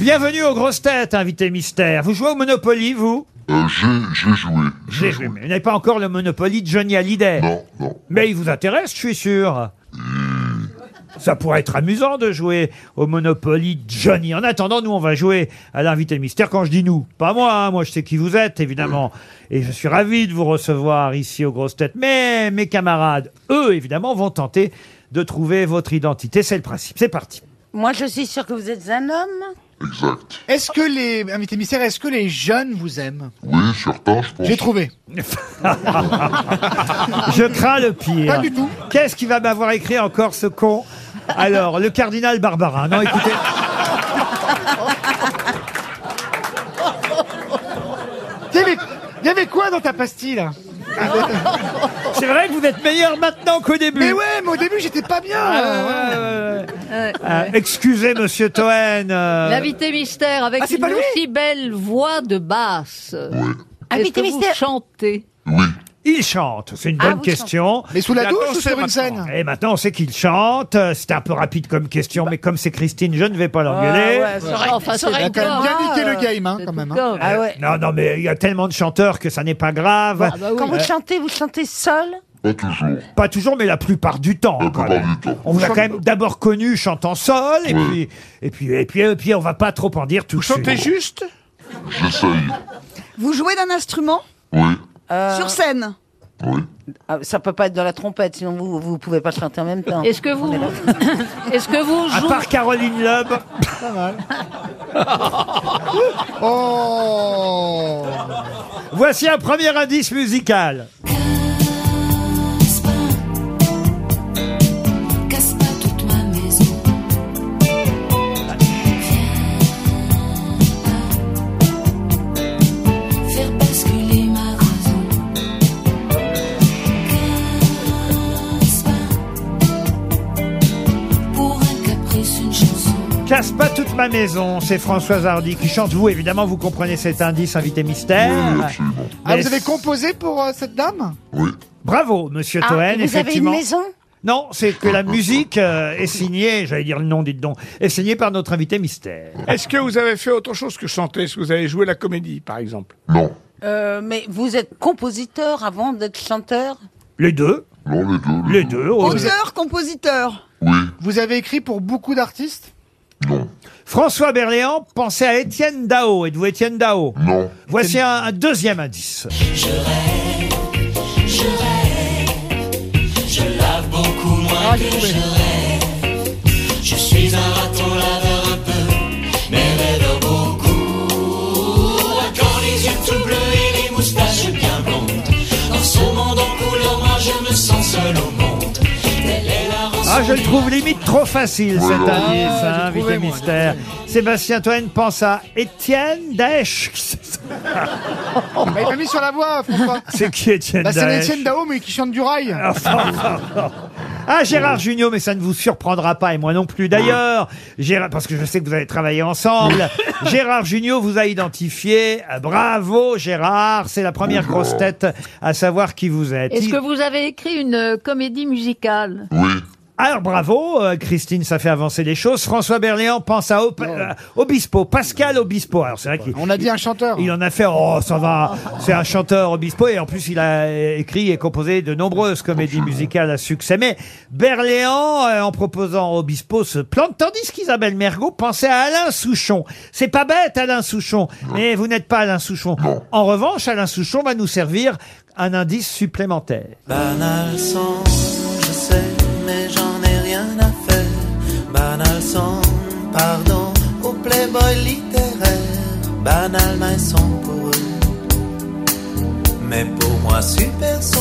Bienvenue aux grosses têtes, invité mystère. Vous jouez au Monopoly, vous Euh, J'ai joué. J'ai joué, mais vous n'avez pas encore le Monopoly de Johnny Hallyday. Non, non. Mais il vous intéresse, je suis sûr. Hmm. Ça pourrait être amusant de jouer au Monopoly de Johnny. En attendant, nous, on va jouer à l'invité mystère. Quand je dis nous, pas moi, hein, moi je sais qui vous êtes, évidemment. Et je suis ravi de vous recevoir ici aux grosses têtes. Mais mes camarades, eux, évidemment, vont tenter de trouver votre identité. C'est le principe. C'est parti. Moi, je suis sûr que vous êtes un homme. Est-ce que les invités mystères, est-ce que les jeunes vous aiment Oui, certains, je pense. J'ai trouvé. je crains le pire. Pas du tout. Qu'est-ce qui va m'avoir écrit encore ce con Alors, le cardinal Barbarin. Non, écoutez. Il y avait- il y avait quoi dans ta pastille là C'est vrai que vous êtes meilleur maintenant qu'au début. Mais ouais, mais au début j'étais pas bien. Ah, ouais, ouais, ouais. Euh, excusez, monsieur Toen. euh, L'invité mystère avec Ah, c'est une pas lui aussi belle voix de basse. Est-ce que vous chantez Il chante, c'est une Ah, bonne vous question. chantez. Mais sous la Et douche attends, ou c'est sur une maintenant. Et maintenant, on sait qu'il chante. Euh, C'est un peu rapide comme question, mais comme c'est Christine, je ne vais pas l'engueuler. Ah, euh, Il a quand même bien niqué le game, Ah hein, quand même. hein. Ah ouais. Non, non, mais il y a tellement de chanteurs que ça n'est pas grave. Ah, bah bah Quand vous Euh, chantez, vous chantez seul Pas toujours. Pas toujours, mais la plupart du temps. hein, quand même. On vous a quand même d'abord connu chantant sol, et Ouais. puis, et puis, et puis, et puis, on va pas trop en dire tout de suite. juste J'essaye. Vous jouez d'un instrument Oui. Sur scène Ah, Ça peut pas être de la trompette, sinon vous vous pouvez pas chanter en même temps. Est-ce que vous Est-ce que vous À jouez part Caroline Loeb. Pas mal. oh Voici un premier indice musical. Casse pas toute ma maison. Viens pas faire basculer ma raison. Casse pas pour un caprice, une chanson. Casse pas toute ma maison, c'est Françoise Hardy qui chante. Vous, évidemment, vous comprenez cet indice, invité mystère. Ah, Mais vous avez composé pour euh, cette dame Bravo, monsieur Ah, Toen, et vous avez une effectivement. maison non, c'est que la musique euh, est signée, j'allais dire le nom, dites donc, est signée par notre invité mystère. Est-ce que vous avez fait autre chose que chanter Est-ce que vous avez joué la comédie, par exemple Euh, Mais vous êtes compositeur avant d'être chanteur Les deux Non, les deux. Les deux. Oh, oh, oui. Auteur, compositeur Vous avez écrit pour beaucoup d'artistes François Berléand pensait à Étienne Dao. Êtes-vous Étienne Dao Non. Voici un, un deuxième indice. Je rêve, je lave beaucoup Ah, moins que je rêve. Je suis un raton laveur un peu, mais rêveur beaucoup. Quand les yeux tout bleus et les moustaches bien blondes, en ce monde en couleur, moi je me sens seul au monde. Telle est la Ah, rançon je le trouve limite trop facile cet Ouais. indice, Ah, hein, j'ai trouvé, invité moi, mystère. Sébastien Toen pense à Étienne Daesh. Bah, Il m'a mis sur la voie, François. C'est qui Étienne Bah, c'est Daesh Étienne Dao, mais qui chante du rail. Ah, Gérard Junior, mais ça ne vous surprendra pas, et moi non plus d'ailleurs. Gérard, parce que je sais que vous avez travaillé ensemble. Gérard Junior vous a identifié. Ah, Bravo, Gérard. C'est la première grosse tête à savoir qui vous êtes. Est-ce Il- que vous avez écrit une euh, comédie musicale Oui. Alors bravo, euh, Christine, ça fait avancer les choses. François Berléand pense à Op- euh, Obispo, Pascal Obispo. Alors c'est vrai qu'il On a dit un chanteur. il en a fait, oh ça va, c'est un chanteur Obispo et en plus il a euh, écrit et composé de nombreuses comédies musicales à succès. Mais Berléand, euh, en proposant Obispo, se plante, tandis qu'Isabelle Mergot pensait à Alain Souchon. C'est pas bête Alain Souchon, mais vous n'êtes pas Alain Souchon. En revanche, Alain Souchon va nous servir un indice supplémentaire. Banal sans, je sais, mais j'en ai rien à faire. Banal sans, pardon, au playboy littéraire. Banal mais sans pour eux, mais pour moi super son.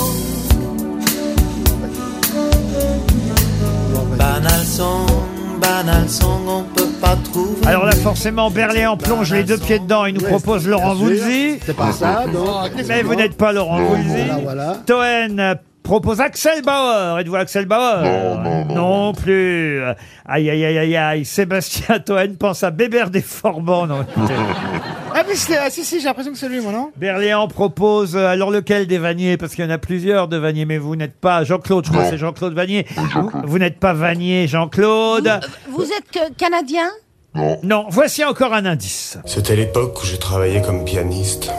Banal son, banal son, on peut pas trouver. Alors là, forcément, Berléand plonge les deux pieds dedans. Il nous propose Laurent bien sûr. Voulzy. C'est pas ça, Ah, non. Mais vous n'êtes pas Laurent Non, Voulzy. voilà, Toen euh, propose Axel Bauer. Êtes-vous Axel Bauer Non, plus. Aïe, aïe, aïe, aïe, aïe. Sébastien Toen pense à Bébert Déformant. Non, écoutez. Ah, mais c'est- ah, si, si, j'ai l'impression que c'est lui, moi, non Berléand propose, euh, alors lequel des Vanier Parce qu'il y en a plusieurs de Vanier, mais vous n'êtes pas Jean-Claude, je crois que c'est Jean-Claude Vanier. Vous, vous n'êtes pas Vanier, Jean-Claude. Vous êtes que- canadien Non. Non, voici encore un indice. C'était l'époque où je travaillais comme pianiste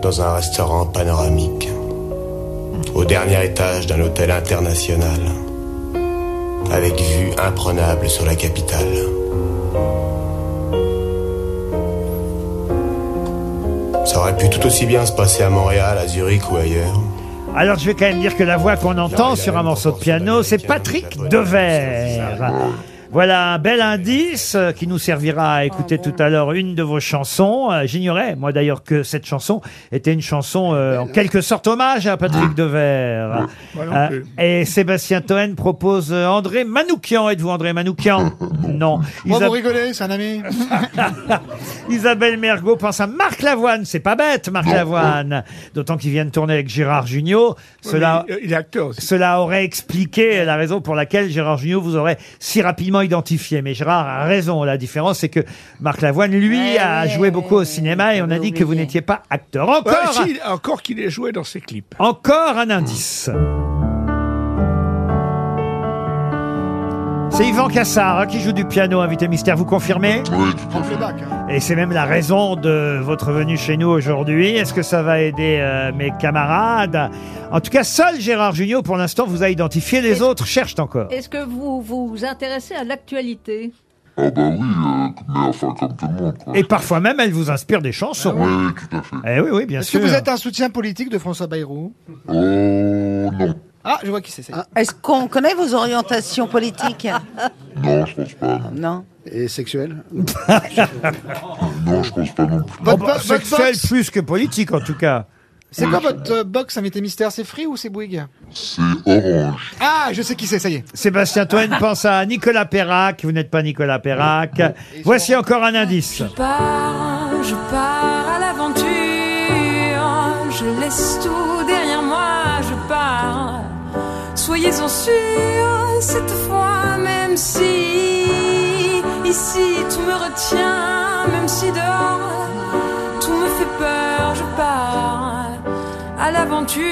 dans un restaurant panoramique, au dernier étage d'un hôtel international, avec vue imprenable sur la capitale. Ça aurait pu tout aussi bien se passer à Montréal, à Zurich ou ailleurs. Alors je vais quand même dire que la voix qu'on entend sur un morceau de piano, c'est Patrick Devers. Voilà un bel indice euh, qui nous servira à écouter tout à l'heure une de vos chansons. Euh, J'ignorais, moi d'ailleurs, que cette chanson était une chanson euh, en quelque sorte hommage à Patrick Devers. Moi non Euh, plus. et Sébastien Toen propose euh, André Manoukian. Êtes-vous André Manoukian Non. Bon, Isab- vous rigolez, c'est un ami. Isabelle Mergot pense à Marc Lavoine. C'est pas bête, Oh, Marc Lavoine. D'autant qu'il vient de tourner avec Gérard Jugnot. Cela, il est acteur aussi. Cela aurait expliqué la raison pour laquelle Gérard Jugnot vous aurait si rapidement identifié. Mais Gérard a raison. La différence, c'est que Marc Lavoine, lui, a joué beaucoup au cinéma et on a dit que vous n'étiez pas acteur. Encore, Ouais, Ah, si, encore qu'il est joué dans ses clips. encore un indice. C'est Yvan Cassard hein, qui joue du piano, invité mystère. Vous confirmez Ah, et c'est même la raison de votre venue chez nous aujourd'hui. Est-ce que ça va aider euh, mes camarades En tout cas, seul Gérard Jugnot, pour l'instant, vous a identifié. Les autres cherchent encore. Est-ce que vous vous intéressez à l'actualité Ah bah oui, euh, mais enfin comme tout le monde. Quoi. Et parfois même, elle vous inspire des chansons. Oui, oui, tout à fait. Eh oui, oui, bien Est-ce que sûr. vous êtes un soutien politique de François Bayrou Oh non, Ah, je vois qui c'est. ça y est. Est-ce qu'on connaît vos orientations politiques non, je pense pas. Non. Et sexuel Non, je pense pas non plus. Bon, Votre bo- bah, votre sexuel box. plus que politique, en tout cas. C'est quoi votre euh, box invité mystère C'est Free ou c'est Bouygues C'est orange. Ah, je sais qui c'est, ça y est. Sébastien Toen pense à Nicolas Perrac. Vous n'êtes pas Nicolas Perrac. Voici encore un indice. pars, je pars à l'aventure. Je laisse tout derrière moi, je pars. Soyez-en sûrs cette fois, même si ici tout me retient, même si dehors tout me fait peur, je pars à l'aventure.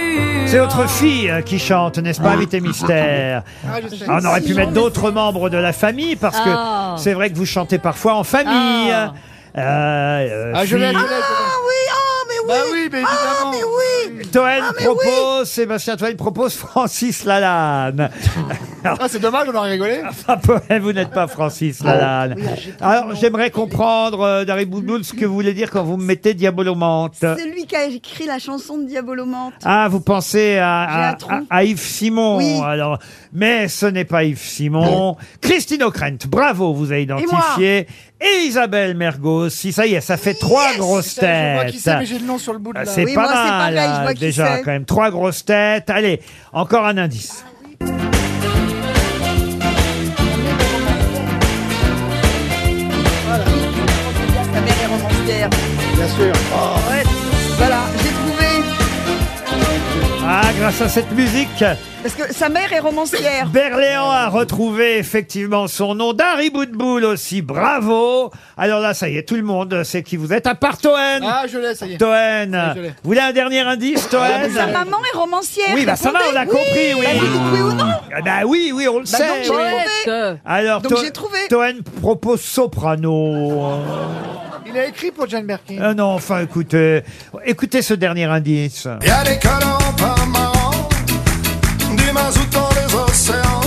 C'est votre fille euh, qui chante, n'est-ce pas, Invité Mystère Ah, je sais. Ah, On aurait pu Si, mettre on d'autres membres de la famille, parce que Ah. c'est vrai que vous chantez parfois en famille. Ah. Euh, euh, Ah, je l'ai, je l'ai, fille- je l'ai. Bah oui, mais évidemment. Toen Ah, propose, Sébastien Toen propose Francis Lalanne. Ah, c'est dommage, on aurait rigolé. Ah. Ah, ouais, vous n'êtes pas Francis Lalanne. Alors, j'aimerais comprendre, euh, Dari Boudoul, ce que vous voulez dire quand vous me mettez diabolomante. C'est lui qui a écrit la chanson de Diabolomante. Ah, vous pensez à, à- à- à Yves Simon. Oui. Alors, mais ce n'est pas Yves Simon. Christine O'Krent, bravo, vous a identifié. Et, Isabelle Mergos, si ça y est, ça fait trois grosses Je vois têtes. qui c'est, mais j'ai le nom sur le bout de Ah, la. C'est pas mal, hein, déjà quand même. Trois grosses têtes. Allez, encore un indice. Ta mère est romancière. Bien sûr. Voilà, j'ai trouvé. Ah, grâce à cette musique Parce que sa mère est romancière. Berléand a retrouvé effectivement son nom. Dari Boudboul aussi, bravo Alors là, ça y est, tout le monde sait qui vous êtes, à part Toen Ah, je l'ai, ça y est. Toen Oui, je l'ai. Ah, Vous voulez un dernier indice, Toen Sa maman est romancière. Oui, bah ça va, on l'a Répondez. compris, oui Bah, vous dites oui ou non Ah, Bah oui, oui, on le Bah, donc, sait j'ai oui. trouvé. Alors, Donc, To- j'ai trouvé. Toen propose Soprano Il a écrit pour John Birkin. Ah non, enfin, écoutez, écoutez ce dernier indice. Il y a des canons pas marrants, du mazout dans les océans,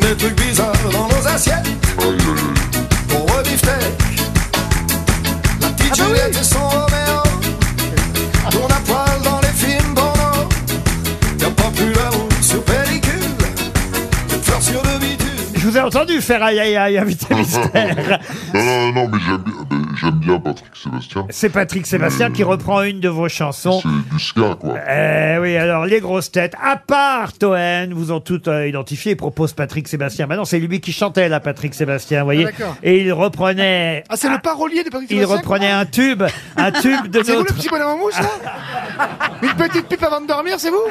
des trucs bizarres dans nos assiettes. Pour beefsteak, la petite Ah bah Juliette et son Roméo, tourne à poil dans les films porno. Y a pas plus d'amour sur pellicule, de fleurs sur le bitume. Je vous ai entendu faire aïe aïe aïe, invité mystère. Non, non, non, mais j'aime bien- mais j'aime bien Patrick Sébastien. C'est Patrick Sébastien qui reprend une de vos chansons. C'est du ska, quoi. Eh oui, alors les grosses têtes, à part Toen, vous ont toutes euh, identifiées et proposent Patrick Sébastien. Maintenant, c'est lui qui chantait là, Patrick Sébastien, vous voyez. Ah, d'accord. et il reprenait. Ah, c'est le parolier de Patrick Il Sébastien, reprenait un tube, un tube de C'est vous le notre. petit bonhomme en mousse, là Une petite pipe avant de dormir, c'est vous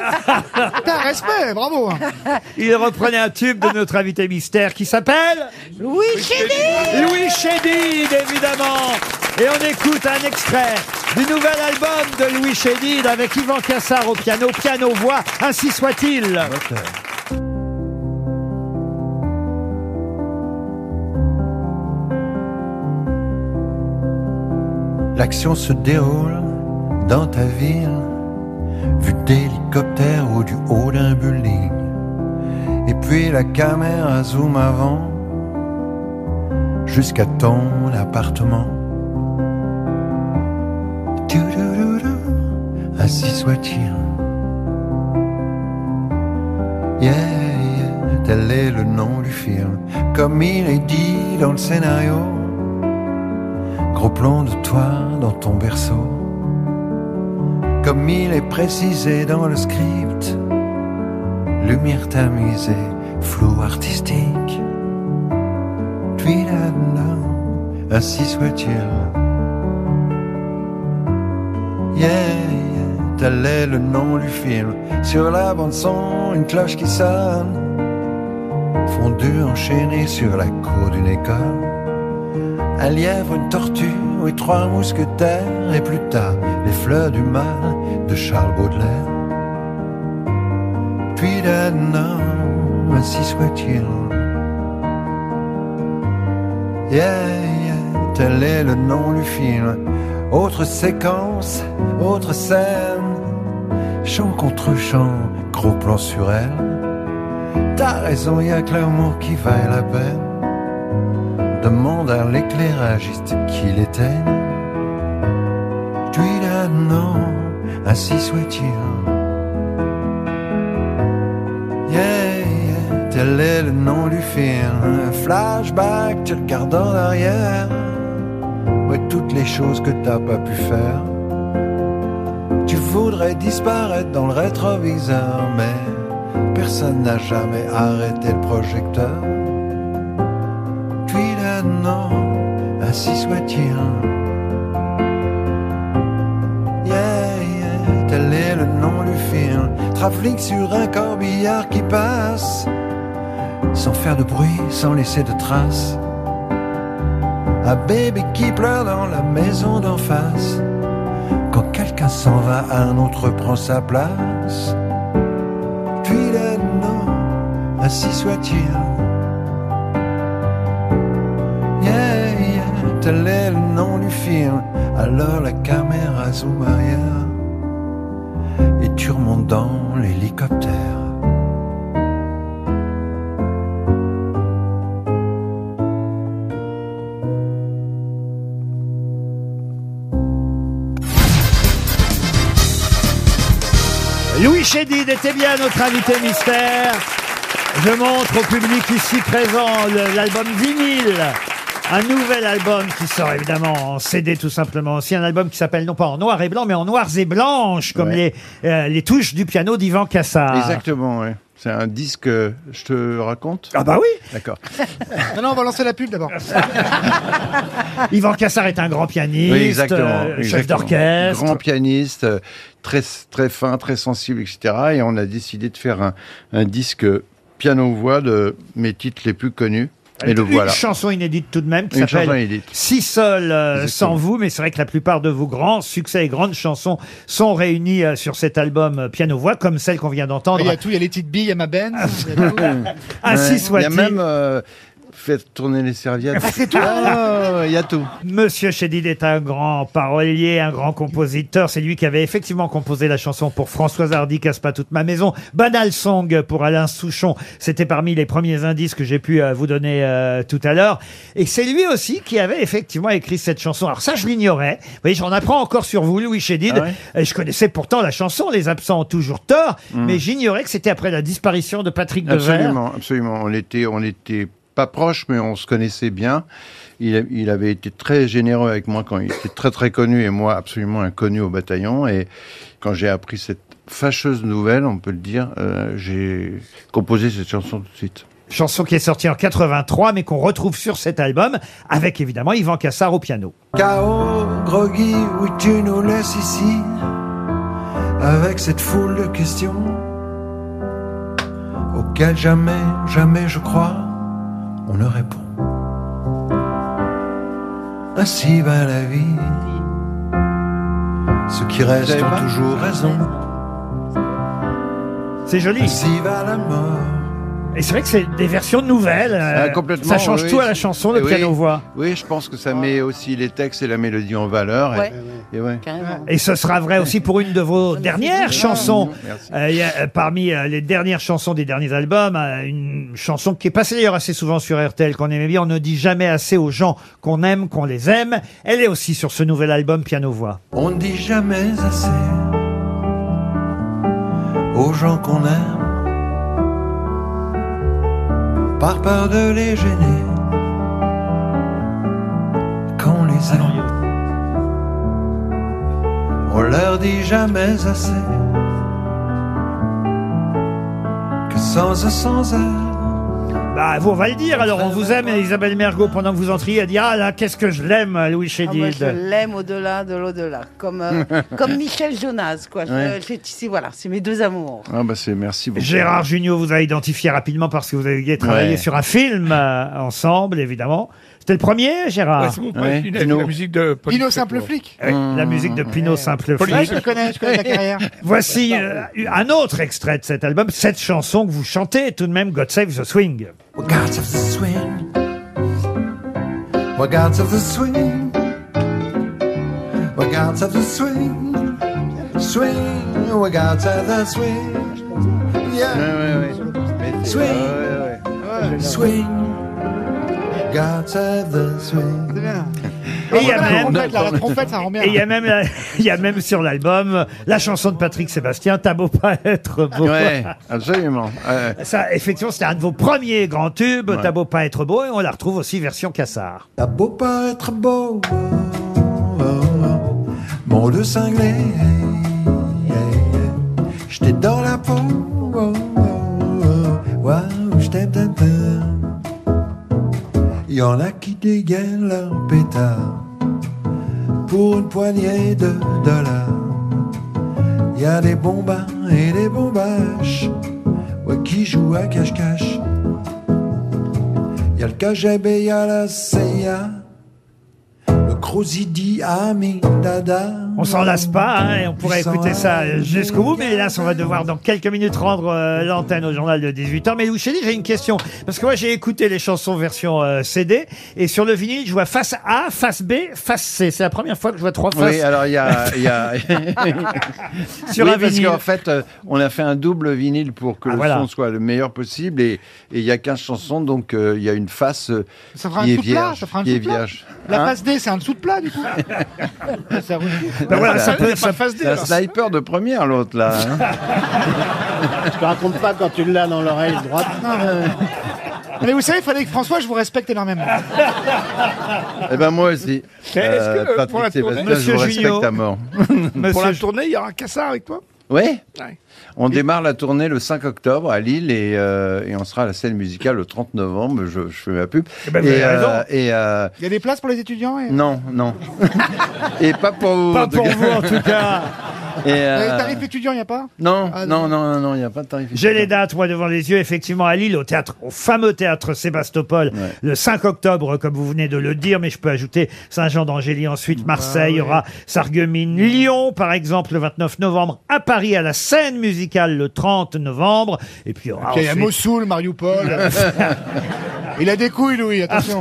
Putain, respect, bravo hein. Il reprenait un tube de notre invité mystère qui s'appelle Louis Chédid Louis Chédid, évidemment. Et on écoute un extrait du nouvel album de Louis Chédid avec Yvan Cassard au piano, piano voix, ainsi soit-il. L'action se déroule dans ta ville, vue d'hélicoptère ou du haut d'un building. Et puis la caméra zoom avant, jusqu'à ton appartement. Toulouloulou, Ainsi soit-il. Yeah, yeah, tel est le nom du film. Comme il est dit dans le scénario, Gros plan de toi dans ton berceau. Comme il est précisé dans le script, lumière tamisée, flou artistique. Tuilala, ainsi soit-il. Yeah, yeah, tel est le nom du film. Sur la bande-son, une cloche qui sonne. Fondue enchaînée sur la cour d'une école un lièvre, une tortue et trois mousquetaires, et plus tard les fleurs du mal de Charles Baudelaire. Puis d'un homme, ainsi soit-il. Yeah, yeah, tel est le nom du film. Autre séquence, autre scène, chant contre chant, gros plan sur elle. T'as raison, y a que l'amour qui vaille la peine demande à l'éclairagiste qu'il éteigne. Puis là, non, ainsi soit-il. Yeah, yeah, tel est le nom du film. Flashback, tu regardes en arrière. Ouais, toutes les choses que t'as pas pu faire. Tu voudrais disparaître dans le rétroviseur, mais personne n'a jamais arrêté le projecteur. Puis là, non, ainsi soit-il. Yeah, yeah, tel est le nom du film. Trafic sur un corbillard qui passe, sans faire de bruit, sans laisser de traces. Un bébé qui pleure dans la maison d'en face. Quand quelqu'un s'en va, un autre prend sa place. Puis là, non, ainsi soit-il. Yeah, yeah, tel est le nom du film. Alors la caméra zoom arrière et tu remontes dans l'hélicoptère. Louis Chédid était bien notre invité mystère. Je montre au public ici présent le- l'album vinyle. Un nouvel album qui sort évidemment en CD tout simplement. Aussi un album qui s'appelle non pas en noir et blanc mais en noirs et blanches comme les, euh, les touches du piano d'Ivan Cassar. Exactement, ouais. C'est un disque, euh, je te raconte Ah bah oui D'accord. Non, non, on va lancer la pub d'abord. Yvan Cassar est un grand pianiste, Oui, exactement. euh, chef exactement. d'orchestre. Grand pianiste, euh, très, très fin, très sensible, etc. Et on a décidé de faire un, un disque piano-voix de mes titres les plus connus. Et le une voilà. chanson inédite tout de même qui Une chanson s'appelle inédite. Si seul euh, Exactement. sans vous, mais c'est vrai que la plupart de vos grands succès et grandes chansons sont réunies euh, sur cet album euh, piano-voix, comme celle qu'on vient d'entendre. Il y a tout, il y a les petites billes, il y a ma Ben. benne. Ah, Ainsi Ouais. Il y soit-il. a même euh, fait tourner les serviettes. Ah, Il y a tout. Monsieur Chédid est un grand parolier, un grand compositeur. C'est lui qui avait effectivement composé la chanson pour Françoise Hardy, Casse pas toute ma maison. Banal Song pour Alain Souchon. C'était parmi les premiers indices que j'ai pu euh, vous donner euh, tout à l'heure. Et c'est lui aussi qui avait effectivement écrit cette chanson. Alors ça, je l'ignorais. Vous voyez, j'en apprends encore sur vous, Louis Chédid. Ah ouais Hmm. Euh, Je connaissais pourtant la chanson Les absents ont toujours tort, mais j'ignorais que c'était après la disparition de Patrick Devers. Absolument, absolument. On était, on était pas proches, mais on se connaissait bien. Il, a- il avait été très généreux avec moi quand il était très très connu et moi absolument inconnu au bataillon. Et quand j'ai appris cette fâcheuse nouvelle, on peut le dire, euh, j'ai composé cette chanson tout de suite. Chanson qui est sortie en 83, mais qu'on retrouve sur cet album, avec évidemment Yvan Cassar au piano. Chaos, groggy, où tu nous laisses ici, avec cette foule de questions auxquelles jamais, jamais je crois, on ne répond. Ainsi va la vie, ceux qui restent J'avais pas. ont toujours raison. C'est joli. Ainsi va la mort. Et c'est vrai que c'est des versions nouvelles. euh, Ah, complètement, ça change oui, tout à oui. la chanson, le Oui, piano-voix. Oui, je pense que ça met aussi les textes et la mélodie en valeur. et- Ouais. Et, ouais. Et ce sera vrai aussi pour une de vos dernières chansons. Merci. Euh, il y a, euh, parmi euh, les dernières chansons des derniers albums, euh, une chanson qui est passée d'ailleurs assez souvent sur RTL, qu'on aimait bien. On ne dit jamais assez aux gens qu'on aime, qu'on les aime. Elle est aussi sur ce nouvel album piano-voix. On ne dit jamais assez aux gens qu'on aime, par peur de les gêner, qu'on les aime. On leur dit jamais assez que sans eux, sans eux, Bah, vous, on va le dire. Alors, on vous aime, et Isabelle Mergot, pendant que vous entriez, a dit Ah là, qu'est-ce que je l'aime, Louis Ah, moi, Chédid. je l'aime au-delà de l'au-delà, comme, euh, comme Michel Jonas. Quoi. Je- Ouais. je- c'est- voilà, c'est mes deux amours. Ah bah c'est merci beaucoup. Gérard Junior vous a identifié rapidement parce que vous aviez travaillé Ouais. sur un film euh, ensemble, évidemment. C'était le premier, Ouais, Gérard c'est vous, Ouais, Pino- Pino. la musique de Pauline Pino Simple Seclour. Flic. Oui, La musique de Pino Simple Ouais, Flic. je le connais, je connais ta carrière. Voici euh, un autre extrait de cet album, cette chanson que vous chantez tout de même, God Save the Swing. We're gods of the swing. We're gods of the swing. We're gods of the swing. Swing. We're gods of the swing. Yeah. Swing. Swing. Gods of the swing. Et il y a La même, trompette, la trompette, ça rend bien. et il y a même, la- il y a même sur l'album la chanson de Patrick Sébastien, T'as beau pas être beau. Ouais, absolument. Ouais. Ça, effectivement, c'était un de vos premiers grands tubes, Ouais. T'as beau pas être beau, et on la retrouve aussi version Cassard. T'as beau pas être beau, monde cinglé, j'étais dans la peau, waouh, j'étais d'un Y en a qui dégainent leur pétard pour une poignée de dollars. Y a des bombards et des bombaches ouais, qui jouent à cache-cache. Y a le KGB, y a la CIA, le Crozidi Amidada. On s'en lasse pas, hein, et on pourrait écouter ça jusqu'au bout, mais hélas, on va devoir dans quelques minutes rendre euh, l'antenne au journal de 18h. Mais Loucheli, j'ai une question, parce que moi j'ai écouté les chansons version euh, CD, et sur le vinyle, je vois face A, face B, face C. C'est la première fois que je vois trois faces. Oui, alors il y a. il Y a... Sur Oui, un parce vinyle. Ah, qu'en fait, euh, on a fait un double vinyle pour que le voilà. son soit le meilleur possible et et il y a 15 chansons, donc euh, il y a une face euh, Ça fera un qui est dessous de plat, vierge. ça fera un qui est dessous de plat. vierge. La Hein face D, c'est un dessous de plat, du coup. ça roule. Ben voilà, ça peut- pas de face D. C'est un alors. sniper de première, l'autre, là. hein. Je te raconte pas quand tu l'as dans l'oreille droite. Non, mais- Mais vous savez, il fallait que François, je vous respecte énormément. Eh ben, moi aussi. Mais est-ce que, euh, pour la Patrick tournée- Sébastien, je Monsieur vous respecte Junio- à mort. Pour la tournée, il y aura Cassard avec toi Oui On démarre la tournée le 5 octobre à Lille et, euh, et on sera à la scène musicale le 30 novembre. Je, je fais ma pub. Eh ben, vous avez raison. et, euh, Il y a des places pour les étudiants et... non, non. et pas pour vous. Pas en tout pour cas. vous, en tout cas. Et, Euh, euh, tarif étudiant, il n'y a pas non, Ah, non, non, non, non, il n'y a pas de tarif. J'ai les dates, moi, devant les yeux, effectivement, à Lille, au théâtre, au fameux théâtre Sébastopol, le 5 octobre, comme vous venez de le dire, mais je peux ajouter Saint-Jean d'Angély, Bah ensuite Marseille, il y aura Sarreguemines, Lyon, par exemple, le 29 novembre, à Paris, à la scène musicale, le 30 novembre, et puis il y aura Puis Il y a Ah, ensuite- Mossoul, Mariupol. hein. il a des couilles, Louis, attention.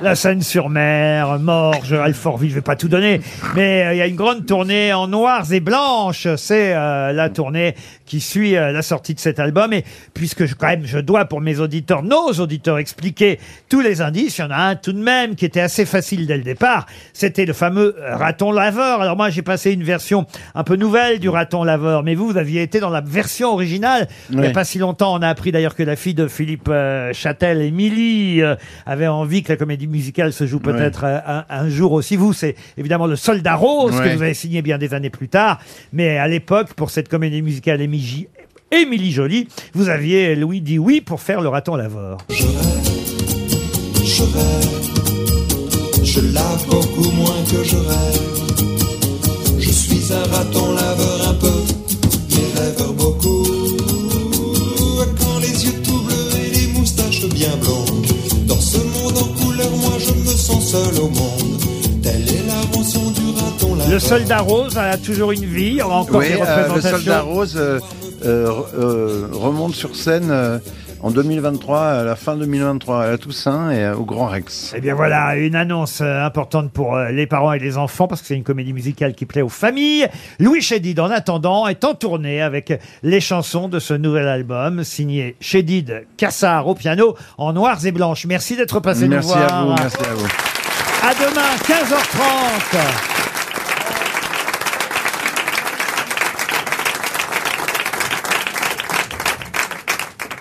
La Seine-sur-Mer, Morges, Alfortville, je vais pas tout donner, mais euh, il y a une grande tournée en noirs et blanches. C'est euh, la tournée qui suit euh, la sortie de cet album. Et puisque je, quand même, je dois pour mes auditeurs, nos auditeurs, expliquer tous les indices, il y en a un tout de même qui était assez facile dès le départ. C'était le fameux euh, raton laveur. Alors moi, j'ai passé une version un peu nouvelle du raton laveur, mais vous, vous aviez été dans la version originale. Il y a Oui. pas si longtemps, on a appris d'ailleurs que la fille de Philippe euh, Châtel, Émilie, euh, avait envie que la comédie musicale se joue peut-être euh, un, un jour aussi. Vous, c'est évidemment le Soldat Rose que Ouais. vous avez signé bien des années plus tard. Mais à l'époque, pour cette comédie musicale Émilie Émilie Jolie, vous aviez Louis dit oui pour faire le raton laveur. Je rêve, je lave beaucoup moins que je rêve. Je suis un raton laveur un peu, mais rêveur beaucoup. Quand les yeux tout bleus et les moustaches bien blondes, dans ce monde en couleur, moi je me sens seul au monde. Telle est la rançon du raton laveur. Le Soldat Rose a toujours une vie, il y aura encore Oui, des euh, le représentations. soldat rose euh, euh, re- euh, remonte sur scène euh, en 2023, à la fin 2023, à la Toussaint et euh, au Grand Rex. Eh bien voilà, une annonce euh, importante pour euh, les parents et les enfants, parce que c'est une comédie musicale qui plaît aux familles. Louis Chédid, en attendant, est en tournée avec les chansons de ce nouvel album, signé Chédid Cassard au piano, en noirs et blanches. Merci d'être passé Merci nous voir. à vous, merci à vous. À demain, 15h30.